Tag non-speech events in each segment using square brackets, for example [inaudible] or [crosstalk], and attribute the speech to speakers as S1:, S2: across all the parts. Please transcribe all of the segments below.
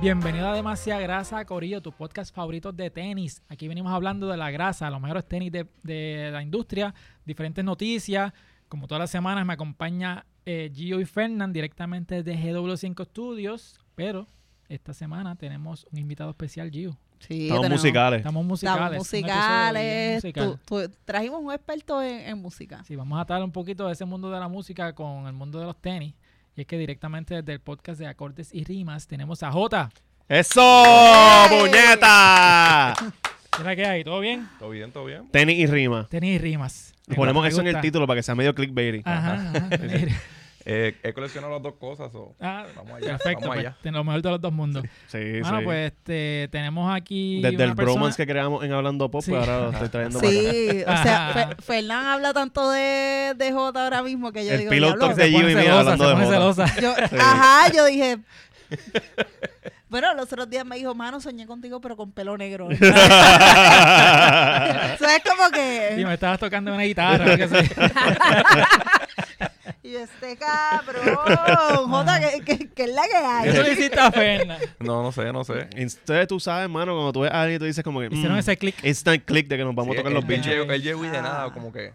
S1: Bienvenido a Demasiada Grasa, Corillo, tu podcast favorito de tenis. Aquí venimos hablando de la grasa, los mejores tenis de, de la industria, diferentes noticias. Como todas las semanas me acompaña eh, Gio y Fernán directamente desde GW5 Studios, pero esta semana tenemos un invitado especial, Gio.
S2: Sí,
S3: Estamos
S2: tenemos-
S3: musicales.
S1: Estamos musicales.
S2: Estamos
S1: un episodio bien
S2: musicales.
S1: musical.
S2: Tú- tú- trajimos un experto en, en música.
S1: Sí, vamos a atar un poquito de ese mundo de la música con el mundo de los tenis. Y es que directamente desde el podcast de Acordes y Rimas tenemos a Jota.
S3: ¡Eso!
S2: ¡Ey!
S3: ¡Puñeta!
S1: Mira que hay, ¿todo bien?
S4: Todo bien, todo bien.
S3: [laughs] Tenis y rima.
S1: Tenis y rimas.
S3: Le Ponemos
S1: Me
S3: eso en el
S1: gusta. Ah,
S3: título para que sea medio clickbait.
S1: Ajá, ajá, [laughs] tenis y rimas.
S4: Eh, he coleccionado las dos cosas. so,
S1: Ah,
S4: Vamos allá.
S1: perfecto,
S4: vamos
S1: pues,
S4: allá.
S1: ten- lo mejor de los dos mundos.
S3: Sí,
S1: Bueno,
S3: sí.
S1: pues este, tenemos aquí.
S3: Desde
S1: una
S3: el
S1: persona-
S3: bromance que creamos en Hablando Pop,
S1: Sí.
S3: pues ahora lo estoy trayendo para acá.
S2: Sí,
S1: [laughs]
S2: o sea,
S1: Ajá.
S2: Fe- Fernán habla tanto de, de Jota ahora mismo que yo
S3: El
S2: digo,
S3: pillow
S2: "Diablo".
S3: talk de Gio y
S1: pone
S3: mía
S1: celosa,
S3: hablando
S1: se
S3: de
S1: pone
S3: Jota.
S1: celosa.
S2: [laughs]
S3: [laughs]
S2: Yo- Ajá, yo dije. [laughs] Bueno, los otros días me dijo, mano, soñé contigo, pero con pelo
S3: [laughs]
S2: negro. o [laughs] sea, es como
S1: Y
S2: que.
S1: me estabas tocando una guitarra. o qué
S3: [laughs]
S1: sé. [laughs]
S2: Y yo, este cabrón, Jota, que, que- que es la que
S1: Eso
S2: hay.
S1: le hiciste a Ferna.
S4: No, no sé, no sé.
S3: Entonces tú sabes, mano, cuando tú ves a alguien, tú dices como que.
S1: Hicieron
S3: [laughs] mm,
S1: ese click.
S3: Instant click de que nos vamos
S4: Sí,
S3: a tocar
S4: él-
S3: los
S4: él
S3: bichos.
S4: llegó- Él llegó y de nada,
S2: Ah.
S4: como que.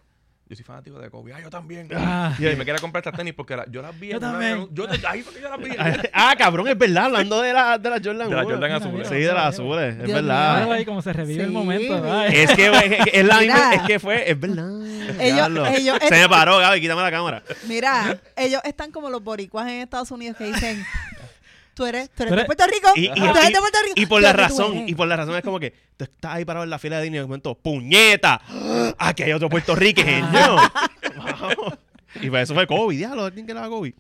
S4: Yo soy fanático de Kobe. Ah, yo también.
S1: Ah.
S4: y él me quiere comprar estas tenis porque la- yo las vi.
S1: Yo
S4: en una-
S1: también.
S4: Yo, te- ahí fue que yo
S3: [laughs]
S4: las vi.
S3: [laughs] ah, cabrón, es verdad, hablando de la, de la Jordan
S4: De la
S3: uno.
S4: Jordan
S1: Mira,
S4: azul.
S1: mira.
S3: Sí, de las azules, es
S2: Dios
S3: verdad.
S1: Míralo ahí como se revive el
S2: Sí,
S1: momento.
S2: mira.
S1: ay.
S3: Es que, güey, es la misma,
S2: Mira.
S3: es que fue, es verdad. diablo.
S2: ellos-
S3: Se me paró, Gaby, quítame la cámara.
S2: Mira, ellos están como los boricuas en Estados Unidos que
S3: [laughs]
S2: dicen, tú eres, tú eres
S1: Tú
S2: de
S1: eres-
S2: Puerto Rico,
S3: Y, y-
S2: tú eres de Puerto
S3: y-
S2: Rico. "Eh,
S3: y por la
S2: pero tú
S3: razón,
S2: eres".
S3: y por la razón es como que tú estás ahí parado en la fila de Disney y de momento, ¡puñeta! ¡Ah! Aquí hay otro puertorriqueño. Wow. Y para eso fue Kobe, diablo, alguien que era Kobe.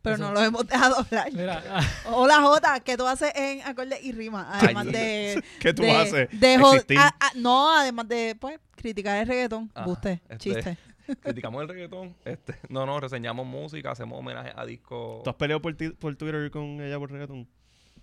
S2: Pero no los hemos dejado hablar.
S1: Mira, ah,
S2: Hola Jota, ¿qué tú haces en acorde y rima? Además
S4: Ay,
S2: de.
S3: [laughs] ¿Qué tú
S2: de-
S3: haces?
S2: de jo-
S3: Existir.
S2: ah, ah, no, además de, pues, criticar el reggaetón.
S4: Ah,
S2: Buste,
S4: este-
S2: chiste.
S4: Criticamos el reggaetón. Este, no, no, reseñamos música, hacemos homenaje a discos.
S3: ¿Tú has peleado por, ti- por Twitter con ella por reggaetón?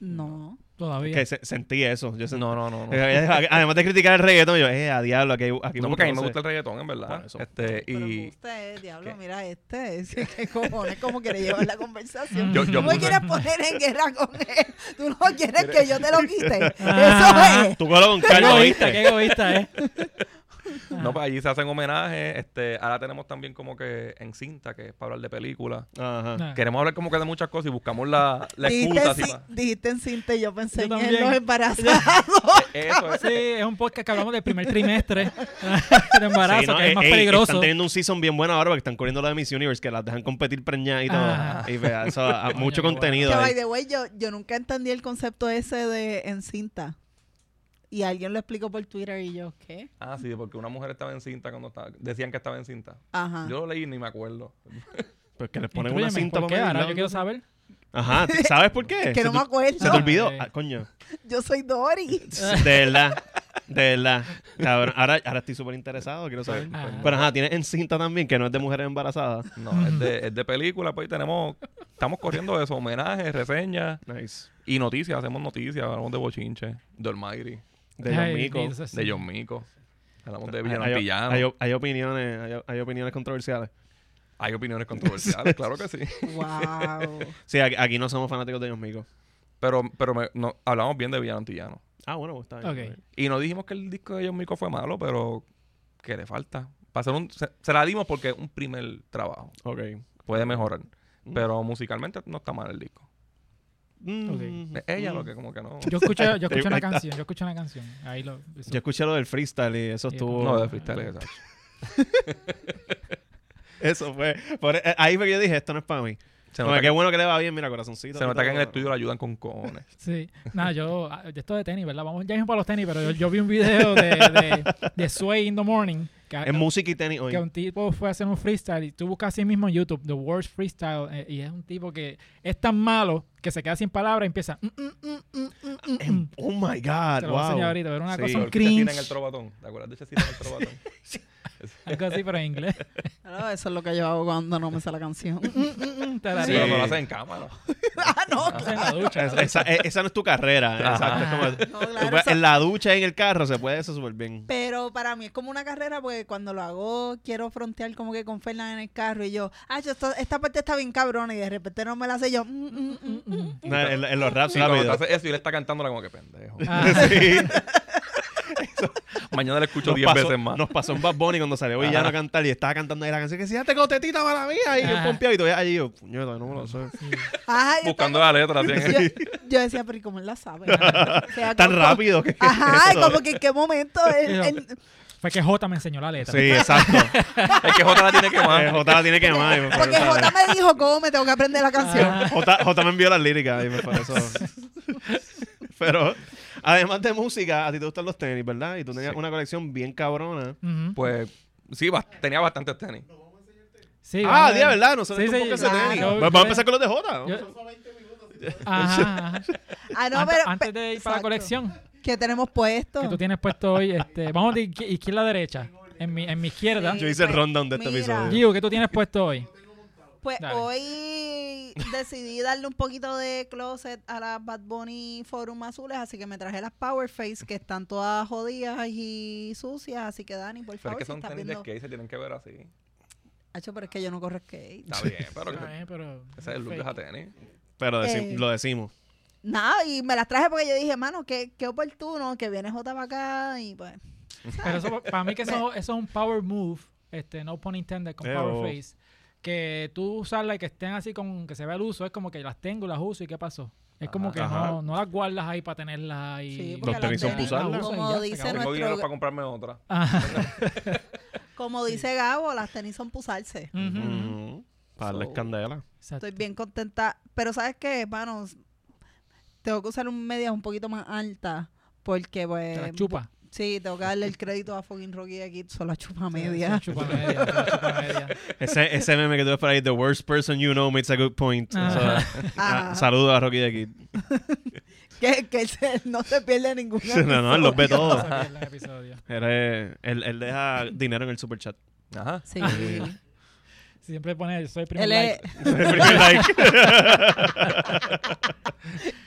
S2: No.
S1: todavía.
S3: Que se- sentí eso. Yo sentí-
S4: No, no, no. no.
S3: Ella dijo, Además de criticar el reggaetón, yo, eh, a diablo, aquí, hay- Eh, aquí
S4: No,
S3: hay
S4: porque a mí
S3: un
S4: me
S3: roce.
S4: gusta el reggaetón, en verdad.
S3: Bueno, eso-
S4: Este,
S2: Pero
S4: y
S2: buste, diablo,
S4: ¿Qué?
S2: mira este. [laughs] Es que cojones, como quiere llevar la conversación.
S4: Yo- yo
S2: tú me
S4: puse-
S2: quieres poner en guerra con él. Tú no quieres que yo te lo
S3: [laughs]
S2: quite.
S1: Ah.
S2: Eso es.
S3: Tú colo con
S1: Qué
S3: calma,
S1: egoísta, qué
S3: ¿viste?
S1: egoísta,
S3: [laughs]
S1: eh.
S4: no, pues allí se hacen homenajes. Este, ahora tenemos también como que en cinta, que es para hablar de películas.
S3: Ajá.
S1: Nah.
S4: Queremos hablar como que de muchas cosas y buscamos la, la
S2: Dijiste,
S4: excusa.
S2: en
S4: así
S2: cin-
S4: pa-
S2: dijiste en cinta y yo pensé
S1: Yo
S2: en él
S1: también.
S2: los embarazados.
S4: Eso
S1: [laughs]
S4: es.
S1: Sí, es un podcast que hablamos del primer trimestre [laughs] de embarazo,
S3: Sí, no,
S1: que es
S3: eh,
S1: más
S3: eh,
S1: peligroso.
S3: Están teniendo un season bien bueno ahora porque están corriendo la de Miss Universe, que las dejan competir preñadas y todo.
S1: Ah.
S3: Y vea, eso, ah, mucho
S1: qué bueno.
S3: contenido.
S2: Que,
S3: ahí.
S2: by the way, yo, yo nunca entendí el concepto ese de en cinta. Y alguien lo explicó por Twitter y yo, ¿qué?
S4: Ah, sí, porque una mujer estaba encinta cuando estaba, decían que estaba encinta.
S2: Ajá.
S4: Yo lo leí y ni me acuerdo.
S3: Pues que les ponen una
S1: Inclúyeme,
S3: cinta
S1: ¿por
S3: para
S1: qué?
S3: medir
S1: Ahora
S3: la-
S1: yo quiero saber.
S3: Ajá, ¿tú ¿sabes por qué?
S2: que
S3: se
S2: no me
S3: te- se te
S2: acuerdo.
S1: Ah,
S3: olvidó.
S1: ok.
S3: Ah, coño.
S2: [laughs] Yo soy Dory.
S3: De verdad. De verdad. Cabrón, ahora, ahora estoy súper interesado, quiero saber.
S1: Ah.
S3: Pero ajá, tienes en cinta también, que no es de mujeres embarazadas.
S4: pues, No, es de, es de película, pues y tenemos, estamos corriendo eso, homenajes, reseñas
S3: Nice.
S4: y noticias, hacemos noticias, hablamos de Bochinche, de Almighty,
S3: De los
S1: Ay,
S3: micos.
S1: Jesus.
S4: de John Mico, hablamos de Villano
S3: Hay, hay-
S4: Antillano.
S3: hay
S4: Hay,
S3: op- hay opiniones, hay, op- hay opiniones controversiales.
S4: opiniones controversiales, claro que sí.
S2: wow.
S3: Sí, aquí, aquí no somos fanáticos de ellos micos.
S4: Pero, pero me- no, hablamos bien de Villano Antillano.
S3: Ah, bueno, pues está bien.
S1: Ok.
S3: está bien.
S4: Y no dijimos que el disco de John Mico fue malo, pero que le falta. Para hacer un, se, se la dimos porque es un primer trabajo,
S3: Ok.
S4: puede mejorar.
S3: Mm.
S4: Pero musicalmente no está mal el disco.
S3: Mm,
S4: e-, Ella
S3: mm.
S4: lo que como que no.
S1: Yo escuché,
S3: [laughs]
S1: yo escuché una
S3: Ahí está.
S1: canción, yo escuché una canción. Ahí lo. eso.
S3: Yo escuché lo del freestyle y eso
S1: Sí,
S3: estuvo.
S4: No, de freestyle es esa.
S3: [laughs] Eso fue. por- eh, ahí fue que yo dije, esto no es para mí.
S4: Se
S3: Como
S4: nota,
S3: que qué
S4: que,
S3: bueno que le va bien, mira, corazoncito.
S4: se nota que en el
S3: todo.
S4: estudio la ayudan con cojones.
S1: Sí. Nada, yo. ah, Esto de tenis, ¿verdad? Vamos ya mismo para los tenis, pero yo, yo vi un video de, de, de Sway in the Morning. Que,
S3: Es música y tenis hoy.
S1: que un tipo fue a hacer un freestyle y tú buscas así mismo en YouTube, The Worst Freestyle, eh, y es un tipo que es tan malo que se queda sin palabras y empieza. "Mm,
S3: Em- Oh my God,
S1: te lo voy a
S3: wow.
S1: enseñar ahorita, pero una
S3: Sí.
S1: cosa, un
S4: Chesina en
S1: cringe.
S4: el trovatón. ¿Te acuerdas de Chesina en el trovatón?
S1: Algo así, pero en inglés. [laughs]
S2: [laughs]
S1: "Mm,
S2: Claro, eso es lo que yo hago cuando no me sale la canción.
S1: Te la
S3: Sí.
S4: Pero lo hacen en cámara.
S2: [laughs] ah, no,
S1: haces en la ducha.
S3: Esa, esa- e- esa no [laughs] es tu carrera.
S4: Ajá.
S3: exacto, es como-
S2: no,
S3: tú
S2: claro,
S3: puedes-
S2: eso-
S3: en la ducha y en el carro se puede eso súper bien.
S2: Pero para mí es como una carrera porque cuando lo hago quiero frontear como que con Fernan en el carro y yo, ah, yo esta, esta parte está bien cabrona y de repente no me la sé yo. mm, mm, mm, mm.
S1: Mm.
S3: No, en, en los raps
S4: Y cuando
S3: [laughs]
S4: te
S3: rápido.
S4: hace eso y él está cantándola como
S3: [laughs]
S4: que pendejo.
S1: Ah,
S3: Sí.
S4: [laughs] Mañana la escucho
S3: Nos
S4: 10
S3: pasó-
S4: veces más.
S3: Nos pasó en Bad Bunny cuando salió Villano a cantar y estaba cantando ahí la canción que decía, te cotetita mala mía. Y yo
S1: Ajá.
S3: pompeado y todavía allí yo, puñeta, no me lo sé.
S1: sí.
S2: Ajá, yo
S4: Buscando la letra. así en- [laughs]
S2: estaba- yo, yo decía, pero ¿y cómo él la sabe?
S3: [laughs]
S2: O sea,
S3: Tan
S2: como-
S3: rápido que. que
S2: Ajá,
S3: eso.
S2: como que en qué momento él, él-
S1: Fue que J me enseñó la letra.
S3: [laughs] Sí, exacto.
S4: Es que Jota
S3: [laughs]
S4: la tiene que
S3: Eh,
S4: más.
S3: J la tiene que más.
S2: porque J me dijo cómo me tengo que aprender la canción.
S1: Ah,
S3: J, J me envió las líricas y
S1: [laughs]
S3: me pareció. Pero, además de música, a ti te gustan los tenis, ¿verdad? Y tú tenías
S4: Sí.
S3: una colección bien cabrona.
S1: ujú.
S4: Pues sí, bas- tenía bastantes tenis.
S1: Sí,
S3: ah,
S1: vamos a
S3: día,
S1: ver.
S3: ¿verdad? No sé
S1: Sí,
S3: un
S1: sí,
S3: poco ese
S2: claro.
S3: tenis.
S1: Yo-
S3: Va-
S1: yo
S3: Vamos a
S1: le-
S3: empezar con los de Jota.
S1: Yo- Ajá, ajá.
S2: Ah, [laughs] no,
S1: Antes-
S2: pero
S1: antes de ir para la
S2: exacto.
S1: colección,
S2: que tenemos puesto.
S1: que tú tienes puesto hoy. Este, vamos de izquier- izquierda a derecha. En mi, en mi izquierda.
S2: Sí.
S3: Yo hice el rundown de este
S2: Pues, Mira.
S3: episodio.
S1: Giu, ¿qué tú tienes puesto hoy?
S2: Pues
S1: Dale.
S2: hoy decidí darle un poquito de closet a las Bad Bunny Forum azules, así que me traje las Power Face que están todas jodidas y sucias, así que Dani, por
S4: Pero es
S2: favor,
S4: que
S2: si
S4: son
S2: estás
S4: tenis de
S2: viendo.
S4: skate, se tienen que ver así.
S2: Hacho, pero es que yo no corro skate.
S4: Está bien, pero
S1: Ah,
S4: que-
S1: eh, pero-
S4: ese es el look de esa tenis.
S3: Pero deci-
S2: Eh.
S3: lo decimos.
S2: Nada, y me las traje porque yo dije, mano, qué, qué oportuno que viene J para acá y pues.
S1: Pero eso, para mí que eso, eso es un power move, este, no pun intended, con
S3: Eh,
S1: power
S3: oh.
S1: face. Que tú usarla y que estén así con que se vea el uso, es como que las tengo, las uso y qué pasó. Es como que
S3: Ajá.
S1: no, no las guardas ahí para tenerlas ahí.
S2: Sí,
S1: Los
S2: porque
S3: Los
S2: las
S3: tenis son
S2: tenis,
S3: para usarlas.
S1: Y ya
S2: Como
S1: se
S2: dice,
S1: acabó.
S4: Tengo dinero para
S2: nuestro,
S4: comprarme otra.
S1: Ajá.
S2: como dice Gabo, las tenis son pusarse.
S1: Ujú.
S3: Ujú. Para darles
S2: So-
S3: candela.
S1: Exacto.
S2: Estoy bien contenta. Pero ¿sabes qué, hermanos? Tengo que usar un media un poquito más alta. Porque,
S1: Te
S2: pues.
S1: las chupa.
S2: Sí, tengo que darle el crédito a fucking Rocky aquí. Solo chupa
S1: Se las
S2: media.
S1: chupa media, se las chupa media.
S3: Ese, ese meme que tú ves por ahí, The worst person you know makes a good point.
S1: Ajá.
S3: O
S1: [laughs]
S3: sea,
S2: [laughs]
S3: ah,
S2: Ah,
S3: saludos a Rocky de aquí.
S2: que que se- no se pierde ningún
S3: [laughs] No, no, él los ve
S2: episodio.
S3: todos.
S1: Eso que es el episodio.
S3: Eres- él, él deja dinero en el super [laughs] chat.
S4: Ajá.
S2: Sí.
S1: Siempre pone, soy primer
S2: Él es,
S1: Ah, like. [laughs]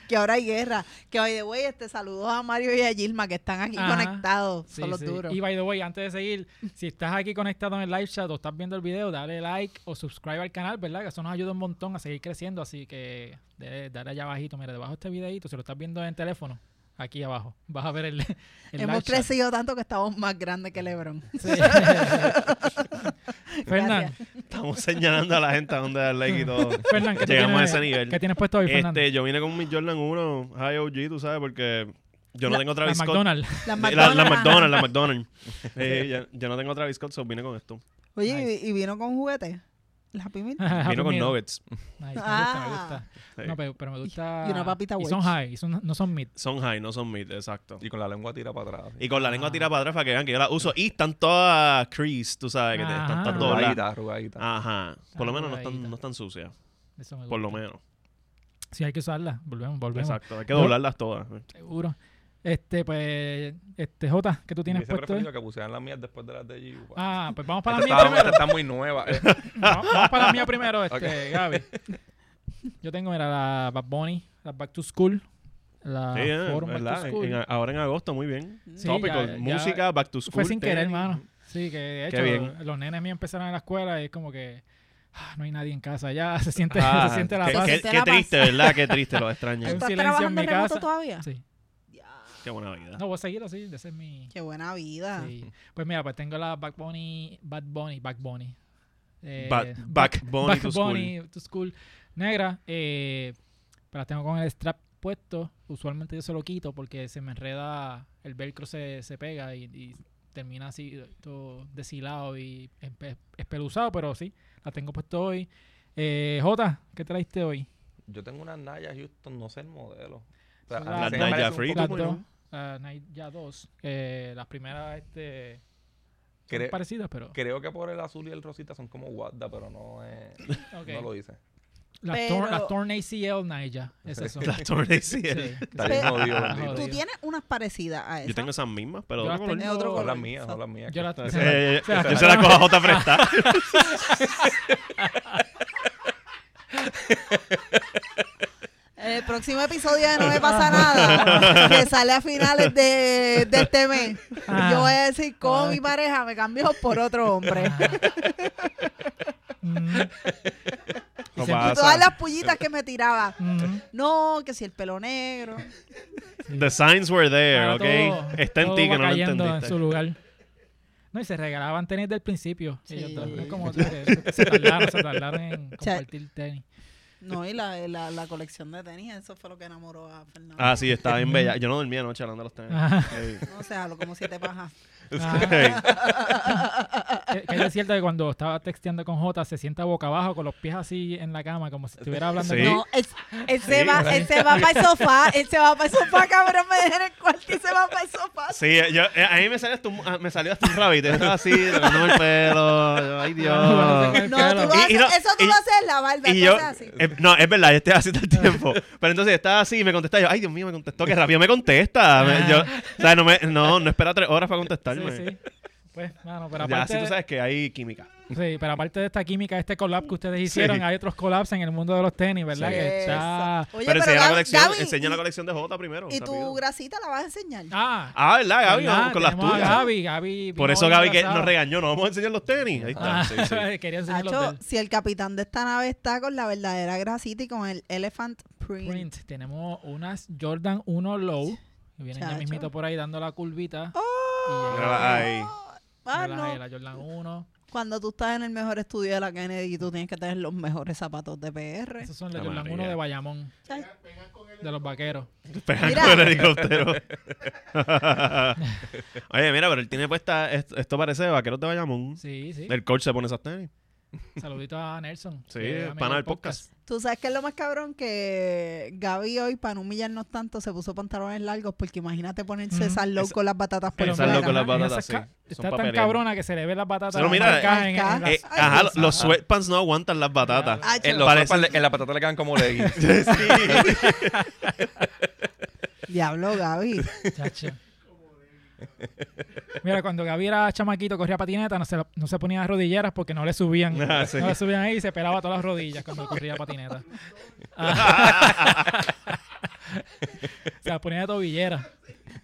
S2: que ahora hay guerra. Que hoy de güey, este saludos a Mario y a Gilma que están aquí
S1: Ajá.
S2: conectados.
S1: Sí,
S2: son los
S1: sí.
S2: duros.
S1: Y by the way, antes de seguir, si estás aquí conectado en el live chat o estás viendo el video, dale like o subscribe al canal, ¿verdad? Que eso nos ayuda un montón a seguir creciendo. Así que dale, dale allá abajito, mira, debajo de este videito, si lo estás viendo en teléfono, aquí abajo, vas a ver el, el live
S2: Hemos
S1: chat.
S2: crecido tanto que estamos más grandes que Lebron. [laughs]
S1: Sí. Fernán,
S3: Estamos señalando a la gente a dónde dar like y todo.
S1: Fernán, ¿qué, tú
S3: Llegamos a
S1: tienes-
S3: ese nivel.
S1: ¿qué tienes puesto hoy, Fernando?
S3: Este, yo vine con mi Jordan 1 High OG, tú sabes, porque yo no
S2: La-
S3: tengo
S1: La
S3: Travis Scott.
S1: McDonald's.
S2: Las
S3: Eh, La,
S2: McDonald's.
S3: la McDonald's, la McDonald's.
S1: [laughs]
S3: Eh, ya- yo no tengo Travis Scott, so vine con esto.
S2: Oye, y- y vino con juguete. La pimienta.
S1: Happy [laughs]
S3: Vino con
S1: Meal.
S3: Nuggets.
S1: Nice, me gusta, me
S2: Ah.
S1: gusta.
S3: Sí.
S1: Ah, No, pero, pero me gusta.
S2: Y una papita
S1: Y son
S2: Welch.
S1: high, y son- no son mid.
S3: Son high, no son mid, exacto.
S4: Y con la lengua tira para atrás. así.
S3: Y con la lengua
S1: Ah.
S3: tirada para atrás para que vean que yo la uso. Y están todas creased, tú sabes, que te- están,
S1: Ajá.
S3: están todas
S4: Arrugadita, arrugadita.
S3: Ajá. Por lo
S1: Ah,
S3: menos no
S1: arrugadita.
S3: están, no están sucias.
S1: Eso me
S3: Por lo
S1: gusta.
S3: menos.
S1: Sí, hay que usarla. Volvemos, volvemos.
S3: Exacto. Hay que
S1: Yo-
S3: doblarlas todas.
S1: Seguro. Este, pues, este, Jota, que tú tienes
S4: Hubiese
S1: puesto. hoy?
S4: preferido que pusieran las mías después de las de G.
S1: Ah, pues vamos para
S4: Esta
S1: la mía
S4: está,
S1: primero.
S4: esta está muy [laughs] nueva. eh.
S1: Vamos, vamos para la mía primero, este, Gaby. Yo tengo, mira, la Bad Bunny, la Back to School, la
S3: Sí, eh,
S1: Forum Ah, Back
S3: ¿verdad?
S1: to
S3: En-
S1: School.
S3: en- ahora en agosto, muy bien.
S1: Sí,
S3: Topical,
S1: ya- ya-
S3: música, back to school.
S1: Fue sin querer,
S3: tenis.
S1: hermano. Sí, que de
S3: Qué
S1: hecho
S3: bien.
S1: los nenes míos empezaron en la escuela y es como que ah, no hay nadie en casa. Ya [laughs] se
S3: [laughs]
S1: siente,
S3: Ah,
S1: se siente la
S3: qué,
S1: paz.
S3: qué-
S2: Se siente
S3: qué
S2: la paz.
S3: triste, ¿verdad? Qué triste, los
S2: ¿Tú
S1: Hay un [laughs]
S3: extraño.
S2: ¿Estás
S1: silencio en
S2: trabajando
S1: mi
S2: remoto
S1: casa.
S2: todavía?
S1: Sí.
S3: Qué buena vida.
S1: No, voy a seguir así, ese es mi...
S2: Qué buena vida.
S1: Sí. Pues mira, pues tengo la Back Bunny, Bad Bunny, Back Bunny. Eh,
S3: Ba- back Bunny
S1: Back
S3: to
S1: Bunny to School negra. Eh, pero las tengo con el strap puesto. Usualmente yo se lo quito porque se me enreda, el velcro se, se pega y, y termina así todo deshilado y espe- espeluzado, pero sí, la tengo puesto hoy. Eh, Jota, ¿qué traiste hoy?
S4: Yo tengo una Naya Houston, no sé el modelo. O
S1: Son
S4: a mí
S1: las
S4: se me
S1: Naya
S4: parece un
S3: Free.
S4: poco
S1: Las
S4: muy-
S1: dos, ah, Nike ya dos. Eh, las primeras este, son
S4: Cre-
S1: parecidas, pero...
S4: Creo que por el azul y el rosita son como Wanda, pero no, es,
S1: ok.
S4: no lo dice.
S1: La,
S2: Pero-
S1: torn, la torn ACL, Naya. Es eso.
S3: [laughs] La Torre ACL.
S1: Sí.
S4: Está bien
S2: Pero-
S4: jodido,
S1: Ah,
S4: bendito.
S1: jodido.
S2: Tú tienes unas parecidas a esas.
S3: Yo tengo esas mismas, pero
S1: Yo
S3: de
S1: las
S3: otro color.
S2: Es otro
S4: Son
S2: color.
S4: las mías, son las mías.
S1: Yo la-
S3: Eh,
S1: se la-
S3: yo se la cojo a
S1: [laughs]
S3: Jota Presta.
S2: En el próximo episodio de No Me Pasa
S1: [laughs]
S2: Nada, que sale a finales de, de este mes,
S1: Ah.
S2: yo voy a decir cómo mi pareja me cambió por otro hombre.
S1: Mm,
S3: No
S1: Y se-
S2: Y todas
S3: pasa.
S2: las pullitas que me tiraba.
S1: mm.
S2: No, que si el pelo negro.
S3: [laughs] The signs were there,
S1: Ahora
S3: ok.
S1: todo-
S3: Está en
S1: todo
S3: ti que
S1: va
S3: no lo
S1: cayendo en su
S3: entendiste.
S1: lugar. No, y se regalaban tenis del principio. Ellos dos.
S2: Sí.
S1: Es
S3: [laughs]
S1: como que se tardaron, se tardaron
S2: [laughs]
S1: en
S2: O sea,
S1: compartir tenis.
S2: No, y la, la, la colección de tenis, eso fue lo que enamoró a Fernando.
S3: Ah, sí, estaba
S1: [laughs]
S3: bien bella. Yo no dormía anoche hablando de los tenis.
S1: Ajá. [laughs]
S3: Ey. [laughs]
S2: No sé, jaló como siete pajas.
S1: Ah,
S3: Ey.
S1: que, que es cierto que cuando estaba texteando con Jota se sienta boca abajo con los pies así en la cama, como si estuviera hablando.
S3: [laughs] Sí.
S1: con-
S2: No, él, él se
S3: Sí,
S2: va,
S3: ¿verdad?
S2: él se va para el sofá, él se va para el sofá, cabrón, me deja en el cuarto y se va para el sofá.
S3: Sí, yo, eh, a mí me salió hasta un, ah, me salió hasta un rabbit. Yo Estaba así, tocándome el pelo.
S1: [laughs]
S3: Yo, Ay, Dios.
S2: No, tú lo
S3: Y- y
S2: haces,
S3: no,
S2: eso tú
S3: y-
S2: lo haces en la barba,
S3: Y
S2: tú
S3: yo,
S2: haces así.
S3: eh, no, es verdad, yo estoy así todo el tiempo. Pero entonces estaba así y me contesta yo, ay Dios mío, me contestó, que rápido me
S2: Ah.
S3: contesta. Me- yo, o sea, no, me, no, no espera tres horas para contestarme.
S1: Sí, sí. Pues, mano, pero
S3: Ya,
S1: aparte,
S3: así tú sabes que hay química.
S1: sí, pero aparte de esta química, este collab que ustedes hicieron, hay otros collabs en el mundo de los tenis, ¿verdad?
S3: Sí.
S1: Que está...
S2: Oye,
S3: pero, enseña la
S2: Gaby-
S3: colección,
S2: Gaby,
S3: enseña la
S2: y-
S3: colección de Jota primero.
S2: Y tu
S3: rápido.
S2: grasita la vas a enseñar.
S1: Ah,
S3: Ah, ¿verdad, Gaby?
S1: ¿verdad?
S3: Vamos con las
S1: Tenemos a
S3: tuyas.
S1: Gaby, Gaby
S3: Por
S1: vino
S3: eso Gaby que
S1: disfrazada.
S3: nos regañó, no vamos a enseñar los tenis. Ahí está.
S1: Ah,
S3: sí, sí.
S1: [laughs] quería enseñar los
S2: Nacho,
S1: del
S2: si el capitán de esta nave está con la verdadera grasita y con el elephant print.
S1: print. Tenemos unas Jordan 1 Low, que vienen ya
S2: Chacho.
S1: mismito por ahí dando la curvita. Y
S3: Mírala
S1: ya-
S3: ahí.
S2: Ah,
S1: mírala ahí,
S2: no.
S1: la Jordan 1.
S2: Cuando tú estás en el mejor estudio de la Kennedy, tú tienes que tener los mejores zapatos de PR.
S1: Esos son los
S3: Ah,
S1: Jordan
S3: María.
S1: 1 de Bayamón,
S2: Chacho.
S1: de los vaqueros.
S3: Pegan
S2: Mira.
S3: con el helicóptero. [laughs] Oye, mira, pero él tiene puesta. est- Esto, parece de vaqueros de Bayamón.
S1: Sí, sí.
S3: El coach se pone esas tenis.
S1: Saludito a Nelson.
S3: Sí,
S1: que es amigo
S3: pana del
S2: Tú sabes que es lo más cabrón que Gaby hoy, para no humillarnos tanto, se puso pantalones largos porque imagínate ponerse
S1: Ujú.
S2: esa low con las batatas por
S3: Esa
S2: fuera.
S3: low con las
S1: Ajá, y esas
S3: batatas,
S1: ca-
S3: sí. Son
S1: Está tan
S3: papeleras.
S1: cabrona que se le ve las batatas
S3: Pero mira,
S1: marcadas en- en
S2: marcadas.
S1: las-
S3: Eh,
S2: Ay,
S3: ajá,
S2: Dios.
S3: los sweatpants no aguantan las batatas.
S1: Ah,
S4: En
S3: Eh,
S4: los
S3: parece-
S4: zapas le- en la patata le quedan como leggings.
S3: Sí.
S4: [laughs]
S2: Diablo, Gaby.
S1: Chacho. Mira, cuando Gaby era chamaquito, corría patineta, no se, la- no se ponía las rodilleras porque no le subían.
S3: [laughs] Ah, sí.
S1: No le subían ahí y se pelaba todas las rodillas cuando corría
S3: [laughs]
S1: patineta. Ah. [laughs] se las ponía de tobillera.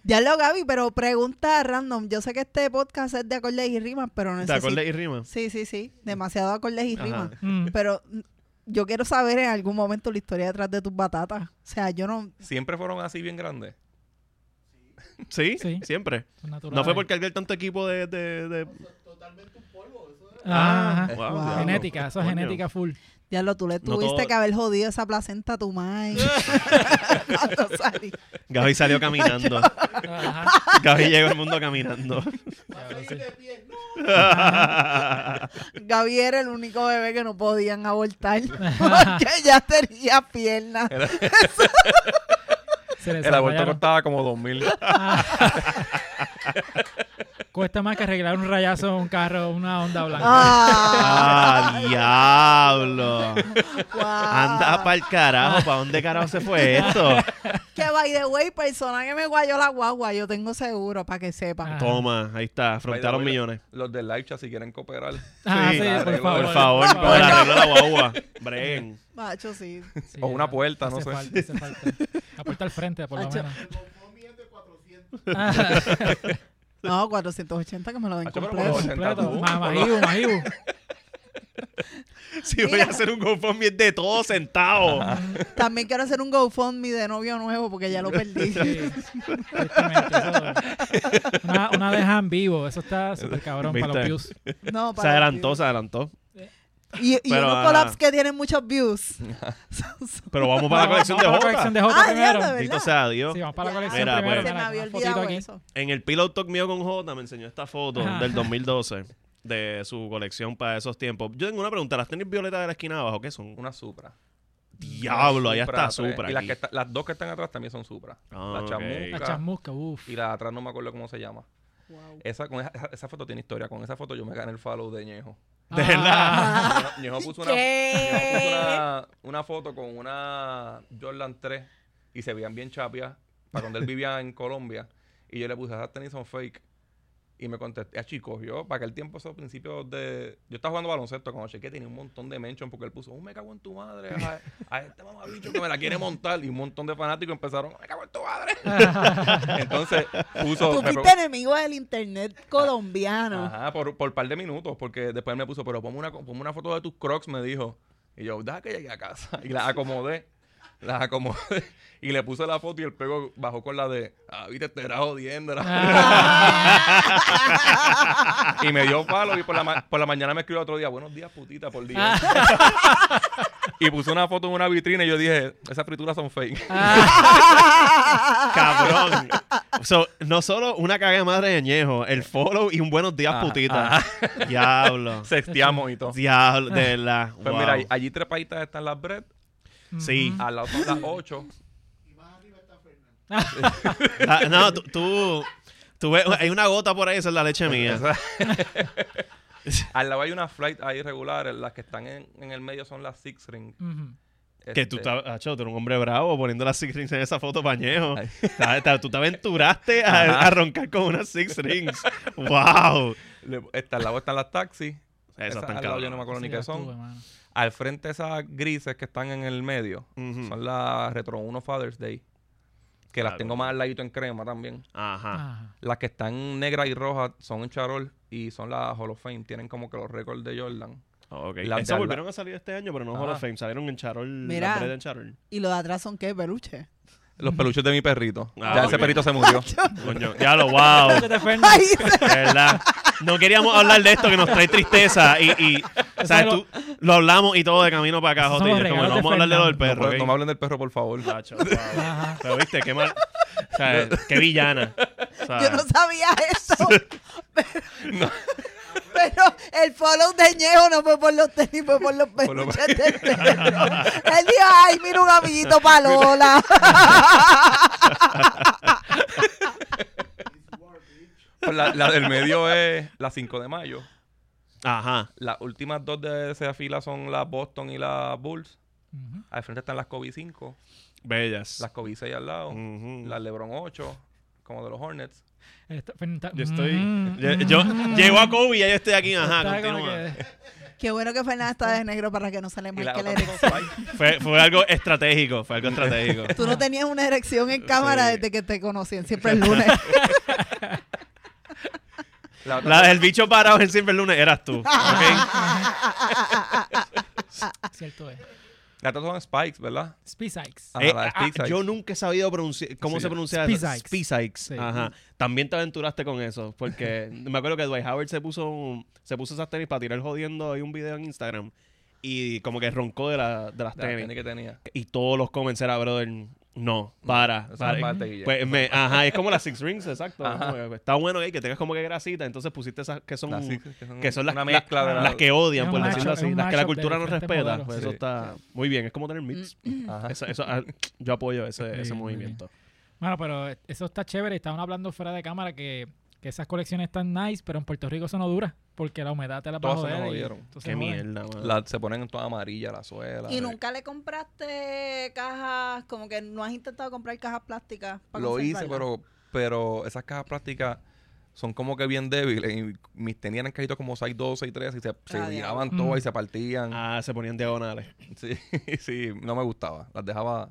S2: Diablo, Gaby, pero pregunta random. Yo sé que este podcast es de acordes y rimas, pero
S3: ¿Te
S2: necesito...
S3: acuerdas y rimas?
S2: Sí, sí, sí. Demasiado acordes y
S3: Ajá.
S2: rimas.
S1: Mm.
S2: Pero mm, yo quiero saber en algún momento la historia detrás de tus batatas. O sea, yo no.
S4: Siempre fueron así bien grandes.
S3: ¿Sí?
S1: Sí.
S3: siempre.
S1: Son naturales.
S3: No fue por cargar tanto equipo de. de- de-
S1: Ah, ajá.
S3: wow,
S2: Wow.
S3: diablo.
S1: Genética, eso es
S3: Coño.
S1: genética full.
S2: Diablo, tú le
S3: No
S2: tuviste
S3: todo-
S2: que haber jodido esa placenta a tu madre.
S3: [laughs]
S2: [laughs] cuando salí.
S3: Gaby salió
S1: [laughs]
S3: caminando. [laughs]
S1: Ajá.
S3: Gaby llegó al mundo caminando.
S1: Diablo, sí.
S2: Gaby era el único bebé que no podían
S1: [laughs]
S2: abortar. Porque ya tenía piernas.
S1: Se le
S4: El aborto
S1: desarrollaron.
S4: costaba como 2000.
S1: [laughs] Cuesta más que arreglar un rayazo a un carro, una onda blanca.
S2: Ah,
S3: ¡Ah, diablo!
S2: wow.
S3: Anda para el carajo, ¿para dónde carajo se
S1: [laughs]
S3: fue esto?
S2: Que by the way, persona que me guayó la guagua, yo tengo seguro para que sepan.
S1: Ah.
S3: Toma, ahí está, afrontar los
S4: By the way,
S3: millones.
S4: Los del live chat, si quieren cooperar. [laughs]
S1: Ah,
S3: sí,
S1: sí,
S4: claro,
S1: por
S4: por
S1: favor.
S3: Por favor,
S1: por
S3: con el arreglo de
S1: [laughs]
S3: la guagua. Breguen.
S2: Macho, sí.
S1: Sí,
S4: O una
S1: hace-
S4: puerta, no
S1: hace
S4: sé.
S1: falta, hace falta. La puerta al frente, por lo
S2: Hacho. [laughs]
S1: menos. Ah,
S2: No, 480 que me lo den
S4: Hacho, pero
S2: completo.
S4: por
S1: completo.
S4: Sentado.
S1: Ma- Majibu, majibu.
S3: Sí, voy a hacer un GoFundMe de todo sentado.
S2: También quiero hacer un GoFundMe de novio nuevo porque ya lo
S3: [laughs]
S2: perdí.
S1: Sí, tristemente, eso- una, una deja en vivo, eso está súper cabrón para los
S3: ¿Viste?
S1: views.
S2: No,
S3: Se
S2: para
S3: adelantó, se adelantó.
S2: Y, y
S3: Pero,
S2: unos
S3: ah.
S2: collabs que tienen muchos views.
S3: Pero vamos para la colección de
S1: Vamos para la
S3: Jota.
S1: colección de Jota
S2: Ah, ya,
S1: primero.
S2: de
S3: Bendito
S2: verdad.
S3: sea Dios.
S1: Sí, vamos para la
S2: Ya,
S1: colección
S3: Mira,
S1: primero.
S3: pues.
S2: se me
S1: Mira,
S2: había
S1: una fotito
S2: olvidado
S1: aquí.
S2: eso.
S3: En el Pillow Talk mío con Jota me enseñó esta foto
S1: Ajá.
S3: del 2012 de su colección para esos tiempos. Yo tengo una pregunta. ¿Las tenis violetas de la esquina de abajo qué son?
S4: Una Supra.
S3: Diablo,
S4: Una
S3: allá está
S4: tres.
S3: Supra.
S4: Y las,
S3: aquí.
S4: que está- las dos que están atrás también son Supra.
S3: Ah,
S4: la
S3: ok.
S4: chamuca
S1: La chasmusca, uff.
S4: y la de atrás no me acuerdo cómo se llama.
S2: Wow.
S4: Esa, con esa, esa foto tiene historia. Con esa foto yo me gané el follow de Ñejo.
S3: De verdad.
S2: [laughs]
S4: Ñejo- Ñejo puso una, Ñejo puso
S2: ¿Qué?
S4: una, una foto con una Jordan 3 y se veían bien chapias para cuando él vivía en Colombia. Y yo le puse, esas tenis son fake. Y me contesté, a chicos, yo, para aquel tiempo, esos principios de. Yo estaba jugando baloncesto cuando chequeé, tenía un montón de mentions porque él puso, un me cago en tu madre, a, a este mamabicho que me la quiere montar. Y un montón de fanáticos empezaron, "Oh, me cago en tu madre. Entonces puso.
S2: Tú
S4: me pro-
S2: fuiste enemigo del internet colombiano.
S4: Ajá, por, por par de minutos, porque después me puso, pero ponme una, co- ponme una foto de tus crocs, me dijo. Y yo, deja que llegue a casa. [laughs] Y las acomodé, las acomodé. [laughs] Y le puse la foto y el pego bajó con la de, ah, viste, te era jodiendo.
S1: Ah,
S4: [laughs] y me dio palo y por la, ma- por la mañana me escribió otro día, buenos días, putita, por día. [laughs] y puse una foto en una vitrina y yo dije, esas frituras son fake.
S3: Cabrón. So, no solo una caga de madre de añejo, el follow y un buenos días
S4: Ajá,
S3: putita.
S4: [laughs]
S3: Diablo.
S4: [laughs] Sexteamos y todo.
S3: Diablo, de verdad.
S4: Pues
S3: Wow.
S4: mira, all- allí tres países están las bread,
S3: [laughs] Sí.
S4: al lado son las ocho.
S3: Ah, no, tú, tú, tú ves, hay una gota por ahí, esa es la leche mía. [laughs]
S4: Al lado hay unas flight ahí regulares, las que están en, en el medio son las six ring.
S3: Ah.
S1: Ujú.
S3: Que tú
S4: Este,
S3: estabas, acho, tú eres un hombre bravo poniendo las six rings en esa foto pañejo.
S4: Ay.
S3: Ta- ta- Tú te aventuraste a,
S4: Ajá.
S3: a roncar con unas six rings. ¡Wow!
S4: le- este, al lado están las taxis.
S3: Esas
S4: Esas
S3: están
S4: al lado
S3: cabronas.
S4: yo no me acuerdo
S1: Sí,
S4: ni qué
S1: las
S4: son.
S1: tuve, mano.
S4: Al frente esas grises que están en el medio
S3: Ujú.
S4: son las Retro 1 Father's Day. Que
S3: Claro.
S4: las tengo más al ladito en crema también.
S3: Ajá.
S1: Ajá.
S4: Las que están negras y rojas son en charol y son las Hall of Fame. Tienen como que los récords de Jordan.
S3: Ok.
S4: Las de
S3: Esas
S4: al-
S3: volvieron a salir este año, pero no Hall
S4: Ajá.
S3: of Fame. Salieron en Charol.
S2: Mira.
S3: las bredas en Charol.
S2: ¿Y los de atrás son qué? Peluche.
S4: [laughs] Los peluches de mi perrito.
S3: Ah,
S4: ya
S3: ok.
S4: ese perrito se murió.
S3: Coño, diablo, wow.
S1: Te ofende.
S2: Ay,
S3: De verdad. No queríamos hablar de esto que nos trae tristeza y, y ¿sabes?
S1: lo-
S3: Tú, lo hablamos y todo de camino para acá,
S1: Esos son
S3: Jote. y
S1: los
S3: yo como,
S1: regalos
S3: no
S1: de
S3: vamos a hablar de lo del
S1: Fernando.
S3: [laughs] perro.
S4: No,
S3: ¿ok?
S4: me hablen del perro, por favor.
S3: Tacho, wow.
S1: Ajá.
S3: Pero viste, qué mal. O sea, qué villana. O sea,
S2: [laughs] yo no sabía eso. Pero, pero el follow de Ñejo no fue por los tenis, fue por los
S4: Por los- [laughs]
S2: peluches del perro. Él dijo, ay, mira un amiguito para Lola.
S4: [laughs] Pues la, la del medio es la 5 de mayo.
S3: Ajá.
S4: Las últimas dos de esa fila son la Boston y la Bulls.
S1: Ujú.
S4: Al frente están las Kobe 5,
S3: Bellas.
S4: las Kobe 6 al lado,
S3: Ujú.
S4: las LeBron 8, como de los Hornets.
S1: Está- Fernan pues, está-
S3: Yo estoy.
S1: Mm,
S3: Yo,
S1: mm,
S3: yo-
S1: mm.
S3: llego a Kobe y ya yo estoy aquí. Ajá,
S1: Está como
S3: continúa.
S1: que-
S2: Qué bueno que Fernanda está de negro para que no se le
S4: Y las
S2: marque la
S4: otras
S2: erección.
S4: dos son
S3: Fue, fue algo estratégico. Fue algo
S1: [laughs]
S3: estratégico.
S2: Tú no tenías una erección en cámara
S3: Sí.
S2: desde que te conocían, siempre el
S4: [laughs]
S2: lunes.
S4: five. La otra-
S3: La- el bicho parado en siempre el lunes eras
S1: [laughs]
S3: tú.
S1: Ah,
S3: ¿ok?
S1: Cierto es.
S4: las otras son Spikes, ¿verdad?
S1: Speed Sykes.
S4: Ah,
S3: Eh,
S4: la de
S3: ah,
S4: Spikes.
S3: yo nunca he sabido pronunciar cómo
S4: Sí.
S3: se pronuncia
S1: Spizikes.
S3: eso. Spizikes.
S1: Sí.
S3: Ajá. También te aventuraste con eso, porque [laughs] me acuerdo que Dwight Howard se puso un- se puso esas tenis para tirar jodiendo hay un video en Instagram y como que roncó de, la- de las
S4: La
S3: tenis.
S4: tenis que tenía.
S3: Y todos los comments era, brother, no, para,
S4: Esa
S3: para".
S4: es parte, Guille.
S3: Pues me, ajá, es como las Six Rings, exacto.
S4: Ajá.
S3: Como que Está bueno eh, que tengas como que grasita, entonces pusiste esas que son
S4: Las Sixers, son
S3: mm, que son las,
S4: una mezcla de
S3: la-
S4: la-
S3: las que odian,
S1: Es un
S3: por
S1: matchup,
S3: decirlo
S1: es un
S3: así, las que la
S1: matchup de
S3: cultura no
S1: diferentes
S3: respeta.
S1: modelos.
S3: Pues
S4: Sí.
S3: eso está muy bien, es como tener mix.
S4: Ajá.
S3: Esa- eso, ah, yo apoyo ese,
S1: Muy
S3: ese
S1: bien, muy
S3: movimiento.
S1: Bueno, pero eso está chévere. Estaban hablando fuera de cámara que, que esas colecciones están nice, pero en Puerto Rico eso no dura porque la humedad te la va a
S4: Todas se me
S1: joder y-
S4: jodieron.
S1: entonces
S3: Qué
S1: joden.
S3: mierda, mano.
S4: La- se ponen en toda amarilla la suela.
S2: ¿Y nunca le compraste cajas, como que no has intentado comprar cajas plásticas? para
S4: Lo hice,
S2: conservarlas?
S4: pero, pero esas cajas plásticas son como que bien débiles. Y mis tenían en cajitos como 6, 2, 6, 3 y se, se
S2: Ah,
S4: viraban
S1: diablo.
S4: todas
S1: Mm.
S4: y se partían.
S3: Ah, se ponían diagonales.
S4: [laughs] Sí, sí, no me gustaba. Las dejaba.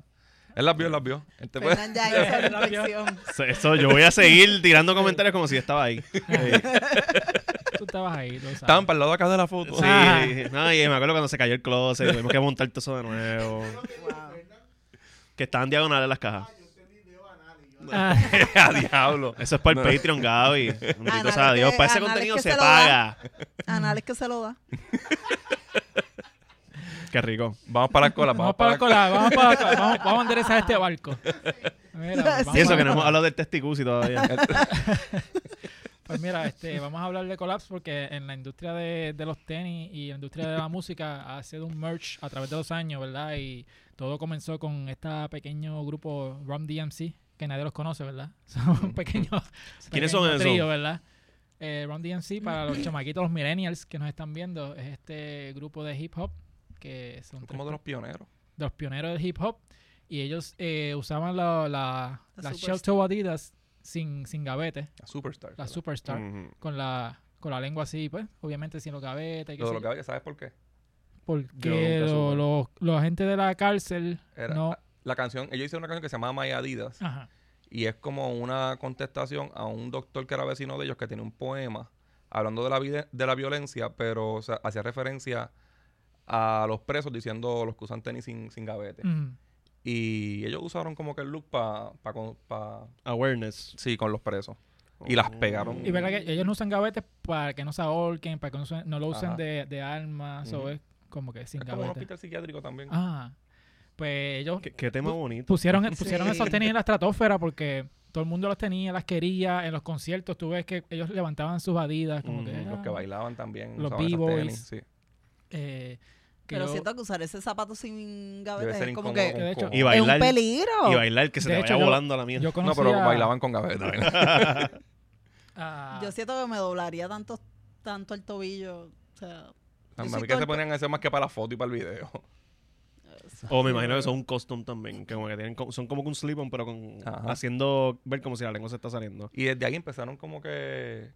S4: Él las vio, él las
S2: [laughs]
S4: vio. Este, pues, Él [laughs] te puede-
S2: Fernan ya hizo Pues, la reflexión.
S3: Eso, eso, yo voy a seguir tirando comentarios como si estaba
S1: [laughs]
S3: ahí. Sí,
S1: Tú estabas ahí, lo sabes.
S4: Estaban para el lado de acá de la foto.
S3: sí.
S1: Ajá.
S3: No, y me acuerdo cuando se cayó el closet, tuvimos que montar todo eso de nuevo. Que estaban diagonales las cajas.
S1: Ah,
S4: [laughs] a diablo.
S3: Eso es para el
S4: No.
S3: Patreon,
S4: [laughs]
S3: Gaby.
S2: Ah,
S3: Bendito
S2: Anales
S3: sea Dios.
S2: que-
S3: Para ese
S2: anales
S3: contenido
S2: que
S3: se
S2: se lo
S3: paga.
S2: Anales que se lo da.
S3: Qué
S4: [laughs]
S3: rico.
S4: Vamos para la cola.
S1: vamos para la cola, vamos para la cola, vamos, vamos a enderezar este barco. Mira, pues, vamos
S3: Y
S1: para
S3: eso que
S1: la
S3: no hemos
S1: cola.
S3: hablado del testicusi
S4: [laughs]
S3: todavía.
S4: Este,
S1: Pues mira, este, vamos a hablar de Collapse porque en la industria de, de los tenis y la industria de la música ha sido un merge a través de los años, ¿verdad? Y todo comenzó con este pequeño grupo Rum DMC, que nadie los conoce, ¿verdad? [laughs] Son un pequeño,
S3: ¿Quiénes
S1: pequeño
S3: son esos?
S1: trío, ¿verdad? Eh, Run DMC, para los chamaquitos, los millennials que nos están viendo, es este grupo de hip hop que son
S4: Son como de los pioneros.
S1: de los pioneros del hip hop y ellos eh, usaban la, la,
S2: La
S1: las
S2: Superstar.
S1: shell toe Adidas sin, sin gavete,
S4: Las superstars.
S1: la
S4: ¿verdad?
S1: Superstar,
S3: Ujú.
S1: con la con la lengua así, pues, obviamente sin los gavetes. qué
S4: Lo de
S1: sé
S4: los
S1: yo,
S4: caballos, ¿sabes por qué?
S1: Porque
S3: Yo nunca
S1: lo-
S3: supe.
S1: los- los agentes de la cárcel
S4: Era
S1: no...
S4: la, la canción, ellos hicieron una canción que se llama My Adidas.
S1: Ajá.
S4: y es como una contestación a un doctor que era vecino de ellos que tiene un poema hablando de la vida de la violencia, pero o sea, hacía referencia a los presos diciendo los que usan tenis sin, sin gavete.
S1: Ujú.
S4: Y ellos usaron como que el look para pa, con- pa-
S3: Awareness.
S4: sí, con los presos. Y las pegaron.
S1: Y verdad que ellos no usan gavetes para que no se ahorquen, para que no, se- no lo usen
S4: Ajá.
S1: de, de armas,
S3: Ujú.
S1: o es como que sin
S4: Es como un
S1: gavetes.
S4: hospital psiquiátrico también.
S1: Ah, pues ellos
S3: Qué, qué tema bonito.
S4: [laughs]
S1: pusieron, pusieron
S2: Sí.
S1: esos tenis en la estratosfera porque todo el mundo los tenía, las quería, en los conciertos tú ves que ellos levantaban sus adidas, como que...
S3: Ujú,
S1: ah,
S4: Eh, Los que bailaban también.
S1: Los
S4: usaban esos
S1: b-boys.
S4: tenis, Sí.
S1: eh, que
S2: Pero
S1: yo-
S2: siento que usar ese zapato sin
S4: Debe
S2: gavete
S4: ser
S2: es como
S4: incómodo.
S1: Que
S4: con
S1: de hecho-
S4: cojones.
S3: Y
S2: Es un
S3: bailar.
S2: peligro.
S3: Y bailar, que se
S1: De
S3: te
S1: hecho,
S3: vaya
S1: yo-
S3: volando la mierda.
S1: yo
S4: No,
S1: conocí
S4: pero
S1: a-
S4: bailaban con gaveta. [laughs]
S1: a-
S2: Yo siento que me doblaría tanto, tanto el tobillo. O sea,
S4: A
S2: soy
S4: mí que se
S2: torpe.
S4: ponían a hacer más que para la foto y para el video.
S3: O me imagino que son un costume también, que como que tienen, co- son como que un slip-on, pero con
S4: Ajá.
S3: haciendo ver como si la lengua se está saliendo.
S4: Y desde ahí empezaron como que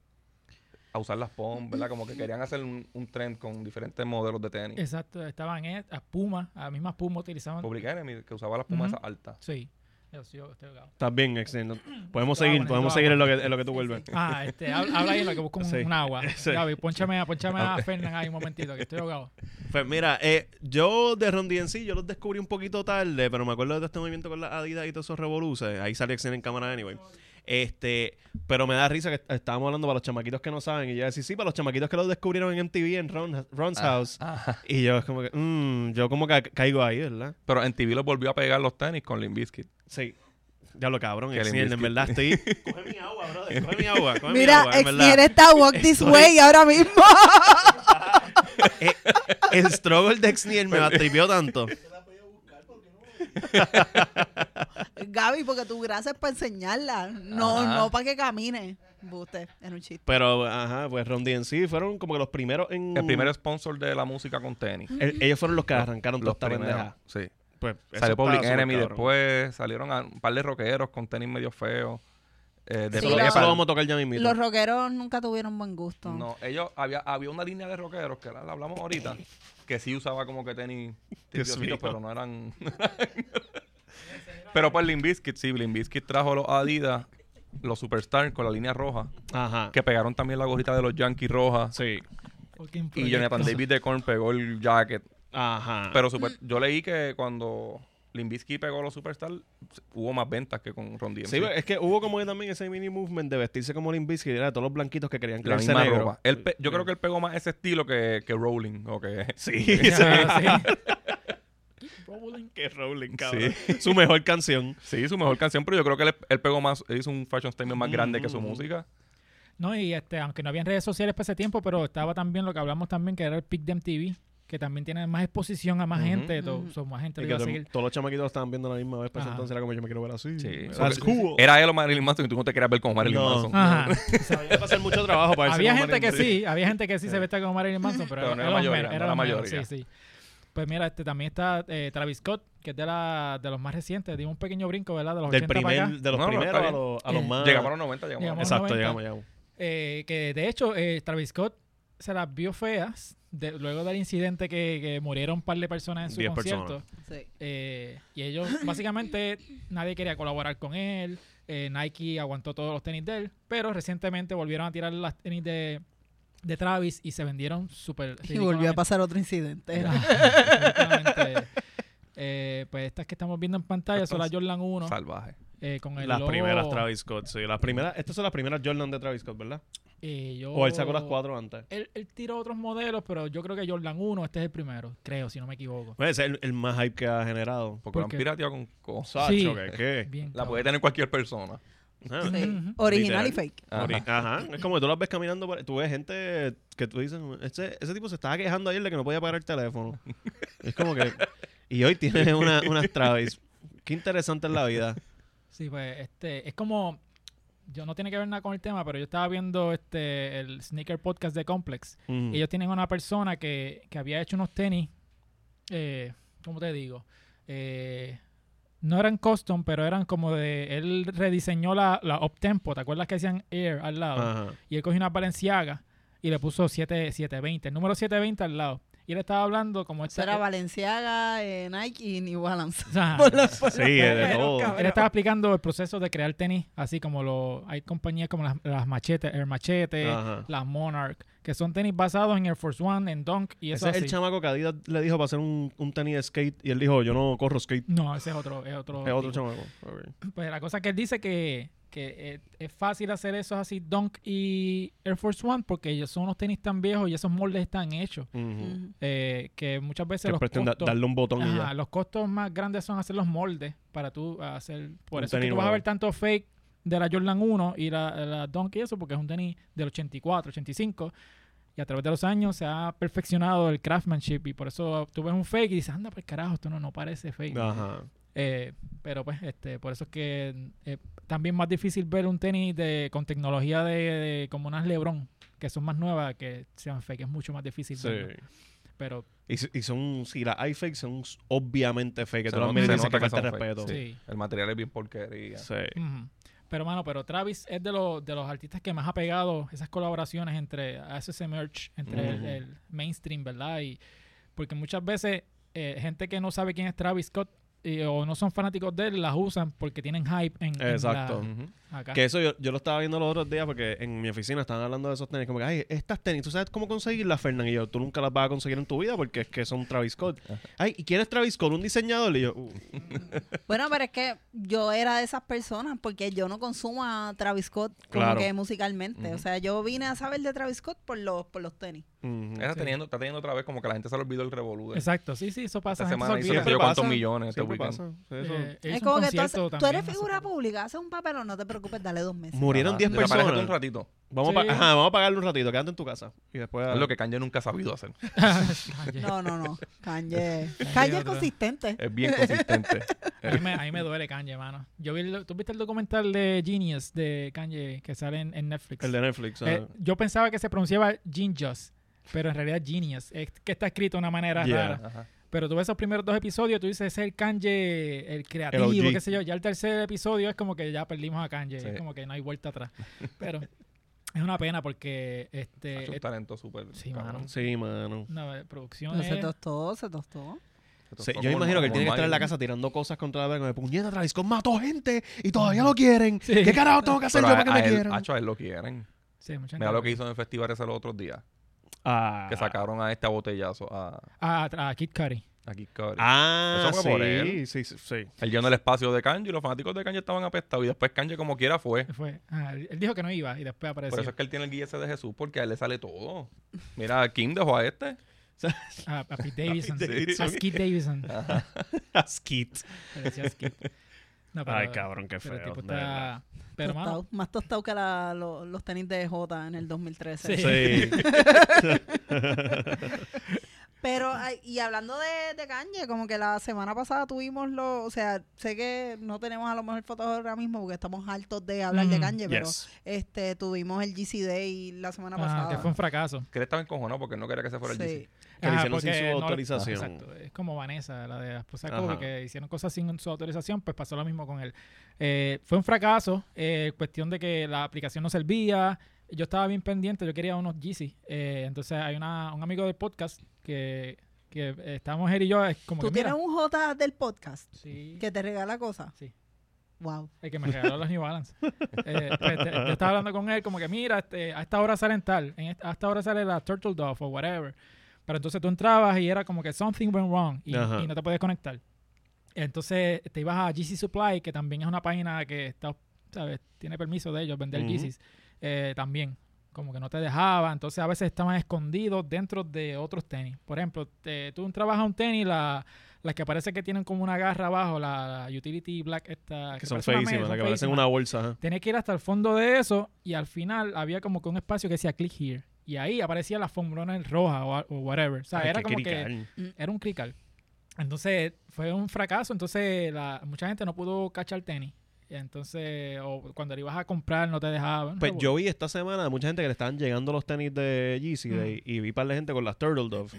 S4: a usar las POM, ¿verdad? Como que querían hacer un, un trend con diferentes modelos de tenis.
S1: Exacto, estaban en, a Puma, a la misma Puma utilizaban...
S4: Public Enemy, que usaba las pumas
S1: Ujú.
S4: esas altas.
S1: Sí. Yo- yo- este, estoy
S3: [laughs]
S1: ahogado.
S3: También, excelente. Podemos
S1: Ah,
S3: seguir,
S1: bueno,
S3: podemos
S1: ah,
S3: seguir en lo
S1: bueno.
S3: que, en lo que tú
S2: Sí,
S3: vuelves.
S2: sí.
S1: Ah, este, hab- habla ahí en lo que busco un,
S3: Sí.
S1: un agua.
S3: [laughs] Sí.
S1: Gaby, ponchame, a- ponchame a Fernan ahí un momentito, que estoy ahogado.
S3: Pues mira, eh, yo de Ron sí, yo los descubrí un poquito tarde, pero me acuerdo de este movimiento con las Adidas y todos esos revoluces. Ahí salió Excel en cámara, anyway. Este, pero me da risa que est- estábamos hablando para los chamaquitos que no saben. Y yo decía, sí, para los chamaquitos que los descubrieron en MTV, en Ron, Ron's House.
S4: Ajá.
S3: Y yo es como que, mm, yo como que caigo ahí, ¿verdad?
S4: Pero en TV los volvió a pegar los tenis con Limp Bizkit.
S3: Sí. Ya lo cabrón,
S4: Que le
S3: Excel, en
S4: inviste.
S3: verdad estoy. coge mi agua, brother, coge [laughs] mi agua, coge mi
S2: Mira,
S3: agua, Pues en
S2: Exnier
S3: verdad.
S2: está walk this
S3: Estoy-
S2: way ahora mismo.
S3: Eh, el struggle de Exnier me batripió tanto.
S2: [laughs] Gaby, porque tu grasa es para enseñarla. No,
S4: Ajá.
S2: no para que camine. Buste, era un chiste.
S3: Pero, ajá, pues Ron sí fueron como que los primeros en.
S4: El primer sponsor de la música con tenis.
S3: El- ellos fueron los que arrancaron toda
S4: Los
S3: esta
S4: primeros.
S3: pendeja.
S4: Sí.
S3: Pues, eso
S4: Salió Public
S3: está súper
S4: Enemy
S3: cabrón.
S4: después. Salieron a un par de rockeros con tenis medio feos. Eh, de
S3: Eso,
S2: Sí,
S3: lo,
S2: la-
S3: eso lo vamos a tocar ya mismito.
S2: Los rockeros nunca tuvieron buen gusto.
S4: No, ellos había, había una línea de rockeros que la, la hablamos ahorita que sí usaba como que [laughs] tenis
S3: Dios
S4: tibiositos,
S3: mío.
S4: pero no eran. [laughs] pero pues Limbiskit, sí, Limbiskit trajo los Adidas, los Superstar con la línea roja,
S3: Ajá.
S4: que pegaron también la gorrita de los Yankees roja.
S3: Sí.
S1: Fucking
S4: Y Jonathan
S1: proyecto.
S4: David de Korn pegó el jacket.
S3: Ajá.
S4: Pero super- yo leí que cuando Limbiskit pegó los Superstar, s- hubo más ventas que con Ron DMC.
S3: Sí, pero es que hubo como que también ese mini movement de vestirse como Limp Bizkit, era de todos los blanquitos que querían
S4: la
S3: creerse
S4: misma
S3: negro.
S4: ropa. Él pe- yo creo que él pegó más ese estilo que, que Rowling. O que,
S3: Sí,
S4: [laughs]
S1: Ya, sí. Rolling.
S3: que Rowling, cabrón. Su mejor canción.
S4: Sí, su mejor canción, pero yo creo que él, él pegó más, él hizo un fashion statement más
S3: Mm,
S4: grande que su
S3: mm, mm.
S4: música.
S1: No, y este, aunque no habían redes sociales para ese tiempo, pero estaba también lo que hablamos también, que era el pick de MTV, que también tiene más exposición a más
S3: Ujú.
S1: gente, to-
S2: Ujú.
S1: so, más gente
S3: Y
S1: lo
S3: que
S1: iba a
S3: todo-
S1: seguir.
S3: todos los chamaquitos lo estaban viendo a la misma vez, pues
S1: Ajá.
S3: entonces era como yo me quiero ver así.
S4: Sí.
S3: That's cool.
S4: Era él o Marilyn Manson y tú no te querías ver como Marilyn
S3: No.
S4: Manson.
S1: Ajá.
S3: Había que hacer mucho trabajo para verse
S1: había
S3: como
S1: gente que
S3: Marilyn Manson.
S1: sí, había gente que sí se vestía como Marilyn Manson, pero,
S4: Pero
S1: era,
S4: no era
S1: los
S4: mayoría,
S1: menos,
S4: no
S1: era
S4: era
S1: los menos,
S4: mayoría.
S1: sí, sí. Pues mira, este también está eh, Travis Scott, que es de, la, de los más recientes. Dimos un pequeño brinco, ¿verdad? De los
S3: Del
S1: 80 para acá.
S3: primer, de los
S4: No, no,
S3: primeros
S4: está
S3: a
S4: bien.
S3: los, a los
S1: Eh,
S3: más.
S4: Llegamos a los 90, llegamos,
S1: Llegamos.
S4: a los
S3: Exacto,
S1: 90.
S3: llegamos, llegamos.
S1: Eh, que de hecho eh, Travis Scott se las vio feas de- luego del incidente que, que murieron un par de personas en su
S3: Diez
S1: concierto.
S3: personas.
S2: Sí.
S1: Eh, y
S2: [coughs]
S1: ellos, básicamente, nadie quería colaborar con él. Eh, Nike aguantó todos los tenis de él. Pero recientemente volvieron a tirar las tenis de, de Travis y se vendieron súper.
S2: Y volvió a
S1: ridículamente.
S2: pasar otro incidente.
S1: [laughs] Ridículamente. Eh, pues estas que estamos viendo en pantalla son las Jordan 1
S4: Salvaje.
S1: eh, con el
S3: Las
S1: logo.
S3: primeras Travis Scott, sí. Las primeras, estas son las primeras Jordan de Travis Scott, ¿verdad?
S1: Eh, yo-
S3: O él sacó las cuatro antes.
S1: Él, él tiró otros modelos, pero yo creo que Jordan 1, este es el primero, creo, si no me equivoco.
S3: Bueno, Pues ese es el, el más hype que ha generado.
S4: Porque
S1: ¿Por
S4: lo han
S1: qué?
S4: pirateado con cosas.
S3: Sacho,
S1: Sí.
S3: que qué.
S1: Bien,
S4: La
S1: cabrón.
S4: puede tener cualquier persona.
S3: Ah,
S2: Sí.
S1: Ujú.
S2: Original
S3: Literal.
S2: y fake.
S4: Ajá.
S3: ori- Ajá. Es como que tú las ves caminando por- Tú ves gente que tú dices, ese, ese tipo se estaba quejando ayer de que no podía pagar el
S4: [laughs]
S3: teléfono.
S4: [laughs]
S3: es como que... Y hoy tienes una, unas Travis. Qué interesante es la vida.
S1: Sí, pues este, es como, yo no tiene que ver nada con el tema, pero yo estaba viendo este el sneaker podcast de Complex.
S3: Mm.
S1: Ellos tienen una persona que, que había hecho unos tenis, eh, ¿cómo te digo? Eh, no eran custom, pero eran como de, él rediseñó la, la up-tempo, ¿te acuerdas que decían air al lado?
S3: Ajá.
S1: y él cogió una Balenciaga y le puso 7, 720, el número 720 al lado. Y él estaba hablando como
S2: Eso
S1: esta-
S2: era Valenciaga, eh, Nike y New Balance.
S1: o sea,
S3: [laughs]
S1: Pues,
S3: Sí, es
S1: [laughs]
S3: de
S1: Pero,
S3: todo.
S1: él estaba explicando el proceso de crear tenis, así como lo hay compañías como las, las Machete, Air Machete,
S3: Ajá.
S1: las Monarch, que son tenis basados en Air Force One, en Dunk y eso
S3: Ese es el
S1: así.
S3: chamaco que Adidas le dijo para hacer un, un tenis de skate y él dijo, yo no corro skate.
S1: No, ese es otro, es otro.
S3: Es otro
S1: tipo.
S3: chamaco. Ok.
S1: [laughs] Pues la cosa es que él dice que, que, eh, es fácil hacer esos así Dunk y Air Force One porque ellos son unos tenis tan viejos y esos moldes están hechos
S3: Ujú.
S2: Ujú.
S1: eh, que muchas veces
S3: Que
S1: los
S3: presten da-
S1: costos-
S3: darle un botón y
S1: Ajá,
S3: ya.
S1: los costos más grandes son hacer los moldes para tú hacer. Por
S3: Un
S1: eso es que
S3: tenis
S1: tú vas a
S3: nuevo.
S1: ver tanto fake de la Jordan 1 y la, la Dunk y eso, porque es un tenis del 84, 85. Y a través de los años se ha perfeccionado el craftsmanship y por eso tú ves un fake y dices, anda, pues carajo, esto no, no parece fake.
S3: Ajá.
S1: Eh, pero pues, este, por eso es que eh, también más difícil ver un tenis de, con tecnología de, de- como unas Lebron, que son más nuevas, que sean fake. Es mucho más difícil
S3: Sí.
S1: verlo. Pero
S3: Y, si- y son, si las hay fake, son obviamente fake. Que
S4: Se
S3: tú las
S4: no-
S3: miras y
S4: se
S3: dices
S4: nota
S3: que
S4: que
S3: falta de
S4: son fake,
S3: respeto.
S1: sí.
S4: El material es bien porquería.
S3: Sí.
S1: Ujú. Pero, mano, pero Travis es de, los de los artistas que más ha pegado esas colaboraciones entre, hace ese merch entre el,
S3: Ujú.
S1: el mainstream, ¿verdad? Y porque muchas veces eh, gente que no sabe quién es Travis Scott y- o no son fanáticos de él, las usan porque tienen hype en, en la-
S3: Exacto.
S4: Ujú.
S1: acá.
S3: Que eso yo, yo lo estaba viendo los otros días porque en mi oficina estaban hablando de esos tenis. Como que, ay, estas tenis, ¿tú sabes cómo conseguirlas, Fernán? Y yo, tú nunca las vas a conseguir en tu vida porque es que son Travis Scott. Ay, ¿y quién es Travis Scott? ¿Un diseñador? Y yo, uh,
S2: Bueno, pero es que yo era de esas personas porque yo no consumo a Travis Scott como
S3: Claro.
S2: que musicalmente.
S4: Ujú.
S2: O sea, yo vine a saber de Travis Scott por los, por los tenis.
S3: ujú.
S4: Esa
S1: Sí.
S4: teniendo, está teniendo otra vez como que la gente se le olvidó el revolú. de
S1: Exacto, sí, sí, eso pasa.
S4: Esta
S1: gente se
S4: semana y
S1: olvida.
S4: siempre yo cuántos millones este
S3: siempre
S4: weekend.
S3: pasa. O sea,
S1: Eh,
S3: eso-
S1: él hizo
S2: Es
S1: un
S2: como que tú,
S1: concierto
S2: haces- tú
S1: también
S2: eres
S1: hace
S2: figura
S1: poco.
S2: pública, haces un papelón, no te preocupes, dale dos meses.
S3: Murieron
S4: Ajá.
S3: 10
S4: Desaparece
S3: personas.
S4: un ratito.
S3: Vamos a pa-
S1: Sí.
S3: ajá, vamos a pagarle un ratito, quédate en tu casa. Y después.
S4: Es lo que Kanye nunca ha sabido hacer.
S1: Ay, [laughs]
S2: No, no, no. Kanye. Kanye es
S1: otro.
S2: consistente.
S1: Eh,
S4: Es bien consistente.
S1: A mí, me, a mí me duele Kanye, mano. Yo vi el- ¿Tú viste el documental de Genius de Kanye que sale en, en Netflix?
S3: El de Netflix. o sea,
S1: Eh, yo pensaba que se pronunciaba Genius, pero en realidad Genius. Es que está escrito de una manera
S3: Yeah.
S1: rara.
S4: Ajá.
S1: Pero tú ves esos primeros dos episodios, tú dices, ese es el Kanye, el creativo,
S3: El OG.
S1: qué sé yo. Ya el tercer episodio es como que ya perdimos a Kanye.
S4: Sí.
S1: Es como que no hay vuelta atrás. Pero es una pena porque este,
S4: Es un
S1: et-
S4: talento súper.
S1: Sí,
S4: cabrón.
S1: mano.
S3: Sí, mano.
S1: una producción
S2: No, se
S1: es-
S2: tostó, se tostó.
S4: Se
S3: Sí,
S4: tocó
S3: yo me
S4: como-
S3: imagino que él
S4: como
S3: tiene que estar en la
S4: Michael.
S3: casa tirando cosas contra la pared. como de, Puñeta, Travis Scott mató gente y todavía lo quieren.
S1: Sí.
S3: ¿Qué carajo tengo que hacer yo
S4: Pero a-
S3: para que
S4: a
S3: me
S4: él-
S3: quieran?
S4: acho, a él lo quieren.
S1: sí, mucha
S4: Mira lo
S1: gente-
S4: que hizo en el festival ese los otros días.
S3: Ah.
S4: Que sacaron a este botellazo a,
S1: Ah, tra- a Kid Cudi.
S4: a Kid Cudi.
S3: Ah,
S4: Eso fue por él.
S3: sí, sí,
S4: [laughs]
S3: sí.
S4: Él llenó el espacio de Kanye y los fanáticos de Kanye estaban apestados. Y después Kanye, como quiera, fue.
S1: Fue, ah, él dijo que no iba y después apareció.
S4: Por eso es que él tiene el guía ese de Jesús, porque a él le sale todo. Mira, Kim dejó a este.
S1: A,
S3: [laughs]
S1: a Pete Davidson.
S3: Pete Davidson. Ah.
S1: A Skip Davidson.
S3: Skit.
S1: Parecía Skip. No, Ah, pero-
S3: Ay, cabrón, qué
S1: Pero el
S3: feo.
S1: tipo
S3: de verdad.
S1: [laughs] está. Pero, mano,
S2: Tostado. Más tostado que la- lo- los tenis de Jota en el 2013.
S1: Sí.
S3: Sí.
S2: Pero, ay, y hablando de, de Kanye, como que la semana pasada tuvimos lo, o sea, sé que no tenemos a lo mejor fotos ahora mismo porque estamos hartos de hablar de
S1: Mm,
S2: Kanye, pero
S3: Yes.
S2: este tuvimos el GC Day la semana
S1: ah,
S2: pasada.
S1: que fue un fracaso. Ah,
S4: Que él estaba encojonado porque él no quería que se fuera el
S2: Sí.
S4: GC.
S3: Que lo hicieron sin
S1: porque
S3: su
S1: no-
S3: autorización.
S1: exacto. Es como Vanessa, la de la esposa de
S3: Ajá.
S1: Kobe, que hicieron cosas sin su autorización, pues pasó lo mismo con él. Eh, fue un fracaso, eh, cuestión de que la aplicación no servía. Yo estaba bien pendiente, yo quería unos Yeezy. Eh, entonces hay una, un amigo del podcast que, que eh, estábamos él y yo, es como
S2: Tú
S1: que
S2: tienes
S1: mira.
S2: un Jota del podcast
S1: Sí,
S2: que te regala cosas.
S1: Sí.
S2: Wow.
S1: el que me regaló los New
S3: [laughs]
S1: Balance. Eh, pues, te- yo estaba hablando con él como que, mira, este, a esta hora salen tal, en esta- a esta hora sale la Turtle Dove o whatever. Pero entonces tú entrabas y era como que something went wrong y,
S3: Ajá.
S1: y no te podías conectar. Entonces te ibas a GC Supply, que también es una página que está, ¿sabes? tiene permiso de ellos vender
S3: Ujú.
S1: GCs. eh, también, como que no te dejaba. Entonces a veces estaban escondidos dentro de otros tenis. Por ejemplo, te- tú trabajas un tenis, la, las que parece que tienen como una garra abajo, la, la Utility Black, esta,
S3: Que son
S1: parece una media, son
S3: feísimas, las que parecen
S1: feísimas.
S3: una bolsa.
S1: Tenía que ir hasta el fondo de eso y al final había como que un espacio que decía click here. Y ahí aparecía la fombrona en roja o, o whatever. O sea,
S3: Ay,
S1: era
S3: qué
S1: como
S3: crical.
S1: que era un crical. Entonces fue un fracaso. Entonces la, mucha gente no pudo cachar tenis. Eh, Y entonces, o cuando le ibas a comprar, no te dejaban.
S3: Pues yo vi esta semana mucha gente que le estaban llegando los tenis de Yeezy
S1: Mm.
S3: de- y vi par de gente con las Turtle Dove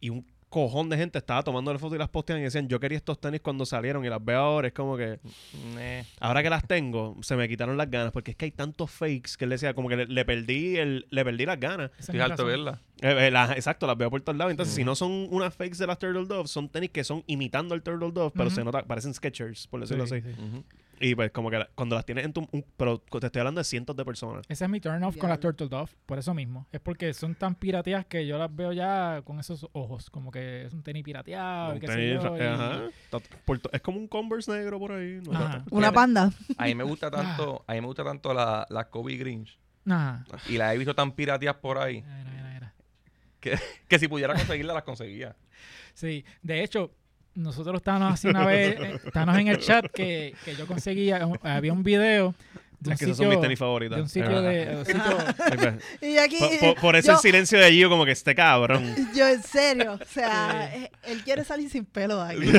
S3: y un cojón de gente estaba tomando la foto y las postean y decían yo quería estos tenis cuando salieron y las veo ahora es como que
S4: Neh.
S3: ahora que las tengo se me quitaron las ganas porque es que hay tantos fakes que él decía como que le, le perdí el, le perdí las ganas
S4: Estoy harto de verla.
S3: Eh, eh, las- exacto las veo por todos lados entonces si no son unas fakes de las Turtle Dove son tenis que son imitando al Turtle Dove pero
S1: Ujú.
S3: se nota parecen Skechers por decirlo así
S4: Ujú.
S3: y pues como que la- cuando las tienes en tu un- pero te estoy hablando de cientos de personas
S1: Ese es mi turn off con las
S2: Diablo.
S1: Turtle Dove, por eso mismo. Es porque son tan pirateadas que yo las veo ya con esos ojos, como que es un tenis pirateado,
S3: Un
S1: qué Ah, sé
S3: tenis
S1: yo,
S3: fa-
S1: y-
S3: eh, ajá. Tot- por to- es como un Converse negro por ahí. ¿no? [laughs]
S1: Ajá.
S2: Una
S4: Fíjate.
S1: [laughs]
S2: panda.
S4: A mí me gusta tanto, a mí me gusta tanto la, la Kobe Grinch
S1: Ajá.
S4: y la he visto tan pirateadas por ahí
S1: Mira, mira, mira.
S4: que si pudiera conseguirla las conseguía.
S1: Sí, de hecho, nosotros estábamos así una vez,
S3: [laughs]
S1: eh, estábamos en el chat que, que yo conseguía, un- había un video de un
S3: Es que esas son mis
S1: sitio,
S3: tenis
S1: de, un
S3: favoritas.
S1: sitio de- de un sitio-
S3: [laughs] Ahí va.
S2: [laughs] Y aquí.
S3: Por, por- por eso
S2: yo,
S3: el silencio de Gio como que este cabrón.
S2: [laughs] Yo, en serio. O
S1: [laughs]
S2: sea, eh, él quiere salir sin pelo de aquí. [laughs] él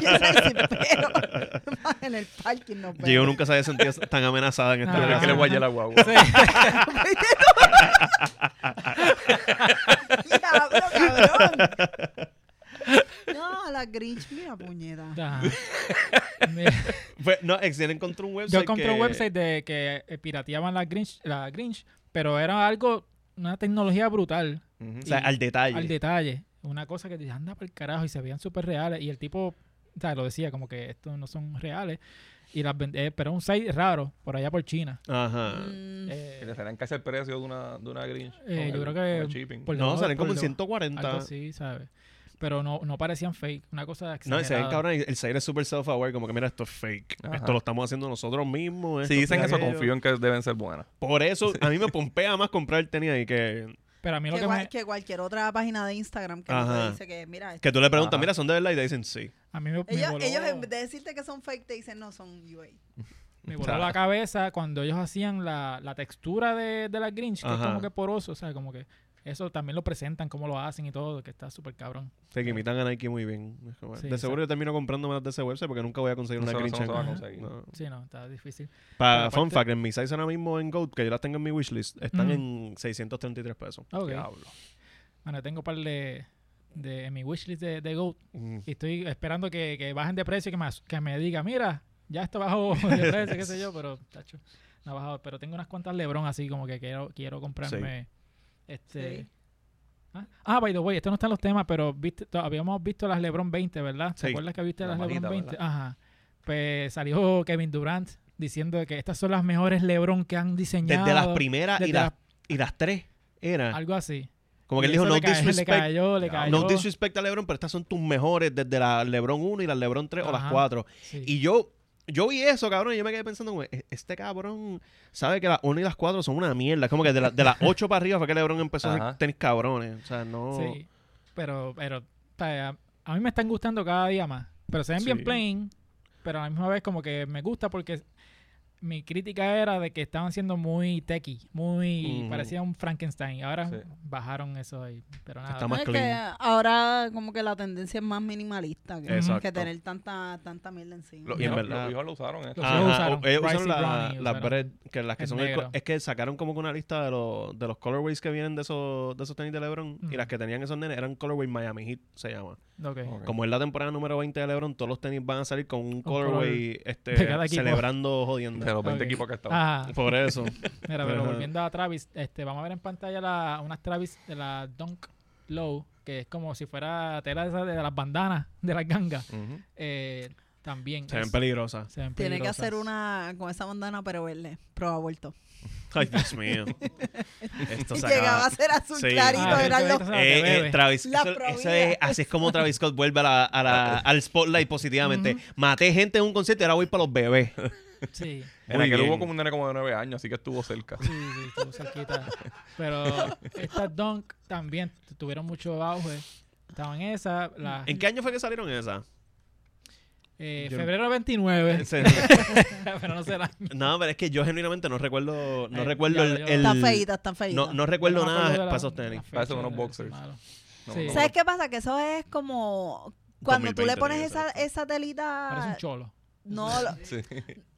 S2: quiere salir sin pelo. [laughs] Más en el parking nos
S3: Gio
S2: vemos.
S3: nunca se había sentido tan amenazada en este
S1: [laughs] Ah.
S4: Yo creo que le
S3: lugar.
S4: voy a hallar
S1: [laughs]
S4: la guagua.
S2: Diablo, cabrón. [laughs] No, la Grinch, mira, puñeta.
S1: Ajá. Mira,
S3: Fue- No, Exil encontró un website
S1: yo compré
S3: que-
S1: un website de que eh, pirateaban la Grinch, la Grinch, pero era algo, una tecnología brutal.
S4: Ujú.
S3: O sea, al detalle.
S1: al detalle. Una cosa que te anda por el carajo y se veían súper reales. Y el tipo, o sea, lo decía como que estos no son reales. Y las vend- eh, pero un site raro, por allá por China.
S3: Ajá.
S2: Mm,
S1: Eh,
S4: Que te salen casi el precio de una, de una Grinch.
S1: Eh, yo creo que por
S3: No,
S1: debajo-
S3: salen
S1: por
S3: como en
S1: debajo-
S3: 140.
S1: Algo así, ¿sabes? Pero no, no parecían fake. Una cosa
S3: No, y se ven
S1: exagerada.
S3: cabrón. y El site es super self-aware. Como que mira, esto es fake.
S4: Ajá.
S3: Esto lo estamos haciendo nosotros mismos. esto
S4: Si dicen
S3: es
S4: eso,
S3: aquello.
S4: confío en que deben ser buenas.
S3: Por eso a
S4: [laughs]
S3: mí me pompea más comprar el tenis ahí que
S1: Pero a mí lo
S2: que,
S1: que,
S2: cual-
S1: me,
S2: que cualquier otra página de Instagram que no te
S3: Ajá.
S2: dice que, mira,
S3: que tú le preguntas,
S4: Ajá.
S3: mira, son de verdad y te dicen sí.
S1: a mí me, me
S2: ellos,
S1: voló-
S2: ellos en vez de decirte que son fake, te dicen no, son UA.
S1: Me voló la cabeza cuando ellos hacían la, la textura de, de la Grinch, que es
S3: Ajá.
S1: como que poroso, o sea, como que eso también lo presentan, cómo lo hacen y todo, que está súper cabrón.
S3: Se que imitan a Nike muy bien. Es como,
S1: Sí,
S3: de
S1: exacto.
S3: seguro yo termino comprando más de ese website porque nunca voy a conseguir
S4: No
S3: una
S4: se- no
S3: grincha.
S4: se
S1: va a
S3: acá.
S4: conseguir.
S3: No.
S1: Sí, no, está difícil.
S3: Para
S1: Pero
S3: fun
S1: aparte-
S3: fact, en mi size ahora mismo en Goat, que yo las tengo en mi wishlist, están
S1: Ujú.
S3: en 633 pesos.
S1: Ok.
S4: Diablo.
S1: Bueno, tengo par de, de en mi wishlist de, de Goat
S3: Mm.
S1: y estoy esperando que, que bajen de precio y que me, as- que me diga, mira, ya está bajo
S3: [laughs]
S1: de precio, qué sé yo, pero tacho, no ha bajado. Pero tengo unas cuantas Lebron así como que quiero, quiero comprarme este...
S2: Sí.
S1: ¿Ah? ah, by the way, esto no está en los temas, pero viste, to- habíamos visto las Lebron 20, ¿verdad? ¿Te
S3: Sí.
S1: acuerdas que viste
S4: La
S1: las
S4: malita,
S1: Lebron 20? Ajá. Pues salió Kevin Durant diciendo que estas son las mejores Lebron que han diseñado.
S3: Desde las primeras y
S1: desde
S3: las, y las tres
S1: las-
S3: era.
S1: algo así.
S3: Como que
S1: Y
S3: él dijo,
S1: eso
S3: no
S1: le ca-
S3: disrespect.
S1: Le cayó, le cayó.
S3: No disrespect a LeBron, pero estas son tus mejores desde la LeBron 1 y la LeBron 3 o las
S1: Ajá.
S3: 4.
S1: Sí.
S3: Y yo yo vi eso, cabrón, y yo me quedé pensando, como, "E- este cabrón sabe que las 1 y las 4 son una mierda. Como que de, la- de las 8 para arriba fue que LeBron empezó a hacer
S4: Ajá.
S3: tenis cabrones. O sea, no...
S1: Sí, pero, pero o sea, a, a mí me están gustando cada día más. Pero se ven bien
S3: Sí.
S1: plain, pero a la misma vez como que me gusta porque mi crítica era de que estaban siendo muy techy, muy
S3: Ujú.
S1: parecía un Frankenstein. Ahora
S4: Sí.
S1: bajaron eso ahí, pero nada.
S3: Está más
S2: Es que
S3: clean.
S2: ahora como que la tendencia es más minimalista que,
S3: Exacto.
S2: que tener tanta tanta mierda encima.
S4: Los
S3: Y en
S4: hijos,
S3: verdad-
S4: los hijos lo usaron. ¿eh?
S1: Los
S4: Esto.
S1: hijos usaron.
S3: o- ellos
S1: Rice
S3: usaron
S1: y
S3: la-
S1: brownie
S3: las
S1: usaron.
S3: bread, que las que
S1: El
S3: son el co-
S1: negro.
S3: es que sacaron como que una lista de los, de los colorways que vienen de esos, de esos tenis de LeBron y
S1: Mm.
S3: las que tenían esos nenes eran colorway Miami Heat se llama.
S1: Ok.
S4: Ok.
S3: Como es la temporada número 20 de LeBron, todos los tenis van a salir con un
S1: color
S3: colorway
S1: de cada
S3: este
S1: equipo.
S3: celebrando jodiendo.
S4: De los 20
S1: Ok.
S4: equipos que estaban.
S1: Ah,
S3: Por
S1: [laughs]
S3: eso.
S1: mira,
S3: [laughs]
S1: pero
S3: Ajá.
S1: volviendo a Travis, este, vamos a ver en pantalla la, unas Travis de la Dunk Low, que es como si fuera tela de, esas de las bandanas, de las gangas.
S4: Ujú.
S1: Eh, también.
S3: se ven
S1: es-
S3: peligrosas.
S1: se ven
S2: Tiene que
S1: peligrosas.
S2: hacer una con esa bandana pero verde, pro aborto.
S3: Ay, Dios mío. Esto
S2: [laughs]
S3: se
S2: Llegaba
S3: acaba.
S2: a ser azul
S3: Sí.
S2: clarito,
S3: Ah,
S2: eran
S1: eso-
S2: los-
S1: eso-
S3: Eh, eh,
S1: Bebe.
S3: Travis,
S2: La
S3: eso-
S2: probidad.
S3: eso es- así es como Travis Scott vuelve a la- a [laughs] la- al spotlight positivamente. Maté gente en un concierto y ahora voy para los bebés.
S1: Sí.
S4: En
S3: Muy
S4: aquel
S3: bien.
S4: hubo como un nene como de 9 años, así que estuvo cerca.
S1: Sí, sí, estuvo cerquita. Pero estas Dunk también t- tuvieron mucho auge. Estaban esas, las
S3: ¿En qué año fue que salieron esas?
S1: eh,
S3: yo-
S1: febrero
S3: [laughs]
S1: 29,
S3: Se-
S1: [laughs] pero no será.
S3: No, pero es que yo genuinamente no recuerdo, no
S1: Ay,
S3: recuerdo
S1: ya,
S3: el,
S1: yo-
S3: el-
S2: Están feitas, están feitas.
S3: no, no recuerdo
S1: Yo no me
S3: nada
S1: acuerdo de la-
S3: para esos
S1: de la
S3: tenis.
S1: fecha,
S4: Parecen unos
S1: de eso,
S4: boxers.
S1: malo.
S4: No,
S1: Sí.
S4: no.
S2: ¿Sabes qué pasa? Que eso es como cuando tú le
S3: 2020
S2: pones
S3: tiene que
S2: esa,
S3: ser.
S2: esa
S1: Parece un
S2: telita
S1: cholo.
S2: No, lo-
S4: Sí.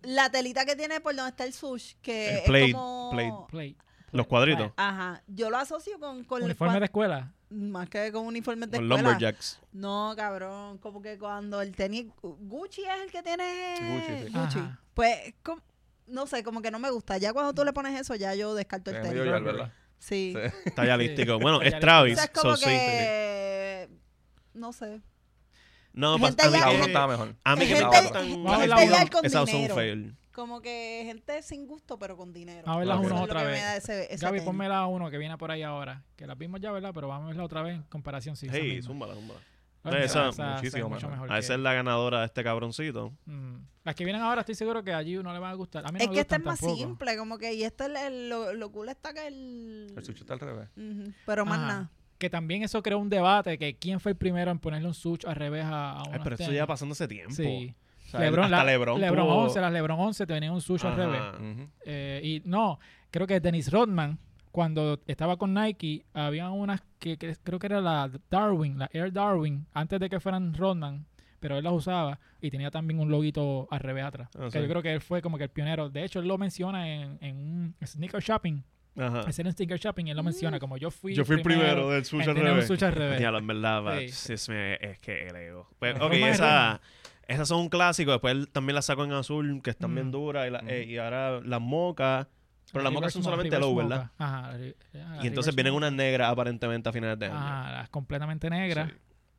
S2: la telita que tiene por donde está el sush, que
S3: El
S2: es
S3: plate,
S2: como...
S3: plate.
S1: Play.
S3: Los cuadritos.
S2: Ajá, yo lo asocio con... con
S1: Uniforme de escuela.
S2: Más que con uniformes de
S3: Los
S2: escuela.
S3: lumberjacks.
S2: No, cabrón, como que cuando el tenis Gucci es el que tiene
S4: Gucci,
S2: Gucci,
S4: sí.
S1: Ajá.
S2: pues com- no sé, como que no me gusta. Ya cuando tú le pones eso, ya yo descarto el
S4: Es
S2: tenis.
S4: medio yal, ¿verdad?
S2: Sí.
S4: Sí.
S3: Está ya lístico. Bueno,
S1: Está ya
S3: es
S1: lístico.
S2: O
S3: Travis.
S2: sea, es como
S3: so sí.
S2: que no sé.
S3: No,
S2: Gente
S3: pasa- a mí
S4: La
S2: ya-
S3: que-
S4: uno estaba mejor.
S3: A mí que me
S4: Gente-
S3: gustan-
S1: Vamos a ver la
S3: Esas
S1: uno.
S2: Gente con
S3: Esas son
S2: dinero.
S3: fail.
S2: Como que gente sin gusto pero con dinero.
S1: Vamos a ver
S4: las
S2: Eso
S4: uno
S2: es lo
S1: otra
S2: que
S1: vez.
S2: me da ese- ese
S1: Gaby,
S2: tenis.
S1: ponme la uno que viene por ahí ahora. Que la vimos ya, ¿verdad? Pero vamos a verla otra vez en comparación. Sí, esa
S3: Hey,
S1: misma.
S3: zúmbala, zúmbala.
S1: Ah, mira,
S3: esa
S4: muchísimo
S1: es mucho
S4: mejor.
S1: mejor
S3: Ah,
S1: que-
S3: esa es la ganadora de este cabroncito.
S1: Mm. Las que vienen ahora estoy seguro que allí no le van a gustar. A mí no
S2: Es
S1: me
S2: que este
S1: gustan
S2: es más
S1: tampoco.
S2: simple, como que y este es el- lo, lo cool está que el
S4: El sushi está al revés.
S2: Ujú, pero más
S1: Ajá.
S2: nada.
S1: Que también eso creó un debate, que quién fue el primero en ponerle un sush al revés a, a
S3: Ay,
S1: unos
S3: pero eso
S1: tenis.
S3: ya pasando ese tiempo.
S1: Este Sí.
S3: O sea,
S1: Lebron,
S3: hasta
S1: la-
S3: Lebron.
S1: Lebron
S3: tuvo-
S1: 11, las Lebron 11 te venían un sush al
S3: Ajá.
S1: revés.
S4: Ujú.
S1: Eh, y no, creo que Dennis Rodman, cuando estaba con Nike, había unas que, que creo que era la Darwin, la Air Darwin, antes de que fueran Rodman, pero él las usaba y tenía también un loguito al revés atrás.
S3: Ah,
S1: que
S3: sí.
S1: yo creo que él fue como que el pionero. De hecho, él lo menciona en, en un sneaker shopping.
S3: Ajá.
S1: Hacer un sneaker shopping, él lo
S2: Mm.
S1: menciona como yo fui.
S3: Ah. Yo fui el primero del
S1: en
S3: sushi al
S1: tener un
S3: revés.
S1: Este, sushi al revés.
S3: Ya, en verdad, va,
S1: Sí.
S3: sí, es, me- es que el ego. Pues,
S1: Las
S3: ok,
S1: formas
S3: esa, esas son un clásico. Después él también las saco en azul, que están
S1: Mm.
S3: bien duras. Y, la-
S4: Mm.
S3: eh, y ahora las mocas. Pero las
S1: Reverse
S3: mocas son
S1: mo-
S3: solamente
S1: reverse
S3: low,
S1: mocha.
S3: ¿verdad?
S1: Ajá. la re- ah, la
S3: Y entonces
S1: reverse
S3: vienen
S1: mocha.
S3: unas negras aparentemente a finales de año. Ah,
S1: Ajá, las completamente negras.
S3: Sí.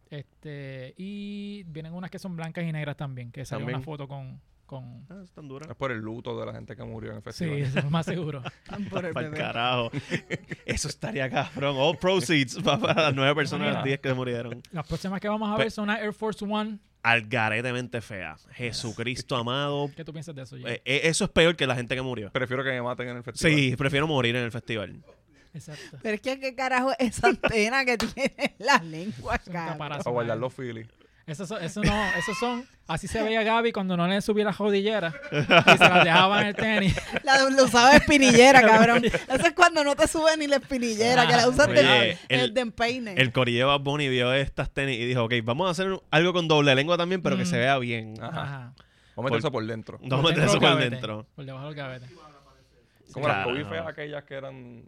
S1: Este, y vienen unas que son blancas y negras también, que salió una
S3: También.
S1: foto con... con
S3: Ah, están duras.
S1: [laughs]
S4: Es por el luto de la gente que murió en
S3: Pues
S4: el
S1: sí,
S4: festival.
S1: eso es más seguro.
S3: Para el carajo. [laughs] Eso estaría cabrón. All proceeds va para las nueve personas,
S1: Mira.
S3: las diez que murieron.
S1: Las próximas que vamos a
S3: Pe-
S1: ver son una Air Force One.
S3: Algaretemente fea. Jesucristo amado.
S1: ¿Qué tú piensas de eso, Jay?
S3: Eh, eh, eso es peor que la gente que murió.
S4: Prefiero que me maten en el festival.
S3: Sí, prefiero morir en el festival.
S1: Exacto.
S2: Pero es que qué carajo esa [laughs] antena que tiene las lenguas,
S1: un
S2: cabrón.
S1: caparazón.
S4: Para guardar los Phillies.
S1: Eso, son- eso no, esos son... Así se veía Gaby cuando no le subía la rodillera y se las dejaba en el tenis.
S2: La de- lo usaba
S1: [laughs]
S2: de espinillera, cabrón. Eso es cuando no te sube ni la espinillera, que la usas
S1: Oye,
S2: de,
S3: el-
S2: el, de empeine.
S3: El corillo de Bad Bunny vio estas tenis y dijo, ok, vamos a hacer algo con doble lengua también, pero
S1: Mm.
S3: que se vea bien.
S4: Ajá.
S1: Ajá.
S4: Vamos a meter eso por dentro.
S3: Vamos a meter eso por
S1: gavete,
S3: dentro.
S1: Por debajo del gavete.
S4: Como las
S3: Claro,
S4: Kobe feas
S3: no.
S4: aquellas que eran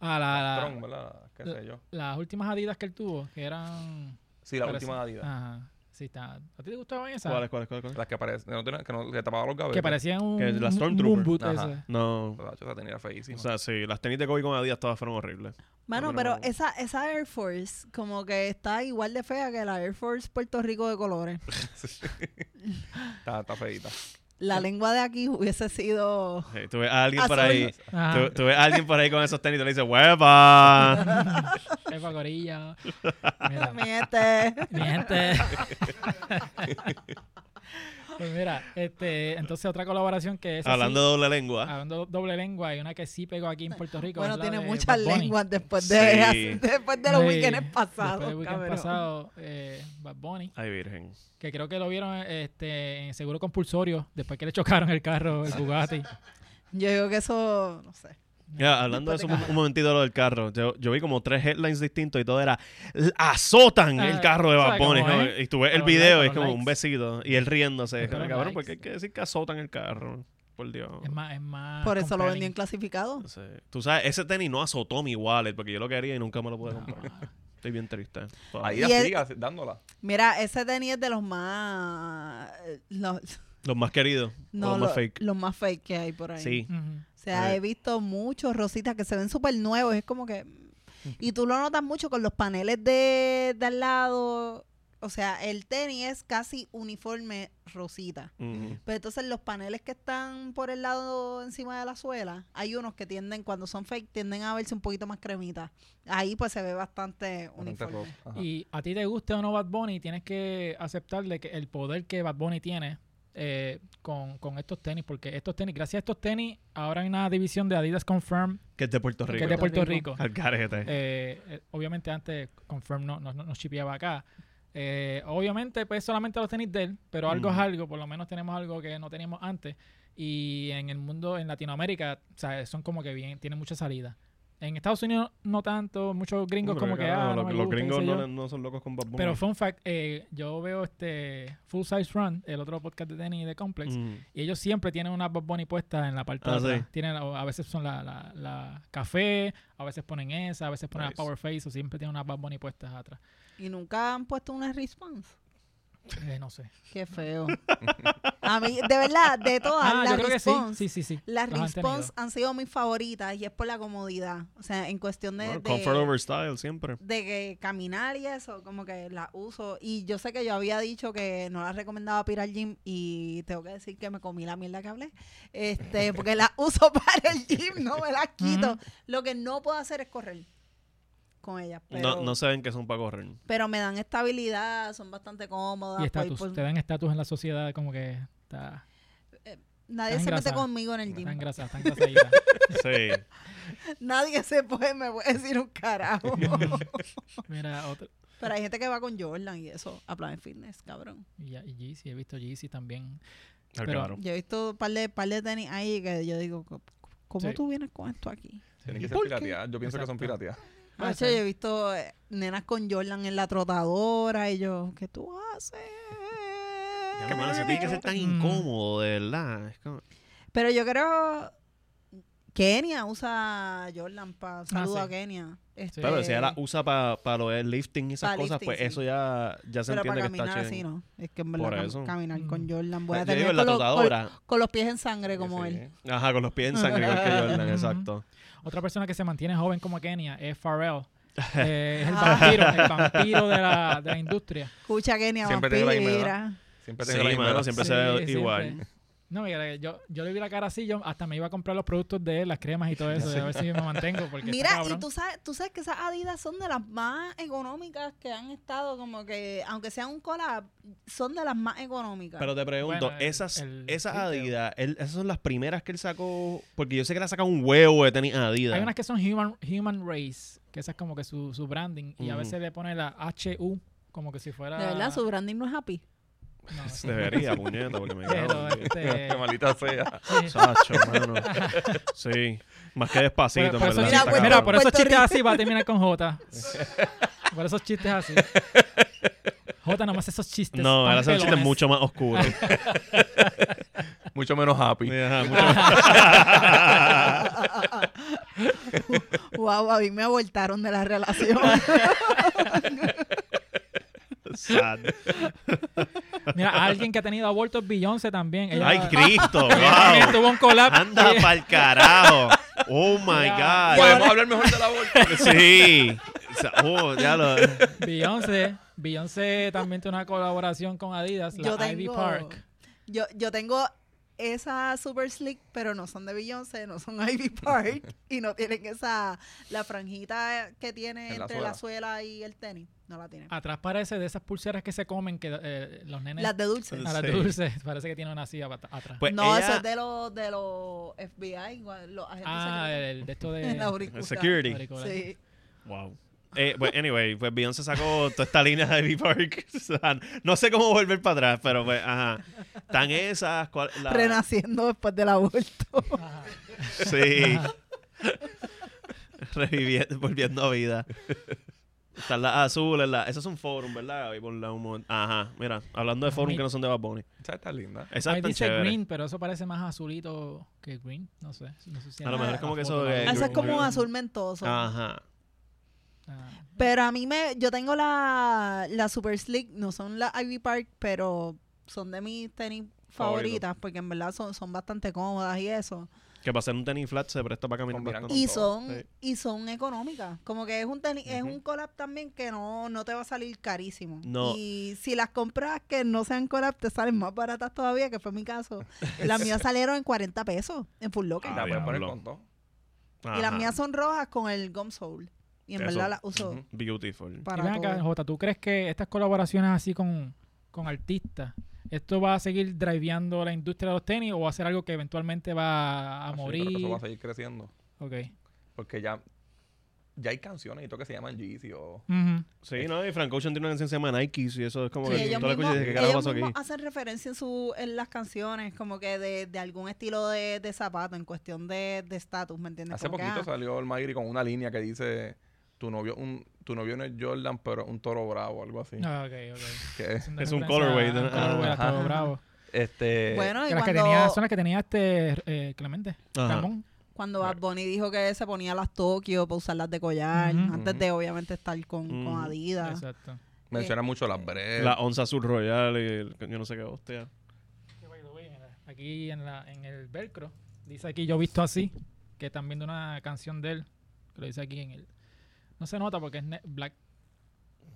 S1: Ah, la- la-
S4: Tron, ¿verdad? Qué sé yo.
S1: las últimas adidas que él tuvo, que eran...
S4: Sí, la
S1: parece- ah.
S4: última Adidas.
S1: Ajá. Sí, está. ¿A ti te gustaban esas?
S3: ¿Cuáles, cuáles, cuáles? cuáles?
S4: Las que parecen, no tenían- que, no, que tapaban los gavetes.
S1: Que parecían un,
S3: Que es la
S1: un-
S3: Stormtrooper.
S1: un boot
S4: Ajá.
S1: ese.
S3: No.
S4: O sea, esa tenía feísima.
S3: O
S4: [laughs]
S3: sea, sí, las tenis de Kobe con Adidas todas fueron horribles.
S2: Mano, pero esa, esa Air Force como que está igual de fea que la Air Force Puerto Rico de colores.
S4: está, está feíta.
S2: La lengua de aquí hubiese sido...
S3: Sí, tú ves a alguien
S2: Azul.
S3: por ahí.
S1: Ajá.
S3: Tú, tú ves a alguien por ahí con esos tenis y le dices,
S1: [laughs]
S3: ¡hueva!
S1: Pepa Gorilla.
S2: [laughs]
S1: Mira, [laughs]
S2: Mi gente.
S1: mi
S3: [laughs]
S1: gente. pues mira, este, entonces otra colaboración que es. así,
S3: Hablando de doble lengua.
S1: hablando doble lengua, hay una que sí pegó aquí en Puerto Rico.
S2: Bueno,
S1: es la
S2: tiene
S1: de
S2: muchas
S1: Bad Bunny.
S2: lenguas después de,
S3: Sí.
S2: [laughs] después de los
S1: Sí,
S2: weekends
S1: Después
S2: pasados,
S1: del weekend
S2: cabrón.
S1: pasado, eh, Bad Bunny,
S3: Ay, virgen.
S1: que creo que lo vieron este, en seguro compulsorio después que le chocaron el carro, el Bugatti.
S2: Yo digo que eso, no sé.
S3: Ya, hablando de eso, un, un momentito de lo del carro. Yo, yo vi como tres headlines distintos y todo era "L- azotan el
S1: Ah,
S3: carro de
S1: o sea,
S3: Bad Bunny",
S1: como,
S3: ¿no?
S1: ¿eh?
S3: Y tú ves
S1: A
S3: el
S1: los likes,
S3: video
S1: a
S3: y es
S1: los
S3: como un
S1: likes.
S3: besito y él riéndose. Es como,
S1: los
S3: Cabrón,
S1: likes.
S3: ¿por qué hay que decir que azotan el carro? Por Dios.
S1: Es más, es más.
S2: Por eso lo vendí
S1: compelling.
S2: en clasificado.
S3: No sé. Tú sabes, ese tenis no azotó mi wallet porque yo lo quería y nunca me lo pude
S1: No.
S3: comprar. Estoy bien triste.
S4: Ahí
S2: Y
S4: sigue así, dándola.
S2: Mira, ese tenis es de los más... eh, los-
S3: Los más queridos.
S2: no,
S3: los más
S2: lo-
S3: fake.
S2: los más fake que hay por ahí.
S3: Sí.
S1: Ujú.
S2: O sea,
S3: Eh.
S2: he visto muchos rositas que se ven súper nuevos. Es como que. Y tú lo notas mucho con los paneles de, de al lado. O sea, el tenis es casi uniforme rosita.
S3: Ujú.
S2: Pero Pues entonces los paneles que están por el lado encima de la suela, hay unos que tienden, cuando son fake, tienden a verse un poquito más cremita. Ahí pues se ve bastante
S4: Bastante
S2: uniforme.
S4: rosa. Ajá.
S1: Y a ti te guste o no Bad Bunny, tienes que aceptarle que el poder que Bad Bunny tiene eh, con, con estos tenis, porque estos tenis, gracias a estos tenis, ahora hay una división de Adidas Confirm,
S3: Que es de Puerto
S1: que
S3: Rico.
S1: es de Puerto Rico.
S3: Al carete.
S1: Eh, eh, obviamente antes Confirm no, no, no- no shipeaba acá. Eh, obviamente, pues solamente los tenis de él, pero algo es
S3: Ujú.
S1: algo, por lo menos tenemos algo que no teníamos antes. Y en el mundo, en Latinoamérica, o sea, son como que bien, tienen mucha salida. En Estados Unidos no tanto, muchos gringos como que... ah, no
S3: los,
S1: me
S3: los
S1: gusta, qué
S3: gringos
S1: sé
S3: no,
S1: yo.
S3: le- no son locos con Bad Bunny.
S1: Pero fun fact, eh, yo veo este Full Size Run, el otro podcast de tenis de Complex,
S3: Mm.
S1: y ellos siempre tienen una Bad Bunny puesta en la parte de
S3: Ah,
S1: atrás.
S3: sí.
S1: Tienen, o a veces son la, la- la café, a veces ponen esa, a veces ponen
S3: Nice.
S1: la Power Face, o siempre tienen una Bad Bunny puesta atrás.
S2: Y nunca han puesto una response.
S1: Eh, no sé.
S2: Qué feo. A mí, de verdad, de todas
S1: Ah,
S2: las
S1: yo creo que sí.
S2: response.
S1: Sí, sí, sí.
S2: Las
S1: los han tenido.
S2: response han sido mis favoritas y es por la comodidad. O sea, en cuestión de,
S3: Bueno,
S2: de-
S3: comfort over style siempre.
S2: de que caminar y eso, como que la uso. Y yo sé que yo había dicho que no la recomendaba para ir al gym y tengo que decir que me comí la mierda que hablé.
S1: [laughs]
S2: Este, porque la uso [laughs] para el gym, no me la quito.
S1: Ujú.
S2: Lo que no puedo hacer es correr con ella. Pero,
S3: No, no saben que son para correr.
S2: pero me dan estabilidad, son bastante cómodas.
S1: Y
S2: pues,
S1: estatus.
S2: pues,
S1: Te dan estatus en la sociedad como que está,
S2: nadie
S1: dan
S2: se mete
S1: grasa.
S2: conmigo en el
S1: está
S2: gym.
S1: engrasada, está engrasadita.
S3: [laughs] Sí.
S2: [laughs] Nadie se puede, me puede decir
S1: [laughs]
S2: un carajo.
S1: Mira, otro.
S2: Pero hay gente que va con Jordan y eso a Planet Fitness, cabrón.
S1: Y, y Yeezy, he visto Yeezy también.
S3: Ah,
S1: Pero-
S3: claro.
S2: Yo he visto un par de, par de tenis ahí que yo digo, "Co- ¿cómo
S1: Sí.
S2: tú vienes con esto aquí?
S4: Tienen que ser
S2: ¿Por qué?
S4: pirateadas. Yo pienso que son
S1: Exacto.
S4: pirateadas.
S1: Ah,
S2: Macho,
S1: sí.
S2: yo he visto eh, nenas con Jordan en la trotadora y yo, ¿qué tú haces?
S3: Ya, mano, eso tiene que ser tan
S1: Mm.
S3: incómodo, de verdad. Es como-
S2: Pero yo creo Kenia usa Jordan para saludo
S1: Ah, sí.
S2: a Kenia. Este,
S1: Sí.
S3: Claro, si ella la usa para lo del lifting y esas
S2: Pa'
S3: cosas,
S2: lifting,
S3: pues
S2: sí.
S3: eso ya, ya se
S2: pero para
S3: entiende que
S2: caminar
S3: está
S2: así,
S3: chido.
S2: ¿no? Es que en
S3: Por
S2: verdad cam-
S3: eso.
S2: caminar
S1: Mm.
S2: con Jordan. Voy a
S3: Yo digo,
S2: tener
S3: en la
S2: con, los- con-
S3: trotadora.
S2: con los pies en sangre como
S4: Sí.
S2: él.
S3: Ajá, con los pies en sangre, igual que Jordan,
S1: Ujú.
S3: exacto.
S1: Otra persona que se mantiene joven como Kenia es
S3: [laughs]
S1: Pharrell. Eh, es el
S2: Ah.
S1: vampiro, el vampiro de la, de la industria.
S2: Escucha, Kenia,
S4: Siempre tengo la misma
S2: vampira.
S4: Siempre tengo la
S3: Sí,
S4: misma
S3: mano,
S4: edad. [laughs]
S3: siempre
S1: Sí,
S3: se ve
S1: siempre.
S3: igual.
S1: No, mira, yo, yo le vi la cara así, yo hasta me iba a comprar los productos de él, las cremas y todo eso, a ver si me mantengo. Porque está
S2: Mira, y
S1: cabrón.
S2: tú sabes, tú sabes que esas Adidas son de las más económicas que han estado, como que, aunque sean un collab, son de las más económicas.
S3: Pero te pregunto,
S1: Bueno, el-
S3: esas,
S1: el
S3: esas
S1: retail.
S3: Adidas, él- esas son las primeras que él sacó, porque yo sé que él ha sacado un huevo de tenis Adidas.
S1: Hay unas que son Human, human Race, que esa es como que su, su branding, y a
S3: Ujú.
S1: veces le pone la HU como que si fuera.
S2: de verdad, su branding no es happy. [laughs]
S1: No, sí. [laughs]
S3: Debería, puñeta, porque me
S1: Pero,
S3: [laughs] cago en-
S1: este,
S4: Que maldita sea.
S1: sí.
S3: Sacho, mano. Sí. Más que
S1: Por-
S3: despacito,
S1: por, esos chistes-
S2: Mira,
S3: en verdad. está
S2: Puerto-
S1: mira,
S3: cabrón.
S1: por esos
S2: Puerto
S1: chistes
S2: Rico.
S1: así va a terminar con J. Por esos chistes así. J nomás esos chistes.
S3: No,
S1: tan
S3: ahora son chistes
S1: pelones.
S3: mucho más oscuros.
S4: Mucho menos happy.
S3: Ajá, mucho más-
S2: wow, a mí me abortaron de
S1: [laughs]
S2: la relación.
S3: sad.
S1: Mira, alguien que ha tenido aborto es Beyoncé también. Ella,
S3: ¡Ay,
S1: [laughs]
S3: Cristo!
S1: ella también
S3: ¡Wow!
S1: tuvo un collab.
S3: ¡Anda
S1: Y-
S3: pa'l carajo! ¡Oh, my
S1: Ya.
S3: God!
S4: Podemos hablar mejor de
S2: [laughs]
S4: la bolsa.
S3: Sí. O sea, oh, ya lo...
S1: Beyoncé. Beyoncé también tiene una colaboración con Adidas, la
S2: yo
S1: Ivy
S2: tengo,
S1: Park.
S2: yo, yo tengo esa super slick, pero no son de Beyoncé, no son [laughs] Ivy Park y no tienen esa la franjita que tiene
S4: En la
S2: entre la suela y el tenis, no la tienen.
S1: Atrás parece de esas pulseras que se comen que eh, los nenes
S2: Las de dulce.
S1: a las
S3: Sí.
S1: dulces. Parece que tiene una silla pat- atrás.
S3: Pues
S2: no,
S3: ella-
S2: eso es de los de los FBI, igual, los agentes
S1: ah,
S2: secretos.
S1: el, de esto
S2: [laughs] En la
S1: de.
S2: auricular.
S3: Eh, Security.
S1: auricular.
S2: Sí.
S3: Wow. Eh, pues, anyway, pues Beyoncé sacó toda esta línea de Ivy Park. [laughs] O sea, no sé cómo volver para atrás, pero pues, ajá. Están esas. cuál- la-
S2: Renaciendo después del
S3: [laughs]
S2: aborto.
S1: Ajá.
S3: Sí. Reviviendo, volviendo a vida. Están las azules, las... esas son forum, ¿verdad? Gaby? Por la- un momento. Ajá, mira, hablando de forum
S1: Ay.
S3: que no son de Bad Bunny.
S4: Esa está linda.
S3: Esas
S1: Ahí
S3: están
S1: dice
S3: chéveres.
S1: green, pero eso parece más azulito que green. No sé. no sé si
S3: A lo
S1: era
S3: mejor
S1: la
S3: es como que
S1: foto
S3: eso
S1: o
S3: de-
S1: algo.
S2: Ah, Eso es como un
S3: Green.
S2: azul mentoso.
S3: Ajá.
S1: Ah.
S2: Pero a mí me. Yo tengo la, la Super Slick, no son las Ivy Park, pero son de mis tenis
S4: Favorito.
S2: favoritas, porque en verdad son, son bastante cómodas y eso.
S3: Que para hacer un tenis flat se presta para caminar
S4: Combinan
S3: bastante.
S2: Y
S4: todo,
S2: son,
S3: sí.
S2: y son económicas. Como que es un tenis, es
S3: Ujú.
S2: un collab también que no, no te va a salir carísimo.
S3: No.
S2: Y si las compras que no sean collab, te salen más baratas todavía, que fue mi
S3: [laughs]
S2: caso. Las mías salieron en 40 pesos en Full Locker.
S3: Ah,
S4: La puedes poner
S3: diablo.
S4: con todo.
S2: Y las
S3: Ajá.
S2: mías son rojas con el gum soul. Y en
S3: Eso.
S2: verdad las uso
S4: Ujú.
S3: Beautiful.
S1: Y
S2: para
S1: ven acá,
S2: todo.
S1: Jota, ¿tú crees que estas colaboraciones así con, con artistas, esto va a seguir driveando la industria de los tenis o va a ser algo que eventualmente va a
S4: Ah, sí, yo creo que
S1: morir?
S4: Eso va a seguir creciendo.
S1: Ok.
S4: Porque ya ya hay canciones y todo que se llaman Yeezy o...
S1: Ujú.
S3: Sí, no, y Frank Ocean tiene una canción que se llama Nike y eso es como
S2: Sí,
S3: que
S2: ellos
S3: tú la escuchas
S2: mismos,
S3: y dices, ¿qué carajo
S2: ellos
S3: pasó aquí?
S2: mismos hacen referencia en, su, en las canciones, como que de, de algún estilo de, de zapato, en cuestión de de estatus, ¿me entiendes?
S4: Hace
S2: Como que,
S4: poquito
S2: ah,
S4: salió el Mayri con una línea que dice tu novio un tu novio no es Jordan, pero un toro bravo, algo así.
S1: Ah, ok, ok.
S4: Que,
S1: Son de
S3: [laughs] Es un
S1: referencia
S3: colorway,
S1: a-
S3: ¿no?
S1: a colorway, a
S4: Ajá.
S1: todo bravo.
S4: este
S2: bueno, y
S1: Que las que
S2: cuando-
S1: tenía, son las que tenía este eh, Clemente.
S3: Ajá.
S1: Ramón.
S2: Cuando Bad Bunny dijo que se ponía las Tokio para usarlas de collar,
S1: Ujú.
S2: antes de obviamente estar con, con
S3: Ujú.
S2: Adidas.
S1: Exacto.
S2: eh,
S4: menciona mucho las breves.
S3: La onza azul royal y el- yo no sé qué hostia.
S1: Aquí en, la, en el velcro, dice aquí yo visto así, que están viendo una canción de él, que lo dice aquí en el... No se nota porque es ne- black,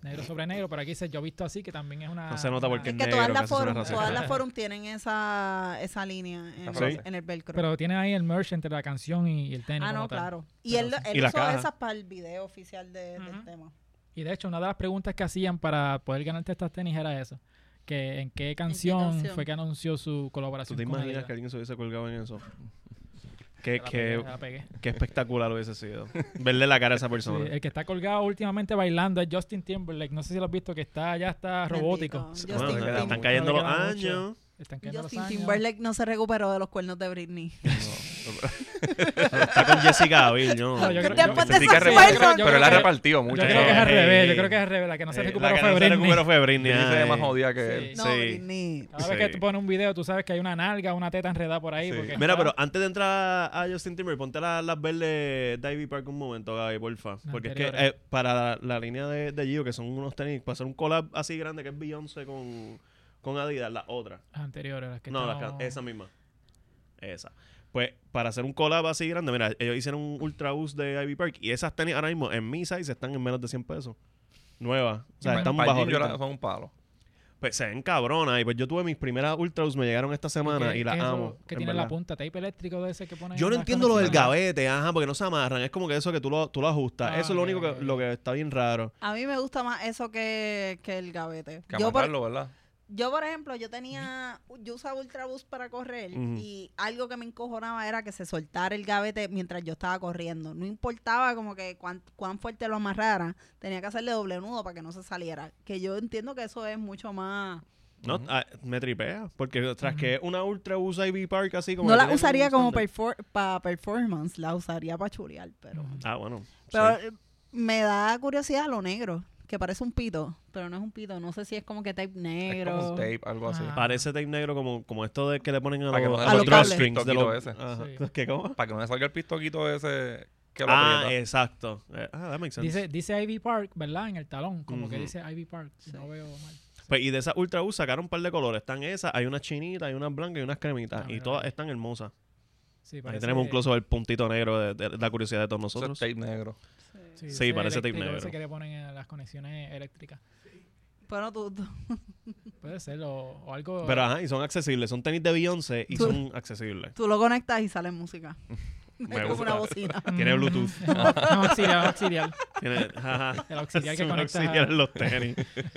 S1: negro sobre negro, pero aquí dice yo visto así, que también es una...
S3: No se nota
S1: una-
S3: porque
S2: Es
S3: es
S2: que
S3: negro,
S2: todas
S3: que
S2: las
S3: eso es una
S2: forum,
S3: raza.
S2: todas las forum tienen esa, esa línea en,
S4: Sí.
S2: en el velcro.
S1: Pero tiene ahí el merch entre la canción y, y el tenis.
S2: ah,
S1: como
S2: no,
S1: tal.
S2: claro. Y
S1: Pero
S2: él,
S1: sí.
S2: él
S3: Y la
S2: usó
S3: caja.
S2: esas para el video oficial de- del
S1: Ujú.
S2: tema.
S1: Y de hecho, una de las preguntas que hacían para poder ganarte estas tenis era eso. Que en qué canción,
S2: canción?
S1: fue que anunció su
S3: ¿Tú
S1: colaboración
S3: te
S1: con
S3: imaginas que
S1: Adidas?
S3: alguien se hubiese colgado en
S2: [laughs]
S3: eso?
S1: Se
S3: Qué,
S1: la
S3: qué,
S1: pegué, se la pegué.
S3: qué espectacular hubiese sido. Verle la cara a esa
S1: Sí,
S3: persona.
S1: el que está colgado últimamente bailando es Justin Timberlake. No sé si lo has visto, que está ya está robótico.
S2: Bendito.
S3: Bueno,
S2: Justin,
S3: se queda-
S2: Tim-
S3: están cayendo los
S1: Mucho, le queda
S3: años.
S1: Están cayendo los
S2: Justin
S1: años.
S2: Timberlake no se recuperó de los cuernos de Britney.
S3: Está con Jessica Gavill, ¿no?
S1: No, yo creo-
S4: Pero-
S1: yo-
S2: Después
S4: se
S2: de
S4: sí que
S2: esas
S4: re-
S2: fuerzas- Yo
S4: pero
S1: creo
S4: él ha
S1: que-
S4: repartido
S1: Yo
S4: mucho.
S1: creo que es al
S3: Ey.
S1: revés, yo creo que es al revés. La que no se
S3: Eh,
S1: recuperó
S3: la que
S1: fue
S3: no se
S1: Britney.
S3: recuperó fue Britney.
S4: Britney se ve más
S3: ay.
S4: jodida que él.
S1: Sí.
S2: No,
S3: Sí.
S2: Britney.
S1: Cada vez que
S3: Sí.
S1: tú pones un video, tú sabes que hay una nalga, una teta enredada por ahí.
S3: Sí.
S1: porque
S3: Mira,
S1: está-
S3: pero antes de entrar a Justin Timberlake, ponte la- las verdes Divey Park un momento, Gaby, porfa. Porque es que
S1: anteriores.
S3: eh, para la, la línea de, de Gio, que son unos tenis, para hacer un collab así grande que es Beyoncé con, con Adidas, la otra.
S1: Las anteriores, las que
S3: No, la
S1: estamos-
S3: can- esa misma. Esa. Pues para hacer un collab así grande, mira, ellos hicieron un ultra boost de Ivy Park y esas tenis ahora mismo en mi size están en menos de 100 pesos. Nuevas. O sea,
S1: Bueno,
S3: están
S4: Para
S3: bajo
S4: Jim Jordan
S3: retail.
S4: son un palo.
S3: Pues se ven cabronas. Y pues yo tuve mis primeras ultra boost, me llegaron esta semana
S1: que-
S3: y, las
S1: que eso
S3: amo.
S1: Que
S3: en
S1: tiene la
S3: verdad.
S1: punta, tape eléctrico de ese que pone.
S3: Yo
S1: en
S3: no
S1: las
S3: entiendo lo del
S1: camisetas.
S3: gabete, ajá, porque no se amarran. Es como que eso que tú lo, tú lo ajustas.
S1: Ah,
S3: eso es lo
S1: ok,
S3: único
S1: ok,
S3: que,
S1: ok.
S3: lo que está bien raro.
S2: A mí me gusta más eso que, que el gavete.
S4: Que
S2: Yo por,
S4: amarrarlo, ¿verdad?
S2: yo, por ejemplo, yo tenía, yo usaba Ultraboost para correr
S3: Ujú.
S2: y algo que me encojonaba era que se soltara el gavete mientras yo estaba corriendo. No importaba como que cuán, cuán fuerte lo amarrara, tenía que hacerle doble nudo para que no se saliera. Que yo entiendo que eso es mucho más...
S3: No,
S4: Ujú.
S3: ah, me tripea. Porque tras
S1: Ujú.
S3: que es una ultra usa Ivy Park así como.
S2: No
S3: que
S2: la
S3: tiene
S2: usaría
S3: un
S2: como
S3: standard.
S2: para performance, la usaría para chulear, pero...
S1: Ujú.
S3: Ah, bueno.
S2: Pero
S3: sí.
S2: eh, me da curiosidad lo negro, que parece un pito, pero no es un pito. No sé si es como que tape
S4: Es
S2: negro.
S4: como un tape, algo así.
S1: Ah.
S3: Parece tape negro como, como esto de que le ponen a,
S4: Para que
S3: los,
S4: no
S2: se
S3: los
S2: le salga el
S3: drawstrings de
S4: toquito
S3: los.
S4: ese.
S3: Ajá.
S1: Sí.
S3: ¿Qué cómo?
S4: Para [laughs] que no le salga el pistoquito ese que lo
S3: Ah,
S4: aprieta.
S3: exacto. Eh, Ah, that makes sense.
S1: Dice, dice Ivy Park, ¿verdad? En el talón, como que
S3: Ujú.
S1: dice Ivy Park, si
S2: Sí.
S1: no veo mal.
S3: Pues, y de esas ultra U sacaron un par de colores. Están esas, hay unas chinitas, hay unas blancas y unas cremitas.
S1: Ah,
S3: y
S1: mira,
S3: todas
S1: mira.
S3: están hermosas.
S1: Sí,
S3: Ahí
S1: parece-
S3: tenemos un close del puntito negro de, de- de la curiosidad de todos
S4: Eso es
S3: nosotros.
S4: tape negro.
S1: Sí,
S3: Sí,
S1: ese
S3: parece tape
S1: eléctrico,
S3: negro.
S1: ese que le ponen a las conexiones eléctricas.
S2: Pero tú, tú-
S1: Puede ser, o, o algo. [laughs]
S3: Pero ajá, y son accesibles. Son tenis de Beyoncé y
S2: Tú-
S3: son accesibles.
S2: tú lo conectas y sale música.
S3: Me
S2: es como una
S3: gusta.
S2: bocina.
S1: Mm,
S3: tiene Bluetooth.
S1: [laughs] es un- es un auxiliar, un auxiliar.
S3: Tiene, ajá.
S1: [laughs] El auxiliar
S3: Es
S1: que
S3: un
S1: conecta.
S3: auxiliar en los tenis.
S1: [laughs]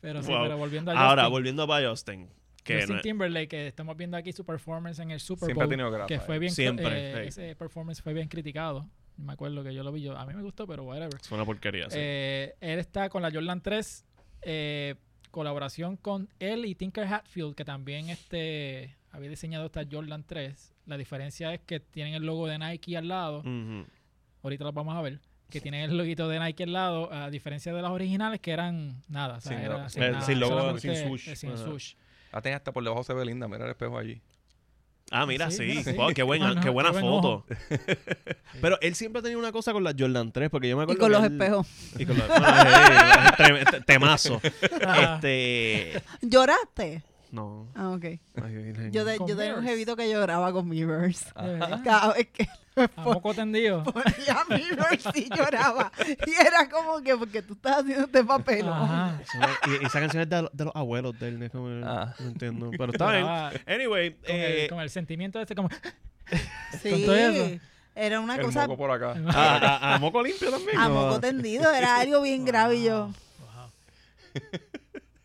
S1: Pero sí,
S3: Wow.
S1: pero volviendo a Justin,
S3: Ahora, volviendo para Justin. Que
S1: Justin
S3: no-
S1: Timberlake, que estamos viendo aquí su performance en el Super
S4: Siempre
S1: Bowl.
S4: ha tenido grasa,
S1: que fue
S4: eh.
S1: bien.
S3: Siempre,
S1: eh,
S3: sí.
S1: Ese performance fue bien criticado. Me acuerdo que yo lo vi. Yo, a mí me gustó, pero whatever.
S3: es una porquería. sí.
S1: Eh, él está con la Jordan 3, eh, colaboración con él y Tinker Hatfield, que también este, había diseñado esta Jordan 3. La diferencia es que tienen el logo de Nike al lado,
S3: Ujú.
S1: ahorita lo vamos a ver, que tienen el loguito de Nike al lado, a diferencia de las originales que eran nada. o sea,
S4: Sin
S1: era
S4: logo.
S1: sin
S3: Eh,
S1: nada,
S3: sin logo,
S1: solamente,
S3: sin swoosh.
S1: eh, sin
S3: Ajá.
S1: swoosh.
S4: La tenía hasta por debajo se ve linda. Mira el espejo allí.
S3: Ah, mira,
S1: Sí,
S3: sí.
S1: mira, sí.
S3: Wow, qué, buen-
S1: Ah, no,
S3: qué buena
S1: qué buen
S3: foto. Pero él siempre ha tenido una cosa con las Jordan 3, porque yo me
S2: Y
S3: acuerdo.
S2: con los
S3: que él-
S2: espejos.
S3: Y con los [laughs] ah, sí, es tre- Temazo.
S1: Ajá.
S3: Este.
S2: ¿Lloraste?
S3: No.
S2: Ah, ok.
S3: Ay, virgen.
S2: Yo, te- yo
S1: Con
S2: tenía un
S1: Mirrors.
S2: jevito que lloraba con Mirrors.
S1: [laughs] De verdad.
S2: Cada vez que [laughs]
S1: A moco tendido.
S2: ponía Mirrors sí lloraba. Y era como que porque tú estás haciendo este papel.
S1: Ajá.
S3: Eso no- y, y esa canción es de, de los abuelos de él. es como-
S4: Ah.
S3: No entiendo. Pero está bien.
S1: Estaba
S3: Anyway,
S1: Con,
S3: eh,
S1: el, con el sentimiento de este, como.
S2: Sí.
S1: todo eso.
S2: Era una
S4: el
S2: cosa
S4: moco por acá.
S3: a, a- a moco limpio también. Ah,
S2: a
S3: No.
S2: moco tendido. Era algo
S1: [laughs] Ah.
S2: bien grave y yo.
S1: Wow.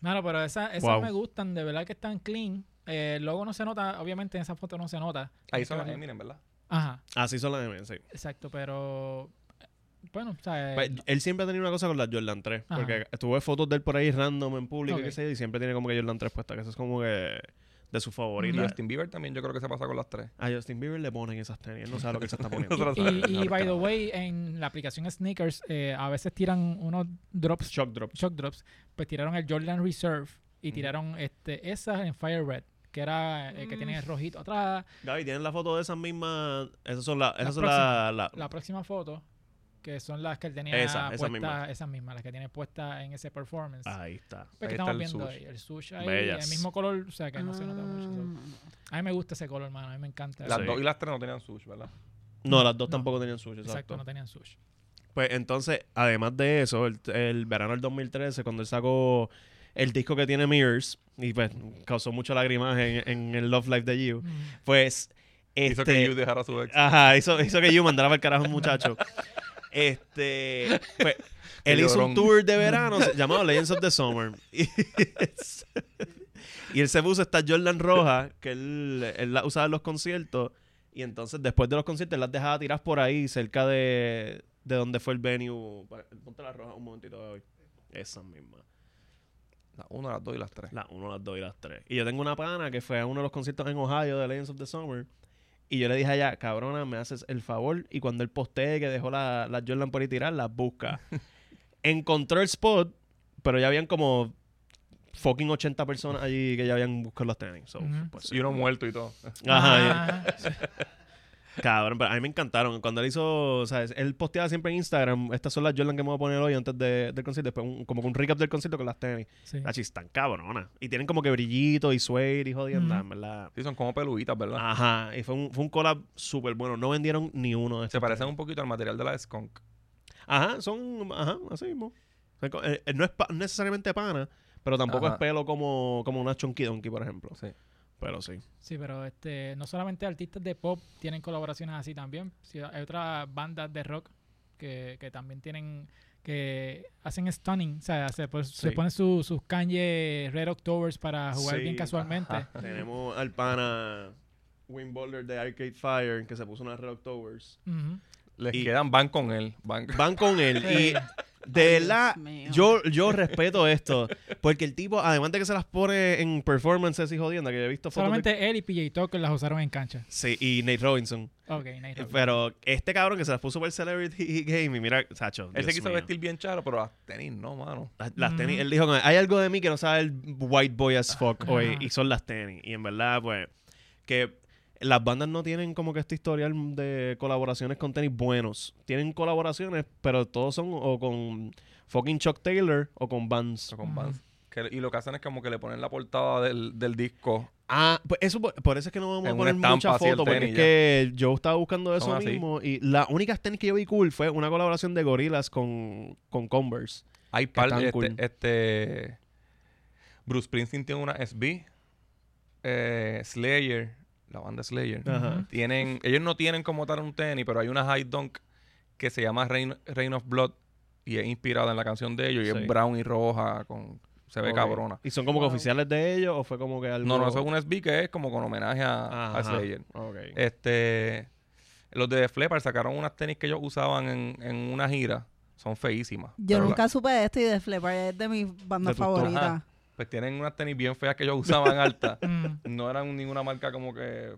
S1: Mano, pero esa- esas
S3: Wow.
S1: me gustan, de verdad que están clean. Eh, el logo no se nota, obviamente en esa foto no se nota.
S4: Ahí son las
S1: Pero-
S4: miren, ¿verdad?
S1: Ajá,
S3: Así son las M, sí.
S2: Eh.
S1: exacto, pero. eh, Bueno, o sea. eh,
S3: Pues, él siempre ha tenido una cosa con las Jordan 3.
S1: Ajá.
S3: Porque estuve fotos de él por ahí random en público y
S1: Ok.
S3: qué sé yo, y siempre tiene como que Jordan 3 puesta, que eso es como que de sus
S4: Y
S3: favoritas.
S4: Justin Bieber también yo creo que se pasa con las tres.
S3: A Justin Bieber le ponen esas tenis, él no sabe lo que [laughs] se está poniendo.
S4: Nosotros-
S1: y, y, by the
S3: Claro.
S1: way, en la aplicación Sneakers, eh, a veces tiran unos drops,
S3: Shock drop.
S1: shock drops, pues tiraron el Jordan Reserve y
S3: Mm.
S1: tiraron este esas en Fire Red, que era eh, que
S2: Mm.
S1: tiene el rojito atrás.
S3: Gaby, tienen la foto de esas mismas. Esas son las. Esas son
S1: próxima.
S3: las- las-
S1: La próxima foto, que son las que él tenía
S3: Esa, esa
S1: puesta,
S3: misma. Ah,
S1: esas mismas, las que tiene puesta en ese performance.
S3: Ahí está.
S1: Pues que
S4: Ahí está
S1: estamos
S4: el
S1: viendo
S4: sush.
S1: ahí, el sush ahí,
S3: Bellas.
S1: el mismo color, o sea que no se nota mucho. so.
S2: Ah.
S1: A mí me gusta ese color, hermano, a mí me encanta.
S4: Las
S3: Sí.
S4: dos y las tres no tenían sush, ¿verdad?
S3: No, las dos
S1: No.
S3: tampoco tenían suyo,
S1: Exacto,
S3: exacto.
S1: no tenían sush.
S3: Pues entonces, además de eso, el, el verano del 2013, cuando él sacó el disco que tiene Mirrors, y pues causó mucho lagrimaje en, en el Love Life de You,
S1: Mm.
S3: pues. Este, Ah.
S4: Hizo que You dejara a su ex.
S3: Ajá, hizo, hizo que yo mandara para el carajo a un muchacho. Este, pues, él hizo
S4: llorón.
S3: un tour de verano se- llamado Legends of the Summer. Y, es- y él se puso esta Jordan roja que él, él la usaba en los conciertos. Y entonces, después de los conciertos, él las dejaba tirar por ahí, cerca de, de donde fue el venue. Pa- Ponte la roja un momentito de hoy. Esa misma.
S4: La una, las dos y las tres.
S3: Las 1, las 2 y las 3. Y yo tengo una pana que fue a uno de los conciertos en Ohio de Legends of the Summer. Y yo le dije allá, cabrona, me haces el favor. Y cuando él postee que dejó la- las Jordan por ahí tirar, las
S1: [laughs]
S3: busca. Encontró el spot, pero ya habían como fucking 80 personas allí que ya habían buscado las tenis. So,
S1: Ujú.
S3: pues,
S4: Y uno muerto y todo.
S3: [laughs] Ajá,
S1: Ah,
S3: [laughs] ya. cabrón, pero a mí me encantaron. Cuando él hizo, ¿sabes? Él posteaba siempre en Instagram, estas son las Jordan que me voy a poner hoy antes de- del concierto. Después, un- como que un recap del concierto con las tenis.
S1: sí.
S3: La están cabronas. Y tienen como que brillito y suede y jodienda,
S1: Ujú.
S3: en ¿verdad?
S4: Sí, son como peluditas, ¿verdad?
S3: Ah, Ajá. Y fue un, fue un collab súper bueno. No vendieron ni uno de
S4: Se
S3: estos.
S4: parecen un poquito al material de la Skunk.
S3: Ajá, son. Ajá, así mismo. Son co- eh, eh, no es pa- necesariamente pana, pero tampoco
S4: Ajá.
S3: es pelo como, como una Chunky Donkey, por ejemplo.
S4: Sí.
S3: Pero sí.
S1: Sí, pero este, no solamente artistas de pop tienen colaboraciones así también. Sí, hay otras bandas de rock que, que también tienen, que hacen stunning, o sea, se, pon- se
S3: Sí.
S1: ponen su- sus Kanye Red Octobers para jugar
S3: Sí,
S1: bien casualmente.
S4: ajá.
S3: Tenemos al pana Win Boulder de Arcade Fire, que se puso unas Red Octobers.
S1: Ujú.
S4: Les
S3: Y-
S4: quedan, van con él. Van
S3: Van con él. Y de
S2: Ay, Dios
S3: verdad,
S2: mío.
S3: yo, yo respeto esto. Porque el tipo, además de que se las pone en performances y jodienda, que yo he visto fotos. de-
S1: Solamente él y PJ Tucker las usaron en cancha.
S3: Sí, y Nate Robinson.
S1: Ok,
S4: Eh,
S1: Nate Robinson.
S3: Pero este cabrón que se las puso por el Celebrity [laughs] Game y mira, Sacho.
S4: Él se
S3: Dios
S4: quiso
S3: mío.
S4: vestir bien charo, pero las tenis no, mano.
S3: Las, las
S1: Ujú.
S3: tenis, él dijo, hay algo de mí que no sabe el white boy as fuck
S1: Ajá.
S3: hoy y son las tenis. Y en verdad, pues, que las bandas no tienen como que este historial de colaboraciones con tenis buenos. Tienen colaboraciones, pero todos son o con fucking Chuck Taylor o con Vans.
S4: Eso con
S1: Ujú.
S4: Vans. Que- y lo que hacen es como que le ponen la portada del, del disco.
S3: Ah, pues eso, por, por eso es que no vamos
S4: En
S3: a
S4: una
S3: poner
S4: estampa
S3: muchas
S4: así el
S3: fotos, porque
S4: tenis,
S3: es que yo estaba buscando eso
S4: Son así.
S3: mismo y las únicas tenis que yo vi cool fue una colaboración de Gorillaz con, con Converse.
S4: Hay par
S3: tan
S4: este,
S3: cool.
S4: este- Bruce Springsteen tiene una SB. eh, Slayer, la banda Slayer.
S3: Ajá.
S4: Tienen, ellos no tienen como tal un tenis, pero hay una high dunk que se llama Rain, Rain of Blood y es inspirada en la canción de ellos y
S3: Sí.
S4: es brown y roja con se ve
S3: Ok.
S4: cabrona.
S3: ¿Y son como que
S2: Wow.
S3: oficiales de ellos o fue como que algo...?
S4: No, no, eso es un SB que es como con homenaje a, a
S3: Ajá.
S4: Slayer.
S3: Ok.
S4: Este, los de Flepper sacaron unas tenis que ellos usaban en, en una gira. Son feísimas.
S2: Yo
S4: pero
S2: nunca supe de esto y de Flipper es de mis bandas
S3: De tus top.
S2: favoritas.
S4: Ajá. la- pues tienen unas tenis bien feas que ellos usaban altas. [laughs]
S1: Mm.
S4: No eran ninguna marca como que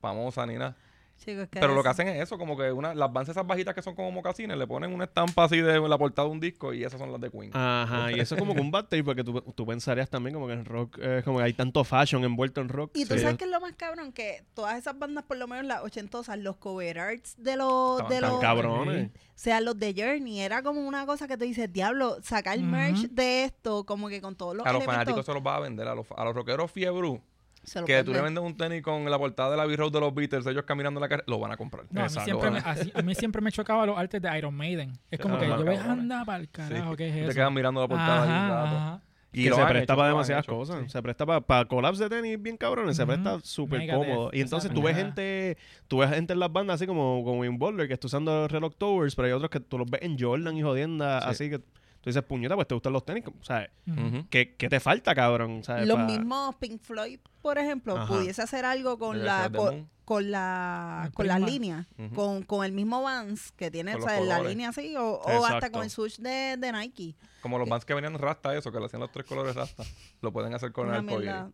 S4: famosa ni nada.
S2: Chicos, ¿qué
S4: Pero lo
S2: es?
S4: que hacen es eso, como que una, las Vans esas bajitas que son como mocasines, le ponen una estampa así de la portada de un disco y esas son las de Queen.
S1: Ah.
S3: Ajá, y eso es como que un bad trip, porque tú, tú pensarías también como que en rock, eh, como que hay tanto fashion envuelto en rock.
S2: Y tú
S3: Sí.
S2: sabes que es lo más cabrón, que todas esas bandas, por lo menos las ochentosas, los cover arts de los...
S4: Estaban
S2: De
S4: tan
S2: los
S3: Cabrones.
S2: o sea, los de Journey, era como una cosa que tú dices, diablo, sacar
S1: Ujú.
S2: merch de esto, como que con todos los
S4: a los
S2: elementos,
S4: fanáticos se los va a vender, a los, a los rockeros fiebre,
S2: se lo
S4: que tú le
S2: venden.
S4: vendes un tenis con la portada de la B-Road de los Beatles, ellos caminando en la calle, lo van a comprar.
S1: No, a mí,
S4: Exacto.
S1: siempre
S4: [laughs]
S1: me,
S4: Lo van a-
S1: así- a mí siempre me chocaba los artes de Iron Maiden. Es como que
S4: Ajá,
S1: yo veis,
S4: cabrones.
S1: anda para el carajo,
S4: Sí.
S1: ¿qué es
S4: Te
S1: eso?
S4: quedan mirando la portada ahí un rato.
S1: Ajá, ajá.
S3: que
S4: lo
S3: se
S4: han
S3: presta
S4: hecho,
S3: para
S4: lo han
S3: demasiadas
S4: hecho.
S3: cosas.
S1: Sí.
S3: Se presta para pa collabs de tenis bien cabrones. Se
S1: Ujú.
S3: presta súper
S1: Megadeth,
S3: cómodo. Y
S1: esa
S3: entonces tú ves
S1: mierda.
S3: gente tú ves gente en las bandas así como con Wim Butler que está usando Reloj Towers, pero hay otros que tú los ves en Jordan y jodienda
S4: Sí.
S3: así que Tú dices, puñeta, pues te gustan los tenis. ¿Sabes?
S1: Ujú.
S4: Ujú.
S3: ¿Qué, qué te falta, cabrón? ¿Sabes?
S2: Los
S3: Pa-
S2: mismos Pink Floyd, por ejemplo,
S3: Ajá.
S2: pudiese hacer algo con
S4: Del
S2: la
S4: Across the
S2: con,
S4: Moon.
S2: con la
S1: El
S2: con las
S1: Prisma.
S2: líneas,
S4: Ujú.
S2: con, con el mismo Vans que tiene,
S4: Con
S2: o
S4: los
S2: sea, la
S4: colores.
S2: línea así, o, o hasta
S3: Exacto.
S2: con el switch de, de Nike.
S4: Como
S3: Eh.
S4: los bands que venían rasta, eso, que le hacían los tres colores rasta. Lo pueden hacer con
S2: Una
S4: arcoíris.
S2: mierda.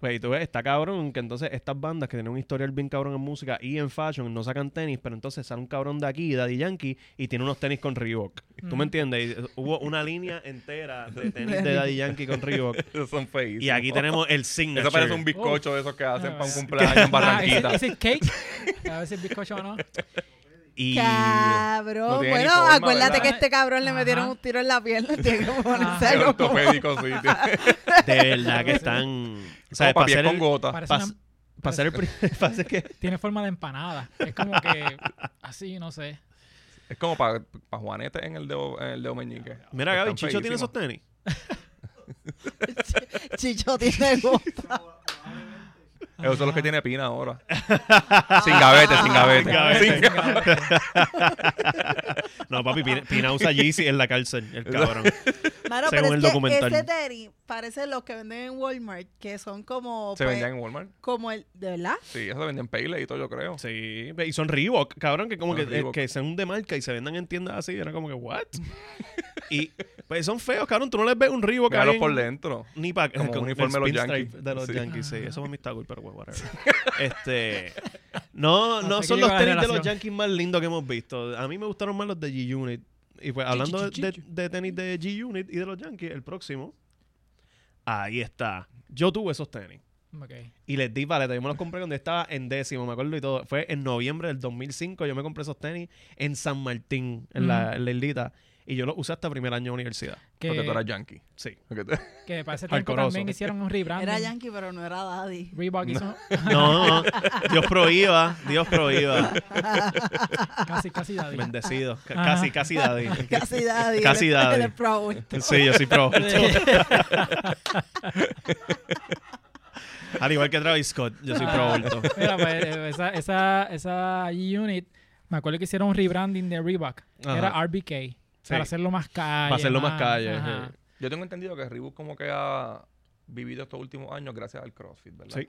S3: Pues y tú ves, está cabrón que entonces estas bandas que tienen un historial bien cabrón en música y en fashion no sacan tenis, pero entonces sale un cabrón de aquí, Daddy Yankee, y tiene unos tenis con Reebok. ¿Tú me entiendes? Y, eh, hubo una línea entera de tenis de Daddy Yankee con Reebok.
S4: [laughs] Esos son feísimos.
S3: Y aquí tenemos el signature.
S4: [laughs] Eso parece un bizcocho de esos que hacen
S1: Ah,
S4: para un
S1: vaya. [laughs]
S4: cumpleaños en
S1: Ah, ¿ese-
S4: Barranquita.
S1: ese es
S4: [laughs]
S1: cake. A ver si es bizcocho o no.
S3: Y...
S2: Cabrón.
S4: no tiene
S2: bueno,
S4: ni forma,
S2: acuérdate
S4: ¿verdad?
S2: que a este cabrón le
S1: Ajá.
S2: metieron un tiro en la pierna. [laughs] Tiene que ponerse
S1: Ajá.
S4: Es
S2: algo como-
S4: ortopédico, sí. tío.
S3: De verdad que están. O sea, para
S4: Como papi, es
S3: hacer
S4: con
S3: el.
S4: gota.
S1: Parece una-
S3: pas- Para hacer el.
S4: [laughs]
S3: pri- para hacer que.
S1: tiene forma de empanada. Es como que así, no sé.
S4: Es como para Juanete en el dedo, en el dedo meñique.
S3: [laughs] Mira, Gaby,
S4: Están
S3: Chicho tiene
S4: feísimos.
S3: esos tenis.
S2: Chicho tiene
S3: [laughs]
S2: gota.
S4: Esos son los que
S1: Ajá.
S4: tiene Pina ahora. sin gavete, sin gavete.
S1: Sin gavete, sin
S4: Sin
S1: gavete.
S3: No, papi, Pina, Pina usa Yeezy en la cárcel, el
S4: [laughs]
S3: cabrón.
S2: Mano,
S3: Según
S2: pero es
S3: el
S2: que
S3: documental.
S2: ese tenis parece los que venden en Walmart, que son como.
S4: ¿Se
S2: pues,
S4: vendían en Walmart?
S2: Como el. ¿De verdad?
S4: Sí, esos se vendían en Paylay y todo, yo creo.
S3: Sí, ve, y son Reebok, cabrón, que como
S4: Son
S3: que, eh,
S4: Reebok.
S3: que sean de marca y se vendan en tiendas así. Era como que, ¿what? [laughs] y pues son feos, cabrón. Tú no les ves un Reebok
S4: Míralos
S3: ahí
S4: por
S3: en-
S4: dentro.
S3: Ni para
S4: Como un uniforme de los Yankees.
S3: De los
S4: Sí.
S3: Yankees, sí.
S1: Ah.
S3: Eso es mi cool, pero bueno,
S1: [laughs]
S3: whatever. este. No, no
S1: Hasta
S3: son
S1: aquí
S3: los
S1: llega la
S3: tenis de los
S1: relación.
S3: Yankees más lindos que hemos visto. A mí me gustaron más los de G-Unit. Y pues hablando de,
S1: Chichichichi.
S3: de- de tenis de G-Unit y de los Yankees, el próximo. Ahí está. Yo tuve esos tenis.
S1: Ok.
S3: Y les di paleta. Yo me los compré cuando estaba en décimo, me acuerdo y todo. Fue en noviembre del 2005. Yo me compré esos tenis en San Martín, en, la,
S1: Ujú.
S3: en la islita. Y yo los usé hasta primer año de universidad.
S1: Que,
S4: Porque tú eras yankee.
S3: Sí.
S4: Porque te-
S1: que para ese tiempo
S3: Alcoroso.
S1: también hicieron un rebranding.
S2: Era Yankee, pero no era Daddy. [laughs]
S1: Reebok hizo
S3: No, no, Dios prohíba. Dios prohíba.
S1: casi, casi daddy. [laughs]
S3: Bendecido. C-
S1: Ajá.
S3: Casi, casi daddy.
S1: [laughs]
S2: Casi Daddy.
S3: Casi
S2: Él es-
S3: daddy.
S2: él es pro adulto.
S3: Sí, yo soy pro. Al igual que Travis Scott, yo soy pro. alto.
S1: [laughs] Mira, pues, eh, esa, esa, esa unit, me acuerdo que hicieron un rebranding de Reebok.
S3: Ajá.
S1: Era RBK. Para hacerlo más calle.
S3: Para hacerlo más calle, eh.
S1: ajá.
S3: sí.
S4: Yo tengo entendido que Reebok como que ha vivido estos últimos años gracias al CrossFit, ¿verdad?
S3: Sí.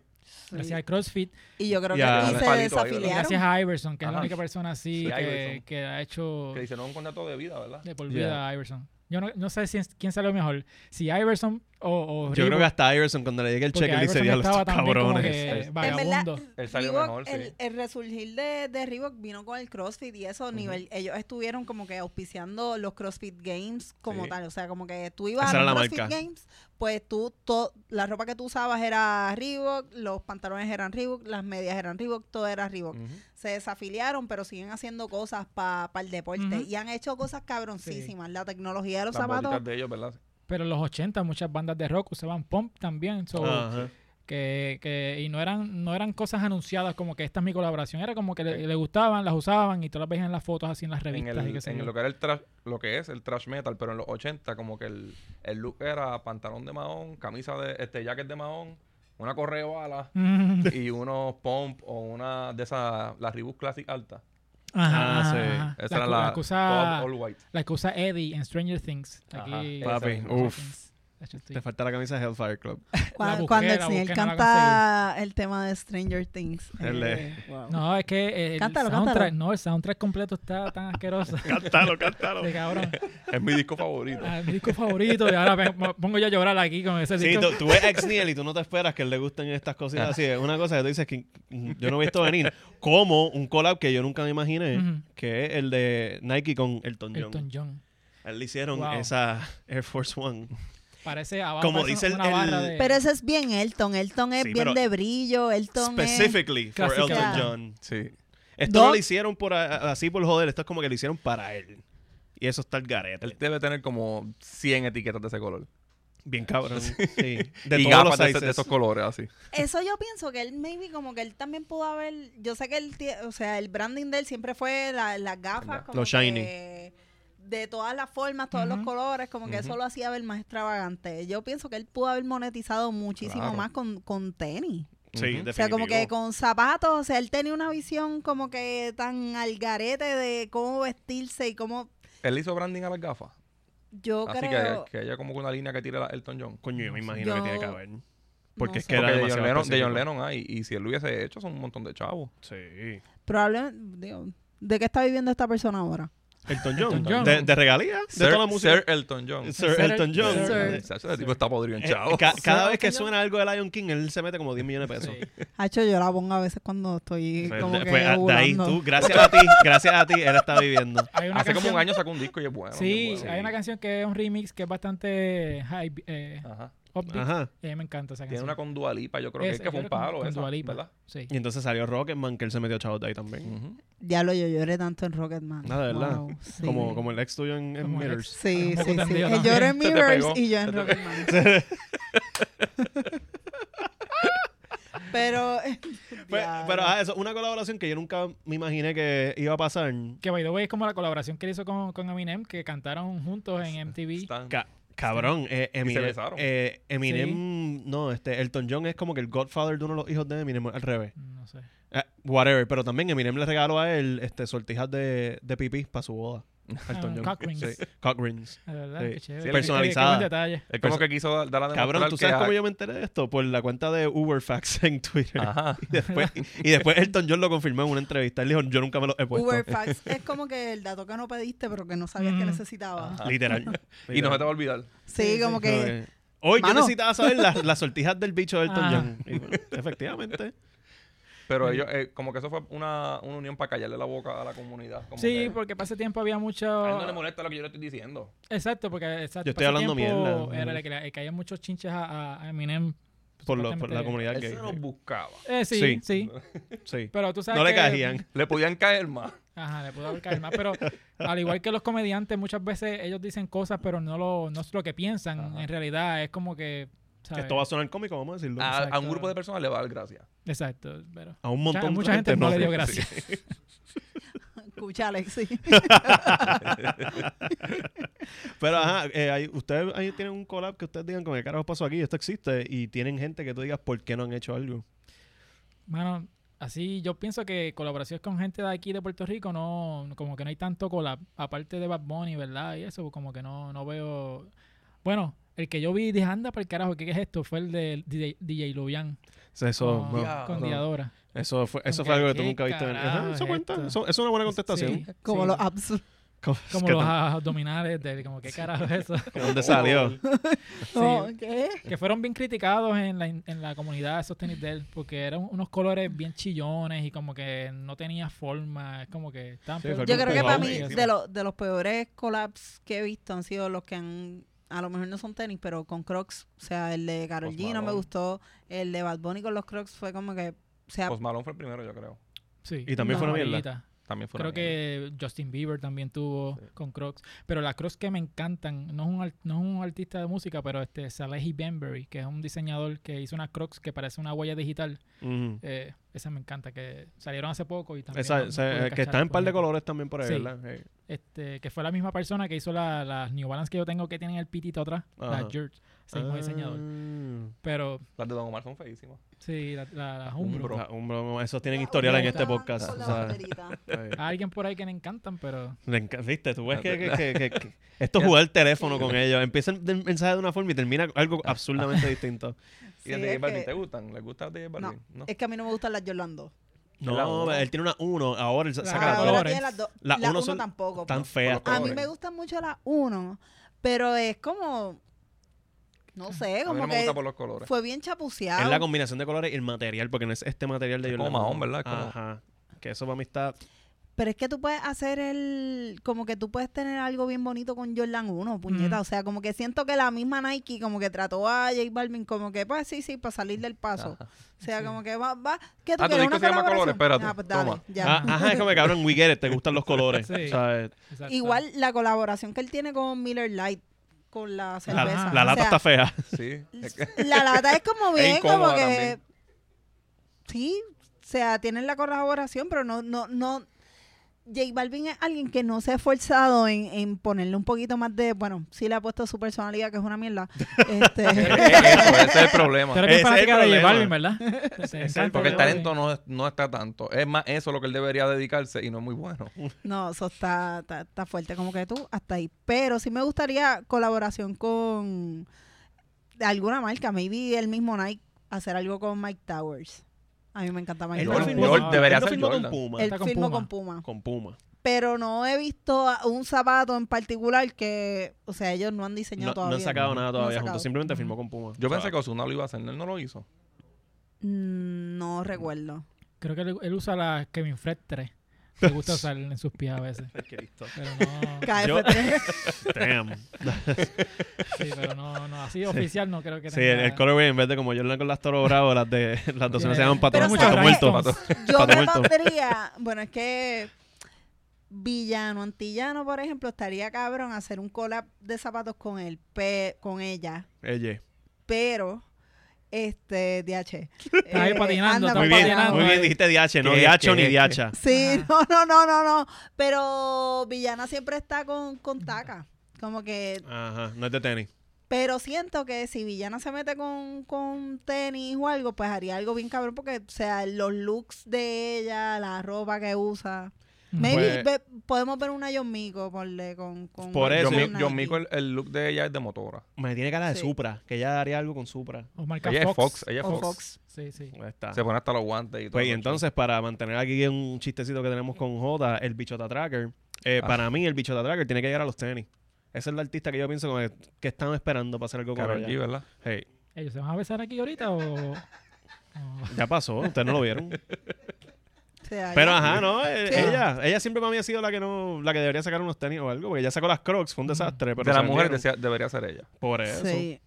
S1: Gracias al CrossFit
S2: Y yo creo
S3: Ya,
S2: que
S3: un
S2: aquí se
S4: palito ahí, ¿verdad?
S1: y gracias
S2: desafiliaron.
S1: a Iverson, que es la
S4: Ajá.
S1: única persona así
S4: Sí,
S1: que,
S4: Iverson.
S1: que ha hecho
S4: Que hicieron un contrato de vida, ¿verdad?
S1: de por vida a Iverson. Yo no, no sé si, quién salió mejor, si Iverson o, o
S3: Yo creo que
S1: Reebok,
S3: hasta Iverson, cuando le llegue el
S1: porque
S3: cheque, le dice:
S1: Iverson
S3: "Diablo,
S1: estaba
S3: estos
S1: también como
S3: cabrones.
S1: que
S4: En
S2: En
S1: vagabundo.
S2: verdad,
S4: Él salió
S2: Reebok,
S4: mejor, sí.
S2: el, el resurgir de, de Reebok vino con el CrossFit y eso. nivel Ellos estuvieron como que auspiciando los CrossFit Games como
S4: Sí.
S2: tal. O sea, como que tú ibas
S3: Esa
S2: a
S3: era
S2: los
S3: la
S2: CrossFit
S3: marca.
S2: Games, pues tú, to- la ropa que tú usabas era Reebok, los pantalones eran Reebok, las medias eran Reebok, todo era Reebok.
S4: Ujú.
S2: se desafiliaron, pero siguen haciendo cosas para el deporte.
S1: Ujú.
S2: Y han hecho cosas cabroncísimas. La tecnología de los
S4: Las botitas
S2: zapatos.
S4: de ellos, ¿verdad?
S1: Pero en los 80 muchas bandas de rock usaban pump también. so,
S3: Ajá.
S1: que, que, y no eran, no eran cosas anunciadas como que esta es mi colaboración. Era como que le, le gustaban, las usaban y todas las veían en las fotos así en las
S4: en,
S1: revistas. y
S4: el,
S1: qué sé
S4: en
S1: yo.
S4: lo que era el trash, lo que es el trash metal, pero en los 80 como que el, el look era pantalón de mahón, camisa de este jacket de mahón, una correa de
S1: [laughs]
S4: bala
S1: Mm,
S4: y unos pump o una de esas las Reebok Classic alta.
S1: ajá,
S3: [laughs] Ah,
S1: ajá,
S3: sí.
S1: ajá. La,
S4: Esa era
S1: cu-
S4: la,
S1: la que usa,
S4: todo all white.
S1: la que usa Eddie en Stranger Things.
S4: Ajá.
S1: Aquí,
S3: Papi,
S1: Stranger
S3: uf.
S1: Things. De hecho, estoy-
S3: Te falta la camisa de
S1: [laughs]
S3: Hellfire Club.
S1: La
S2: Cuando,
S1: busqué,
S2: cuando el
S1: la
S2: señor
S1: busqué, no la
S2: canta el tema de Stranger Things.
S3: El, eh,
S2: Eh, wow.
S1: No, es que el
S2: Cántalo,
S1: soundtrack,
S2: cántalo.
S1: no, el soundtrack completo está tan
S4: [laughs]
S1: asqueroso. [laughs]
S3: Cántalo, cántalo.
S1: de cabrón.
S4: Es
S1: [laughs]
S4: mi disco favorito.
S1: Ah, mi disco favorito y ahora me- me pongo yo a llorar aquí con ese
S3: Sí,
S1: disco.
S3: tú, tú ves a ex Neil y tú no te esperas que le gusten estas cositas así. Es una cosa que tú dices que mm, yo no he visto venir. Como un collab que yo nunca me imaginé,
S1: Ujú.
S3: que es el de Nike con Elton John.
S1: Elton John.
S3: A él le hicieron
S1: Wow.
S3: esa Air Force One.
S2: [laughs]
S1: Parece abajo
S3: Como
S1: parece
S3: dice el-
S1: una barra
S3: el-
S1: de...
S2: Pero ese es bien Elton. Elton es
S3: Sí,
S2: bien
S3: pero-
S2: de brillo. Elton es.
S3: Specifically for
S1: Clásica.
S3: Elton
S2: Claro.
S3: John.
S4: Sí.
S3: Esto no
S2: Doc-
S3: lo hicieron por a- así por joder. Esto es como que lo hicieron para él. Y eso está el garete.
S4: Él debe tener como 100 etiquetas de ese color.
S3: Bien cabrón. [laughs] Sí. De todos
S4: y
S3: los
S4: gafas de, ese- de
S3: sizes.
S4: esos colores así.
S2: Eso yo pienso que él, maybe, como que él también pudo haber. Yo sé que él, tie- o sea, el branding de él siempre fue la- las gafas.
S4: Verdad.
S2: Como
S3: Lo shiny.
S2: que De todas las formas, todos los
S1: Ujú.
S2: colores, como que eso
S4: Ujú.
S2: lo hacía ver más extravagante. Yo pienso que él pudo haber monetizado muchísimo
S4: Claro.
S2: más con, con tenis.
S3: Sí,
S4: Ujú.
S2: O sea, como que
S3: definitivo.
S2: con zapatos, o sea, él tenía una visión como que tan al garete de cómo vestirse y cómo...
S4: Él hizo branding a las gafas.
S2: Yo
S4: Así
S2: creo.
S4: que, que haya como que una línea que tira la Elton John.
S3: Coño, yo me
S1: No sé.
S3: imagino que tiene que
S2: Yo-
S3: haber. Porque
S2: no
S3: es
S2: sé.
S3: que
S4: Porque
S3: era
S4: de John,
S3: demasiado
S4: Lennon, de John
S3: específico.
S4: Lennon hay. Y si él lo hubiese hecho, son un montón de chavos.
S3: Sí.
S2: Probablemente. digo, ¿De qué está viviendo esta persona ahora?
S3: Elton John.
S1: Elton John.
S3: De, de regalía. De
S4: Sir,
S3: toda la música.
S4: Sir Elton John.
S3: Sir
S1: Sir
S3: Elton
S1: Elton
S3: John.
S1: John.
S2: Sir.
S4: Ese- ese tipo está podrido en
S3: Eh,
S4: chavos.
S3: ca- cada
S1: Sir
S3: vez que
S1: Elton John.
S3: suena algo de Lion King, él se mete como 10 millones de pesos.
S2: Hacho, yo la pongo a veces cuando estoy
S3: Pues,
S2: como
S3: de,
S2: que
S3: pues, a- de ahí
S2: ovulando.
S3: tú, gracias a ti, gracias a ti, él
S2: [laughs]
S3: está viviendo.
S1: Hay una
S4: Hace como
S1: canción-
S4: un año sacó un disco y es bueno.
S1: Sí,
S4: bien bueno.
S1: hay una canción que es un remix que es bastante high, eh,
S4: Ah. Ajá.
S1: upbeat.
S3: Ajá.
S1: Eh, me encanta esa
S4: Tiene
S1: canción.
S4: una con Dualipa, yo creo que
S1: Esa,
S4: es que fue
S1: yo
S4: un
S1: creo
S4: palo.
S1: con
S4: esa,
S1: Dua Lipa.
S4: ¿verdad?
S1: Sí.
S3: Y entonces salió Rocketman, que él se metió chavos de ahí también.
S4: Ujú.
S2: Ya lo yo lloré tanto en Rocketman.
S3: Ah, ¿de verdad? [laughs]
S2: Wow, sí.
S3: Como, como el ex tuyo en, en
S1: Como el
S3: Mirrors.
S2: Sí,
S1: Un poco
S2: sí, sí.
S1: tendido
S2: Él
S1: también.
S2: lloró en
S4: Se te
S2: Mirrors
S4: pegó.
S2: y yo en
S4: Se te
S2: Rocketman. pero. [laughs]
S3: Pues,
S2: Ya,
S3: pero ah, eso, una colaboración que yo nunca me imaginé que iba a pasar.
S1: [laughs] Que by the way es como la colaboración que él hizo con, con Eminem, que cantaron juntos en MTV.
S4: Stan.
S3: Ca- cabrón, eh,
S4: se
S3: Eminem,
S4: besaron.
S3: eh, Eminem no, este, Elton John es como que el godfather de uno de los hijos de Eminem, al revés.
S1: No sé.
S3: Eh, whatever, pero también Eminem le regaló a él este, sortijas de, de pipí para
S1: [laughs]
S3: su boda. a Elton
S1: Ah,
S3: John.
S1: cock rings.
S3: Sí, cock rings.
S1: La verdad,
S3: Sí.
S1: qué chévere.
S4: Sí,
S1: Qué-
S3: personalizada.
S1: qué- qué buen detalle.
S4: Es como que quiso dar- dar la
S3: Cabrón,
S4: demostrar
S3: ¿tú
S4: que
S3: sabes
S4: a-
S3: cómo yo me enteré de esto? Por la cuenta de Uberfax [laughs] en Twitter.
S4: Ajá.
S3: Y después, y después Elton John lo confirmó en una entrevista. Él dijo, yo nunca me lo he puesto. [laughs]
S2: Uberfax es como que el dato que no pediste, pero que no sabías que
S1: Mm.
S2: necesitaba.
S4: Ajá.
S1: [laughs]
S3: Literal.
S4: Y no se te va a olvidar.
S2: Sí,
S1: Sí,
S2: como
S1: sí.
S2: que.
S3: Eh, Hoy yo
S2: Mano.
S3: necesitaba saber las, las sortijas del bicho de Elton
S1: Ah.
S3: John. Y bueno, efectivamente.
S4: Pero ellos, eh, como que eso fue una, una unión para callarle la boca a la comunidad. Como
S1: Sí,
S4: que,
S1: porque para ese tiempo había
S4: A él no le
S1: mucho.
S4: molesta lo que yo le estoy diciendo.
S1: Exacto, porque exacto,
S3: Yo estoy
S1: para ese
S3: hablando
S1: tiempo
S3: mierda.
S1: Era que, le- que había muchos chinches a, a- a Eminem.
S3: Por, lo- por la
S1: supuestamente.
S3: comunidad
S4: Él
S3: gay.
S4: se nos buscaba.
S1: Eh, sí,
S3: Sí.
S1: sí,
S4: [laughs]
S3: Sí.
S1: Pero tú sabes
S3: No le
S1: que-
S3: caían.
S4: Le podían caer más.
S1: Ajá, le pudo haber caído más. Pero al igual que los comediantes, muchas veces ellos dicen cosas, pero no, lo, no es lo que piensan.
S4: Ajá.
S1: En realidad es como que. ¿sabes?
S3: Esto va a sonar cómico, vamos a decirlo.
S4: A, a un
S1: Exacto.
S4: grupo de personas le va a dar gracias.
S1: Exacto, pero.
S3: A un montón
S1: Mucha, mucha
S3: de
S1: gente no le dio
S3: Sí.
S1: gracias.
S2: Escucha,
S3: [laughs]
S2: Alexi.
S3: Pero ajá, eh, hay- ustedes ahí tienen un collab que ustedes digan con el carajo pasó aquí, esto existe y tienen gente que tú digas por qué no han hecho algo.
S1: Mano, así yo pienso que colaboraciones con gente de aquí de Puerto Rico no, como que no hay tanto collab, aparte de Bad Bunny, ¿verdad? Y eso, como que no, no veo. Bueno, el que yo vi dije, anda para el carajo, ¿qué es esto? Fue el de DJ, DJ Lubian
S3: O sea, Eso,
S1: con,
S3: no,
S4: ya,
S1: con
S3: no.
S1: Diadora.
S3: eso fue, eso
S1: Como
S3: fue
S1: que,
S3: algo que tú
S1: ¿qué
S3: nunca viste venir. Ajá,
S1: carajo
S3: eso
S1: es
S3: cuenta,
S1: esto?
S3: eso, es una buena contestación. [laughs]
S1: Sí,
S2: Como
S1: sí.
S2: los abs.
S3: Como,
S1: Como
S3: que
S1: los
S3: tan-
S1: abdominales, de, como qué carajo es eso.
S3: ¿de ¿Dónde salió? [laughs]
S2: Oh, ¿Qué?
S1: que fueron bien criticados en la, en la comunidad esos tenis de él, porque eran unos colores bien chillones y como que no tenía forma, es como que estaban
S3: Sí,
S1: peor-
S3: fue
S2: Yo creo que para mí,
S1: Eso.
S2: de, lo- de los peores collabs que he visto han sido los que han. A lo mejor no son tenis, pero con Crocs. O sea, el de Karol
S4: Post
S2: G no me
S4: Malone.
S2: gustó. El de Bad Bunny con los Crocs fue como que. O sea,
S4: Pues Malone fue el primero, yo creo.
S1: Sí,
S3: Y
S1: unas
S3: también fue una mierda.
S1: amarillitas.
S4: También fue
S1: Creo
S4: una mierda.
S1: que Justin Bieber también tuvo
S4: Sí.
S1: con Crocs. Pero las Crocs que me encantan, no es un, ar- no es un artista de música, pero este Salehi Benbury, que es un diseñador que hizo unas Crocs que parece una huella digital.
S3: Ujú.
S1: Eh, esa me encanta, que salieron hace poco y también.
S3: Esa,
S1: no- no
S3: esa-
S1: pude
S3: eh, que
S1: cachar
S3: está en par de
S1: cuál es.
S3: colores también por ahí,
S1: Sí.
S3: ¿verdad? Eh,
S1: Este, que fue la misma persona que hizo la- las New Balance que yo tengo que tienen el pitito atrás,
S3: Ajá.
S1: las Yurt, ese mismo
S3: ah,
S1: diseñador. Pero
S4: Las de Don Omar son feísimas.
S1: sí, la- la- las
S4: Umbro.
S1: Umbro.
S3: la- Ah, un bro- esos tienen historial en este podcast.
S2: Con la
S3: o sea,
S2: banderita.
S3: eh.
S1: Hay alguien por ahí que le encantan, pero
S3: Le enca- Viste, tú ves
S4: Ah,
S3: que, que-
S4: ¿verdad?
S3: que- que- que- esto
S4: Ya.
S3: jugar el teléfono con ellos. Empieza el el mensaje de una forma y termina algo absurdamente distinto.
S4: ¿Y
S2: Sí,
S4: las de
S2: es
S4: J Balvin
S2: que-
S4: te gustan? ¿Les gusta de J Balvin? No.
S2: Es que a mí no me gustan las Yolando.
S3: No,
S4: La uno.
S3: él tiene una 1, ahora él sa-
S1: La
S3: Ah, saca
S1: Ahora
S3: la
S1: colores.
S3: color.
S2: tiene las dos.
S3: La
S2: La, pues. Ah,
S3: uno
S2: uno
S3: son
S2: tampoco.
S3: Tan fea.
S4: Por
S2: a
S4: los
S2: mí
S4: colores.
S2: me gustan mucho las uno, pero es como, no sé,
S4: A mí
S2: como
S4: no me gusta por
S2: que
S4: los colores.
S2: fue bien
S3: Es
S2: chapuceado.
S3: la combinación de colores y el material, porque no es este material de
S4: Es como
S3: Yolanda.
S4: mahón, ¿verdad? Es como-
S3: Ajá. Que eso para mí está.
S2: Pero es que tú puedes hacer el, como que tú puedes tener algo bien bonito con Jordan 1, puñeta.
S1: Mm.
S2: O sea, como que siento que la misma Nike como que trató a J Balvin como que, pues sí, sí, para salir del paso.
S4: Ajá.
S2: O sea,
S1: Sí.
S2: como que va, va, que tú
S4: Ah, tu
S2: quieres
S4: disco
S2: una
S4: se llama
S2: colaboración.
S4: Colores, espérate,
S2: Ah, pues dale,
S4: toma.
S2: ya.
S3: Ah, ajá, es como que cabrón, we get it, te gustan los colores.
S1: Sí.
S3: ¿sabes?
S1: exacto.
S2: Igual la colaboración que él tiene con Miller Lite, con la
S3: La,
S2: cerveza.
S1: Ah.
S3: la
S2: O
S3: lata
S2: sea,
S3: está fea.
S2: [laughs]
S4: Sí. es que-
S2: La lata es
S4: [laughs]
S2: como bien, como
S4: incómoda
S2: que.
S4: también.
S2: Sí, o sea, tienen la colaboración, pero no, no, no. J Balvin es alguien que no se ha esforzado en, en ponerle un poquito más de. Bueno, sí le ha puesto su personalidad, que es una
S4: [laughs]
S2: mierda. [laughs] Este,
S4: Eso, ese es el problema.
S1: Tú eres bien
S3: Ese es el
S1: fanática de J
S3: problema.
S1: Balvin,
S3: [laughs]
S1: ¿verdad? Te- te
S3: es el
S1: encanta
S4: Porque el
S1: J Balvin.
S4: talento no, es- no está tanto. Es más, eso es lo que él debería dedicarse y no es muy bueno.
S2: no, eso está, está, está fuerte, como que tú, hasta ahí. Pero sí me gustaría colaboración con de alguna marca, maybe el mismo Nike, hacer algo con Mike Towers. A mí me encanta Mike
S3: Él
S1: no
S3: no
S1: Jordan,
S2: Towers.
S1: firmó-
S3: firmó,
S1: Jordan,
S3: con-
S4: debería
S3: él no
S4: ser
S3: firmó
S4: Jordan.
S3: con Puma.
S2: Él
S1: Está con
S2: firmó
S1: Puma.
S2: con Puma.
S3: Con Puma.
S2: Pero no he visto a- un zapato en particular que, o sea, ellos no han
S3: No,
S2: diseñado
S3: no
S2: todavía.
S3: han sacado nada
S2: No han
S3: todavía
S2: sacado.
S3: juntos. Simplemente firmó con Puma.
S4: Yo
S3: O sea,
S4: pensé que Osuna lo iba a hacer, él no lo hizo.
S2: Mm, No
S3: [laughs]
S2: recuerdo.
S1: Creo que él, él usa la Kevin Fred 3. Le
S3: [laughs]
S1: gusta usar en sus pies a veces.
S3: Ay, qué listo.
S1: Pero no,
S2: KF3.
S3: [laughs] Damn.
S1: sí, pero no, no, así oficial no creo que
S3: Sí, el, el colorway en vez de como Jordan con las Toro Bravo, las de [laughs] las dos se llaman Pato,
S2: Pero
S3: pato
S2: ¿sabes?
S3: Muerto.
S1: Pato-
S2: Yo
S3: Pato
S2: me
S3: muerto.
S2: pondría, bueno, es que Villano, Antillano, por ejemplo, estaría cabrón hacer un collab de zapatos con él, pe- con ella,
S3: Ella.
S2: pero este eh, DH.
S1: Está ahí patinando, está
S3: Muy bien,
S1: patinando.
S3: muy bien dijiste DH, no
S4: ¿Qué,
S3: DH
S4: qué,
S3: ni
S4: qué?
S3: DH.
S2: Sí,
S1: Ajá.
S2: no, no, no, no, no, pero Villana siempre está con con taca. Como que
S3: Ajá, no es de tenis.
S2: Pero siento que si Villana se mete con, con tenis o algo, pues haría algo bien cabrón porque, o sea, los looks de ella, la ropa que usa. Maybe ve- podemos ver una John Mico ponle, con, con...
S3: Pues Por eso,
S4: Yo,
S2: con
S4: mi-
S2: Nike.
S4: yo mico el, el look de ella es de motora.
S3: Me tiene cara de
S2: Sí.
S3: Supra, que ella haría algo con Supra.
S1: O marca
S4: Ella es
S1: Fox.
S4: Fox, ella es
S2: O
S4: Fox.
S2: Fox.
S1: Sí, sí.
S3: Ahí está.
S4: Se pone hasta los guantes y todo.
S3: Ah. Pues y
S4: eso.
S3: entonces, para mantener aquí un chistecito que tenemos con Jota, el bichota tracker, eh,
S4: Ah.
S3: para mí el bichota tracker tiene que llegar a los tenis. Ese es el artista que yo pienso como que, que están esperando para hacer algo con
S4: Karol G,
S3: ella.
S4: ¿verdad?
S3: Hey,
S1: ¿Ellos se van a besar aquí ahorita o...? o-
S3: ya pasó, ustedes no lo vieron.
S2: O sea,
S3: Pero
S2: ya-
S3: ajá, no, eh,
S2: Sí.
S3: ella, ella siempre para mí ha sido la que no, la que debería sacar unos tenis o algo, porque ella sacó las Crocs, fue un desastre. Pero
S4: de la
S3: se
S4: mujer
S3: vendieron.
S4: desea- debería ser ella.
S3: por eso.
S2: Sí.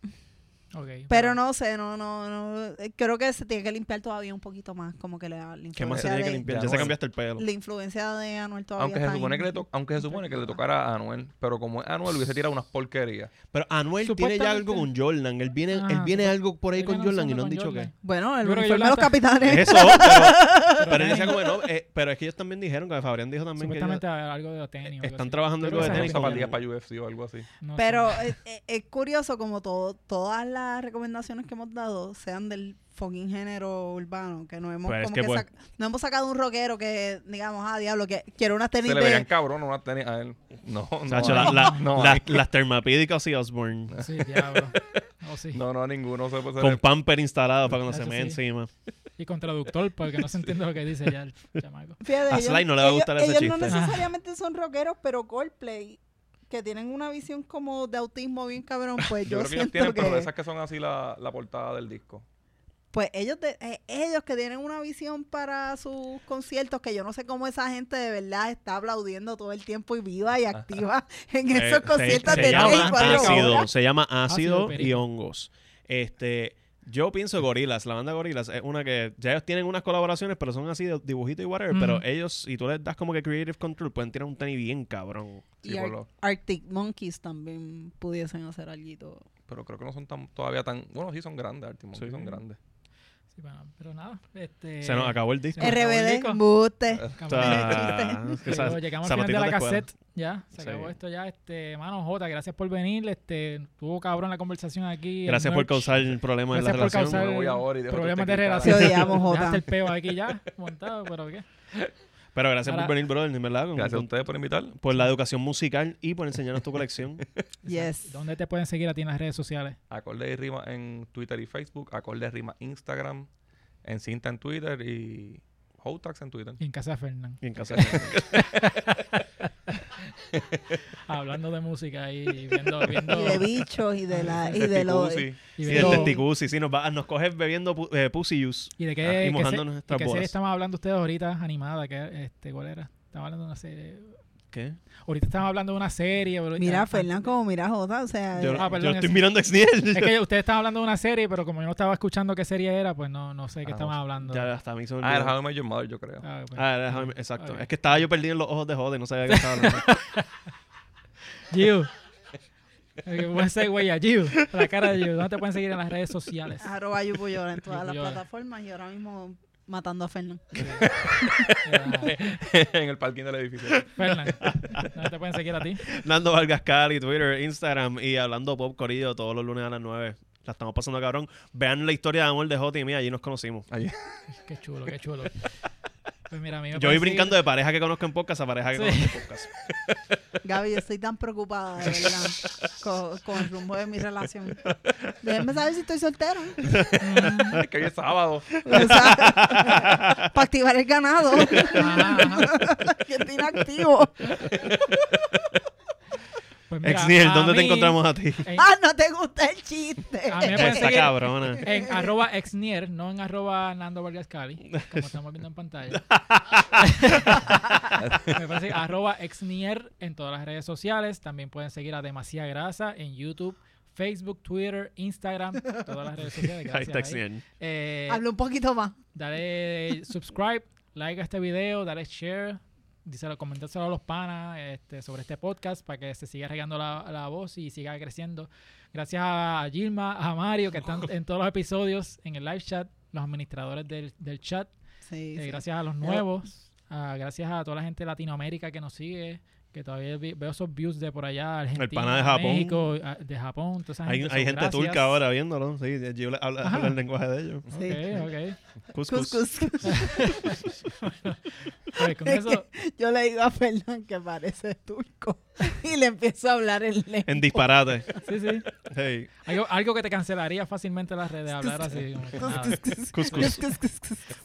S1: ok,
S2: Pero no sé, no, no, no. eh, Creo que se tiene que limpiar todavía un poquito más, como que le da la
S3: ¿Qué más se
S2: influencia
S3: tiene que
S2: de-
S3: limpiar? Ya
S4: ya
S3: se
S4: bueno.
S3: cambiaste el pelo.
S2: La influencia de Anuel todavía
S4: Aunque se,
S2: está
S4: supone
S2: ahí.
S4: que le to- aunque se supone que le tocara a Anuel, pero como es Anuel, hubiese tirado unas porquerías.
S3: Pero Anuel tiene ya
S1: Supuestamente-
S3: algo con Jordan. Él viene, él
S1: Ajá,
S3: viene
S1: supuest-
S3: algo por ahí
S1: Ellos
S3: con
S1: no
S3: Jordan
S1: son
S3: y no han
S1: con
S3: dicho
S1: Jordan.
S3: qué.
S2: Bueno, el
S1: Yo creo que
S2: uniforme de los
S1: Yolanda-
S2: capitanes.
S3: Eso, pero,
S1: Pero
S3: pero él decía
S1: tenis,
S3: como que no, eh, pero es que ellos también dijeron, que Fabrián dijo también que ellos- eh,
S1: Supuestamente algo de tenis. o algo
S3: están
S1: así.
S3: trabajando
S1: Creo
S3: algo
S1: que
S3: de
S1: se
S4: Unas
S3: tenis
S1: llama-
S3: con
S4: zapatillas
S3: Anuel.
S4: para UFC o algo así.
S1: no sé.
S2: Pero es, es- es curioso como todo, todas las recomendaciones que hemos dado sean del fucking género urbano, que no hemos,
S3: Pues es
S2: como
S3: que
S2: que
S3: pues-
S2: sac- no hemos sacado un rockero que digamos, ah, diablo, que quiero unas tenis
S4: Se le
S2: de-
S4: verían cabrón unas tenis a él. No, no.
S3: Sacho,
S4: hay.
S3: la- la-
S4: no,
S3: la-
S4: hay.
S3: las termapídicas y Osborne.
S1: Sí, diablo.
S3: [laughs]
S1: Oh, sí.
S4: no, no, ninguno se puede
S3: Con pamper instalado para cuando se
S1: Eso
S3: me
S1: sí.
S3: encima.
S1: Y con traductor, porque
S3: [laughs]
S1: no se entiende lo que dice ya el chamaco.
S2: Fíjate,
S3: A
S2: ellos-
S3: Sly no le va a gustar
S2: ellos-
S3: ese
S2: ellos
S3: chiste.
S2: no necesariamente son rockeros, pero Coldplay, que tienen una visión como de autismo bien cabrón, pues yo,
S4: Yo creo que ellos
S2: siento
S4: tienen,
S2: que...
S4: pero de esas que son así la, la portada del disco.
S2: Pues ellos, de- eh, ellos que tienen una visión para sus conciertos, que yo no sé cómo esa gente de verdad está aplaudiendo todo el tiempo y viva y activa [laughs] en
S3: Eh,
S2: esos conciertos
S3: se,
S2: de
S3: se
S2: tres y
S3: llama
S2: cuatro
S3: ácido,
S2: horas.
S3: se llama
S1: Ácido
S3: ácido y
S1: perico.
S3: hongos. Este, yo pienso Gorilas, la banda Gorilas es una que ya ellos tienen unas colaboraciones, pero son así de dibujito y whatever,
S1: Ujú.
S3: pero ellos si tú les das como que creative control pueden tirar un tenis bien cabrón.
S4: Sí,
S2: Y
S4: por
S2: Ar-
S4: lo-
S2: Arctic Monkeys también pudiesen hacer algo.
S4: pero creo que no son tan, todavía tan... Bueno, sí son grandes, Artie Monkey,
S3: Sí.
S4: son grandes.
S1: Sí, bueno, pero nada. Este,
S3: se nos acabó el disco.
S1: se nos acabó el
S2: RBD,
S1: disco.
S2: embuste.
S3: O
S1: Acabamos el
S3: [laughs]
S1: disco.
S3: sea,
S1: Llegó-
S3: esas
S1: llegamos al final
S3: zapatillas
S1: de la
S3: escuela.
S1: cassette. Ya, se
S3: Sí.
S1: acabó esto ya. Este, mano J, gracias por venir. Este, tuvo cabrón la conversación aquí. el
S3: Gracias por
S1: merch.
S3: causar el problema en la
S1: Gracias por
S3: relación.
S1: causar
S4: Me voy ahora y dejo
S1: problemas
S4: tu
S1: de
S4: tequila.
S1: relación.
S2: Te odiamos, Jota.
S1: Dejaste el peo aquí ya, montado, pero ¿qué?
S3: Pero gracias
S1: Ahora-
S3: por venir, brother, en verdad, con-
S4: Gracias a
S3: con-
S4: ustedes por invitar.
S3: por la educación musical y por enseñarnos tu colección.
S2: Yes.
S1: ¿Dónde te pueden seguir a ti en las redes sociales?
S4: Acorde y Rima en Twitter y Facebook. Acorde y Rima Instagram. En Cinta en Twitter y... Hotax en Twitter.
S1: Y en casa de Fernán.
S3: y en casa.
S1: Hablando de música y
S2: [laughs]
S1: viendo, viendo
S2: Y de bichos y de
S3: [laughs]
S2: la y de
S4: Testi
S2: los
S4: Cusi.
S1: y
S3: Y
S1: viendo-
S3: el testicusi, sí, nos, va, nos coges bebiendo pu- eh, pussy juice.
S1: y de qué,
S3: Ah, y
S1: qué se-
S3: mojándonos
S1: de
S3: nuestras
S1: qué serie
S3: bolas.
S1: estaban hablando ustedes ahorita animada, que este cuál era? Estaban hablando de una serie.
S3: ¿Qué?
S1: Ahorita estaban hablando de una serie, bro.
S2: Mira
S1: Ah,
S2: a Fernán como mira a Jota, o sea, eh,
S3: Yo,
S1: Ah,
S3: yo
S1: perdón,
S3: estoy
S1: es-
S3: mirando a [laughs] Xniel.
S1: Es que ustedes estaban hablando de una serie, pero como yo no estaba escuchando qué serie era, pues no, no sé qué
S4: Ah,
S1: estaban
S4: no.
S1: hablando.
S3: Ya hasta a mí se me
S4: Ah, el
S3: olvidó.
S4: How I Met Your Mother, yo creo.
S1: [laughs] Ah, pues.
S3: Ah, era Jaime, exacto.
S1: Ok.
S3: Es que estaba yo perdido en los ojos de joder, no sabía qué
S1: [laughs]
S3: estaba hablando.
S1: Gio. Eh, Buen segue a Gio.
S2: Ah,
S1: La cara de Gio. ¿Dónde te pueden seguir en las redes sociales?
S2: arroba Yupuyola en todas las
S1: Yupuyola.
S2: plataformas y ahora mismo matando a Fernán.
S1: Eh,
S4: en el parking del edificio.
S1: Fernan, no te pueden seguir a ti.
S3: Nando Vargas Cali, Twitter, Instagram y hablando pop corrido todos los lunes a las 9. La estamos pasando cabrón. Vean la historia de amor de Joti y mía, allí nos conocimos.
S4: Allí. [laughs]
S1: Qué chulo, qué chulo. Pues mira, a mí me
S3: Yo voy
S1: pueden
S3: brincando
S1: seguir-
S3: de pareja que conozco en podcast a pareja que
S1: Sí.
S3: conozco en podcast.
S2: Gaby, yo estoy tan preocupada, de verdad, con, con el rumbo de mi relación. Déjenme saber si estoy soltero.
S1: Mm,
S4: Es que hoy es sábado.
S2: Para activar el ganado.
S1: Ajá, ajá.
S2: que estoy inactivo.
S1: Pues mira,
S3: Ex Niel,
S1: a
S3: ¿dónde te
S1: mí-
S3: encontramos a ti?
S1: en-
S2: Ah, no te gusta el chiste.
S1: A mí me pueden
S3: Esta
S1: seguir
S3: cabrona.
S1: [laughs] en arroba exnier, no en arroba Nando Vargas Cali,
S3: [laughs]
S1: como estamos viendo en pantalla. me parece arroba exnier en todas las redes sociales. También pueden seguir a Demasiada Grasa en YouTube, Facebook, Twitter, Instagram, todas las redes sociales.
S3: Ahí
S1: Gracias,
S3: está
S1: ahí.
S3: Ex Niel.
S1: Eh,
S2: Habla un poquito más.
S1: dale subscribe, like a este video, dale share, díselo, comentárselo a los panas este, sobre este podcast para que se siga regando la, la voz y siga creciendo. Gracias a Gilma, a Mario, que
S3: [laughs]
S1: están en todos los episodios, en el live chat, los administradores del, del chat.
S2: Sí,
S1: Eh,
S2: sí.
S1: Gracias a los nuevos, a- gracias a toda la gente de Latinoamérica que nos sigue. Que todavía vi- veo esos views de por allá, Argentina,
S3: pana de Japón.
S1: México, a- de Japón, toda esa
S3: Hay,
S1: gente.
S3: hay
S1: so,
S3: gente
S1: gracias.
S3: turca ahora viéndolo. Sí, yo le- habla,
S1: Ajá.
S3: habla el lenguaje de ellos.
S1: Ok,
S2: Sí.
S3: [laughs]
S1: ok.
S3: Cus, cus.
S2: Cuscus.
S1: Pues con
S2: Es que
S1: eso,
S2: yo le digo a Fernán que parece turco y le empiezo a hablar en lengua.
S1: [laughs]
S3: En disparate.
S1: sí, sí.
S3: Hey.
S1: Algo, algo que te cancelaría fácilmente las redes, hablar así. como que nada.
S3: Cuscus.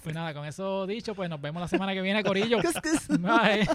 S1: Pues nada, con eso dicho, pues nos vemos la semana que viene, Corillo.
S2: Cuscus.
S1: Bye.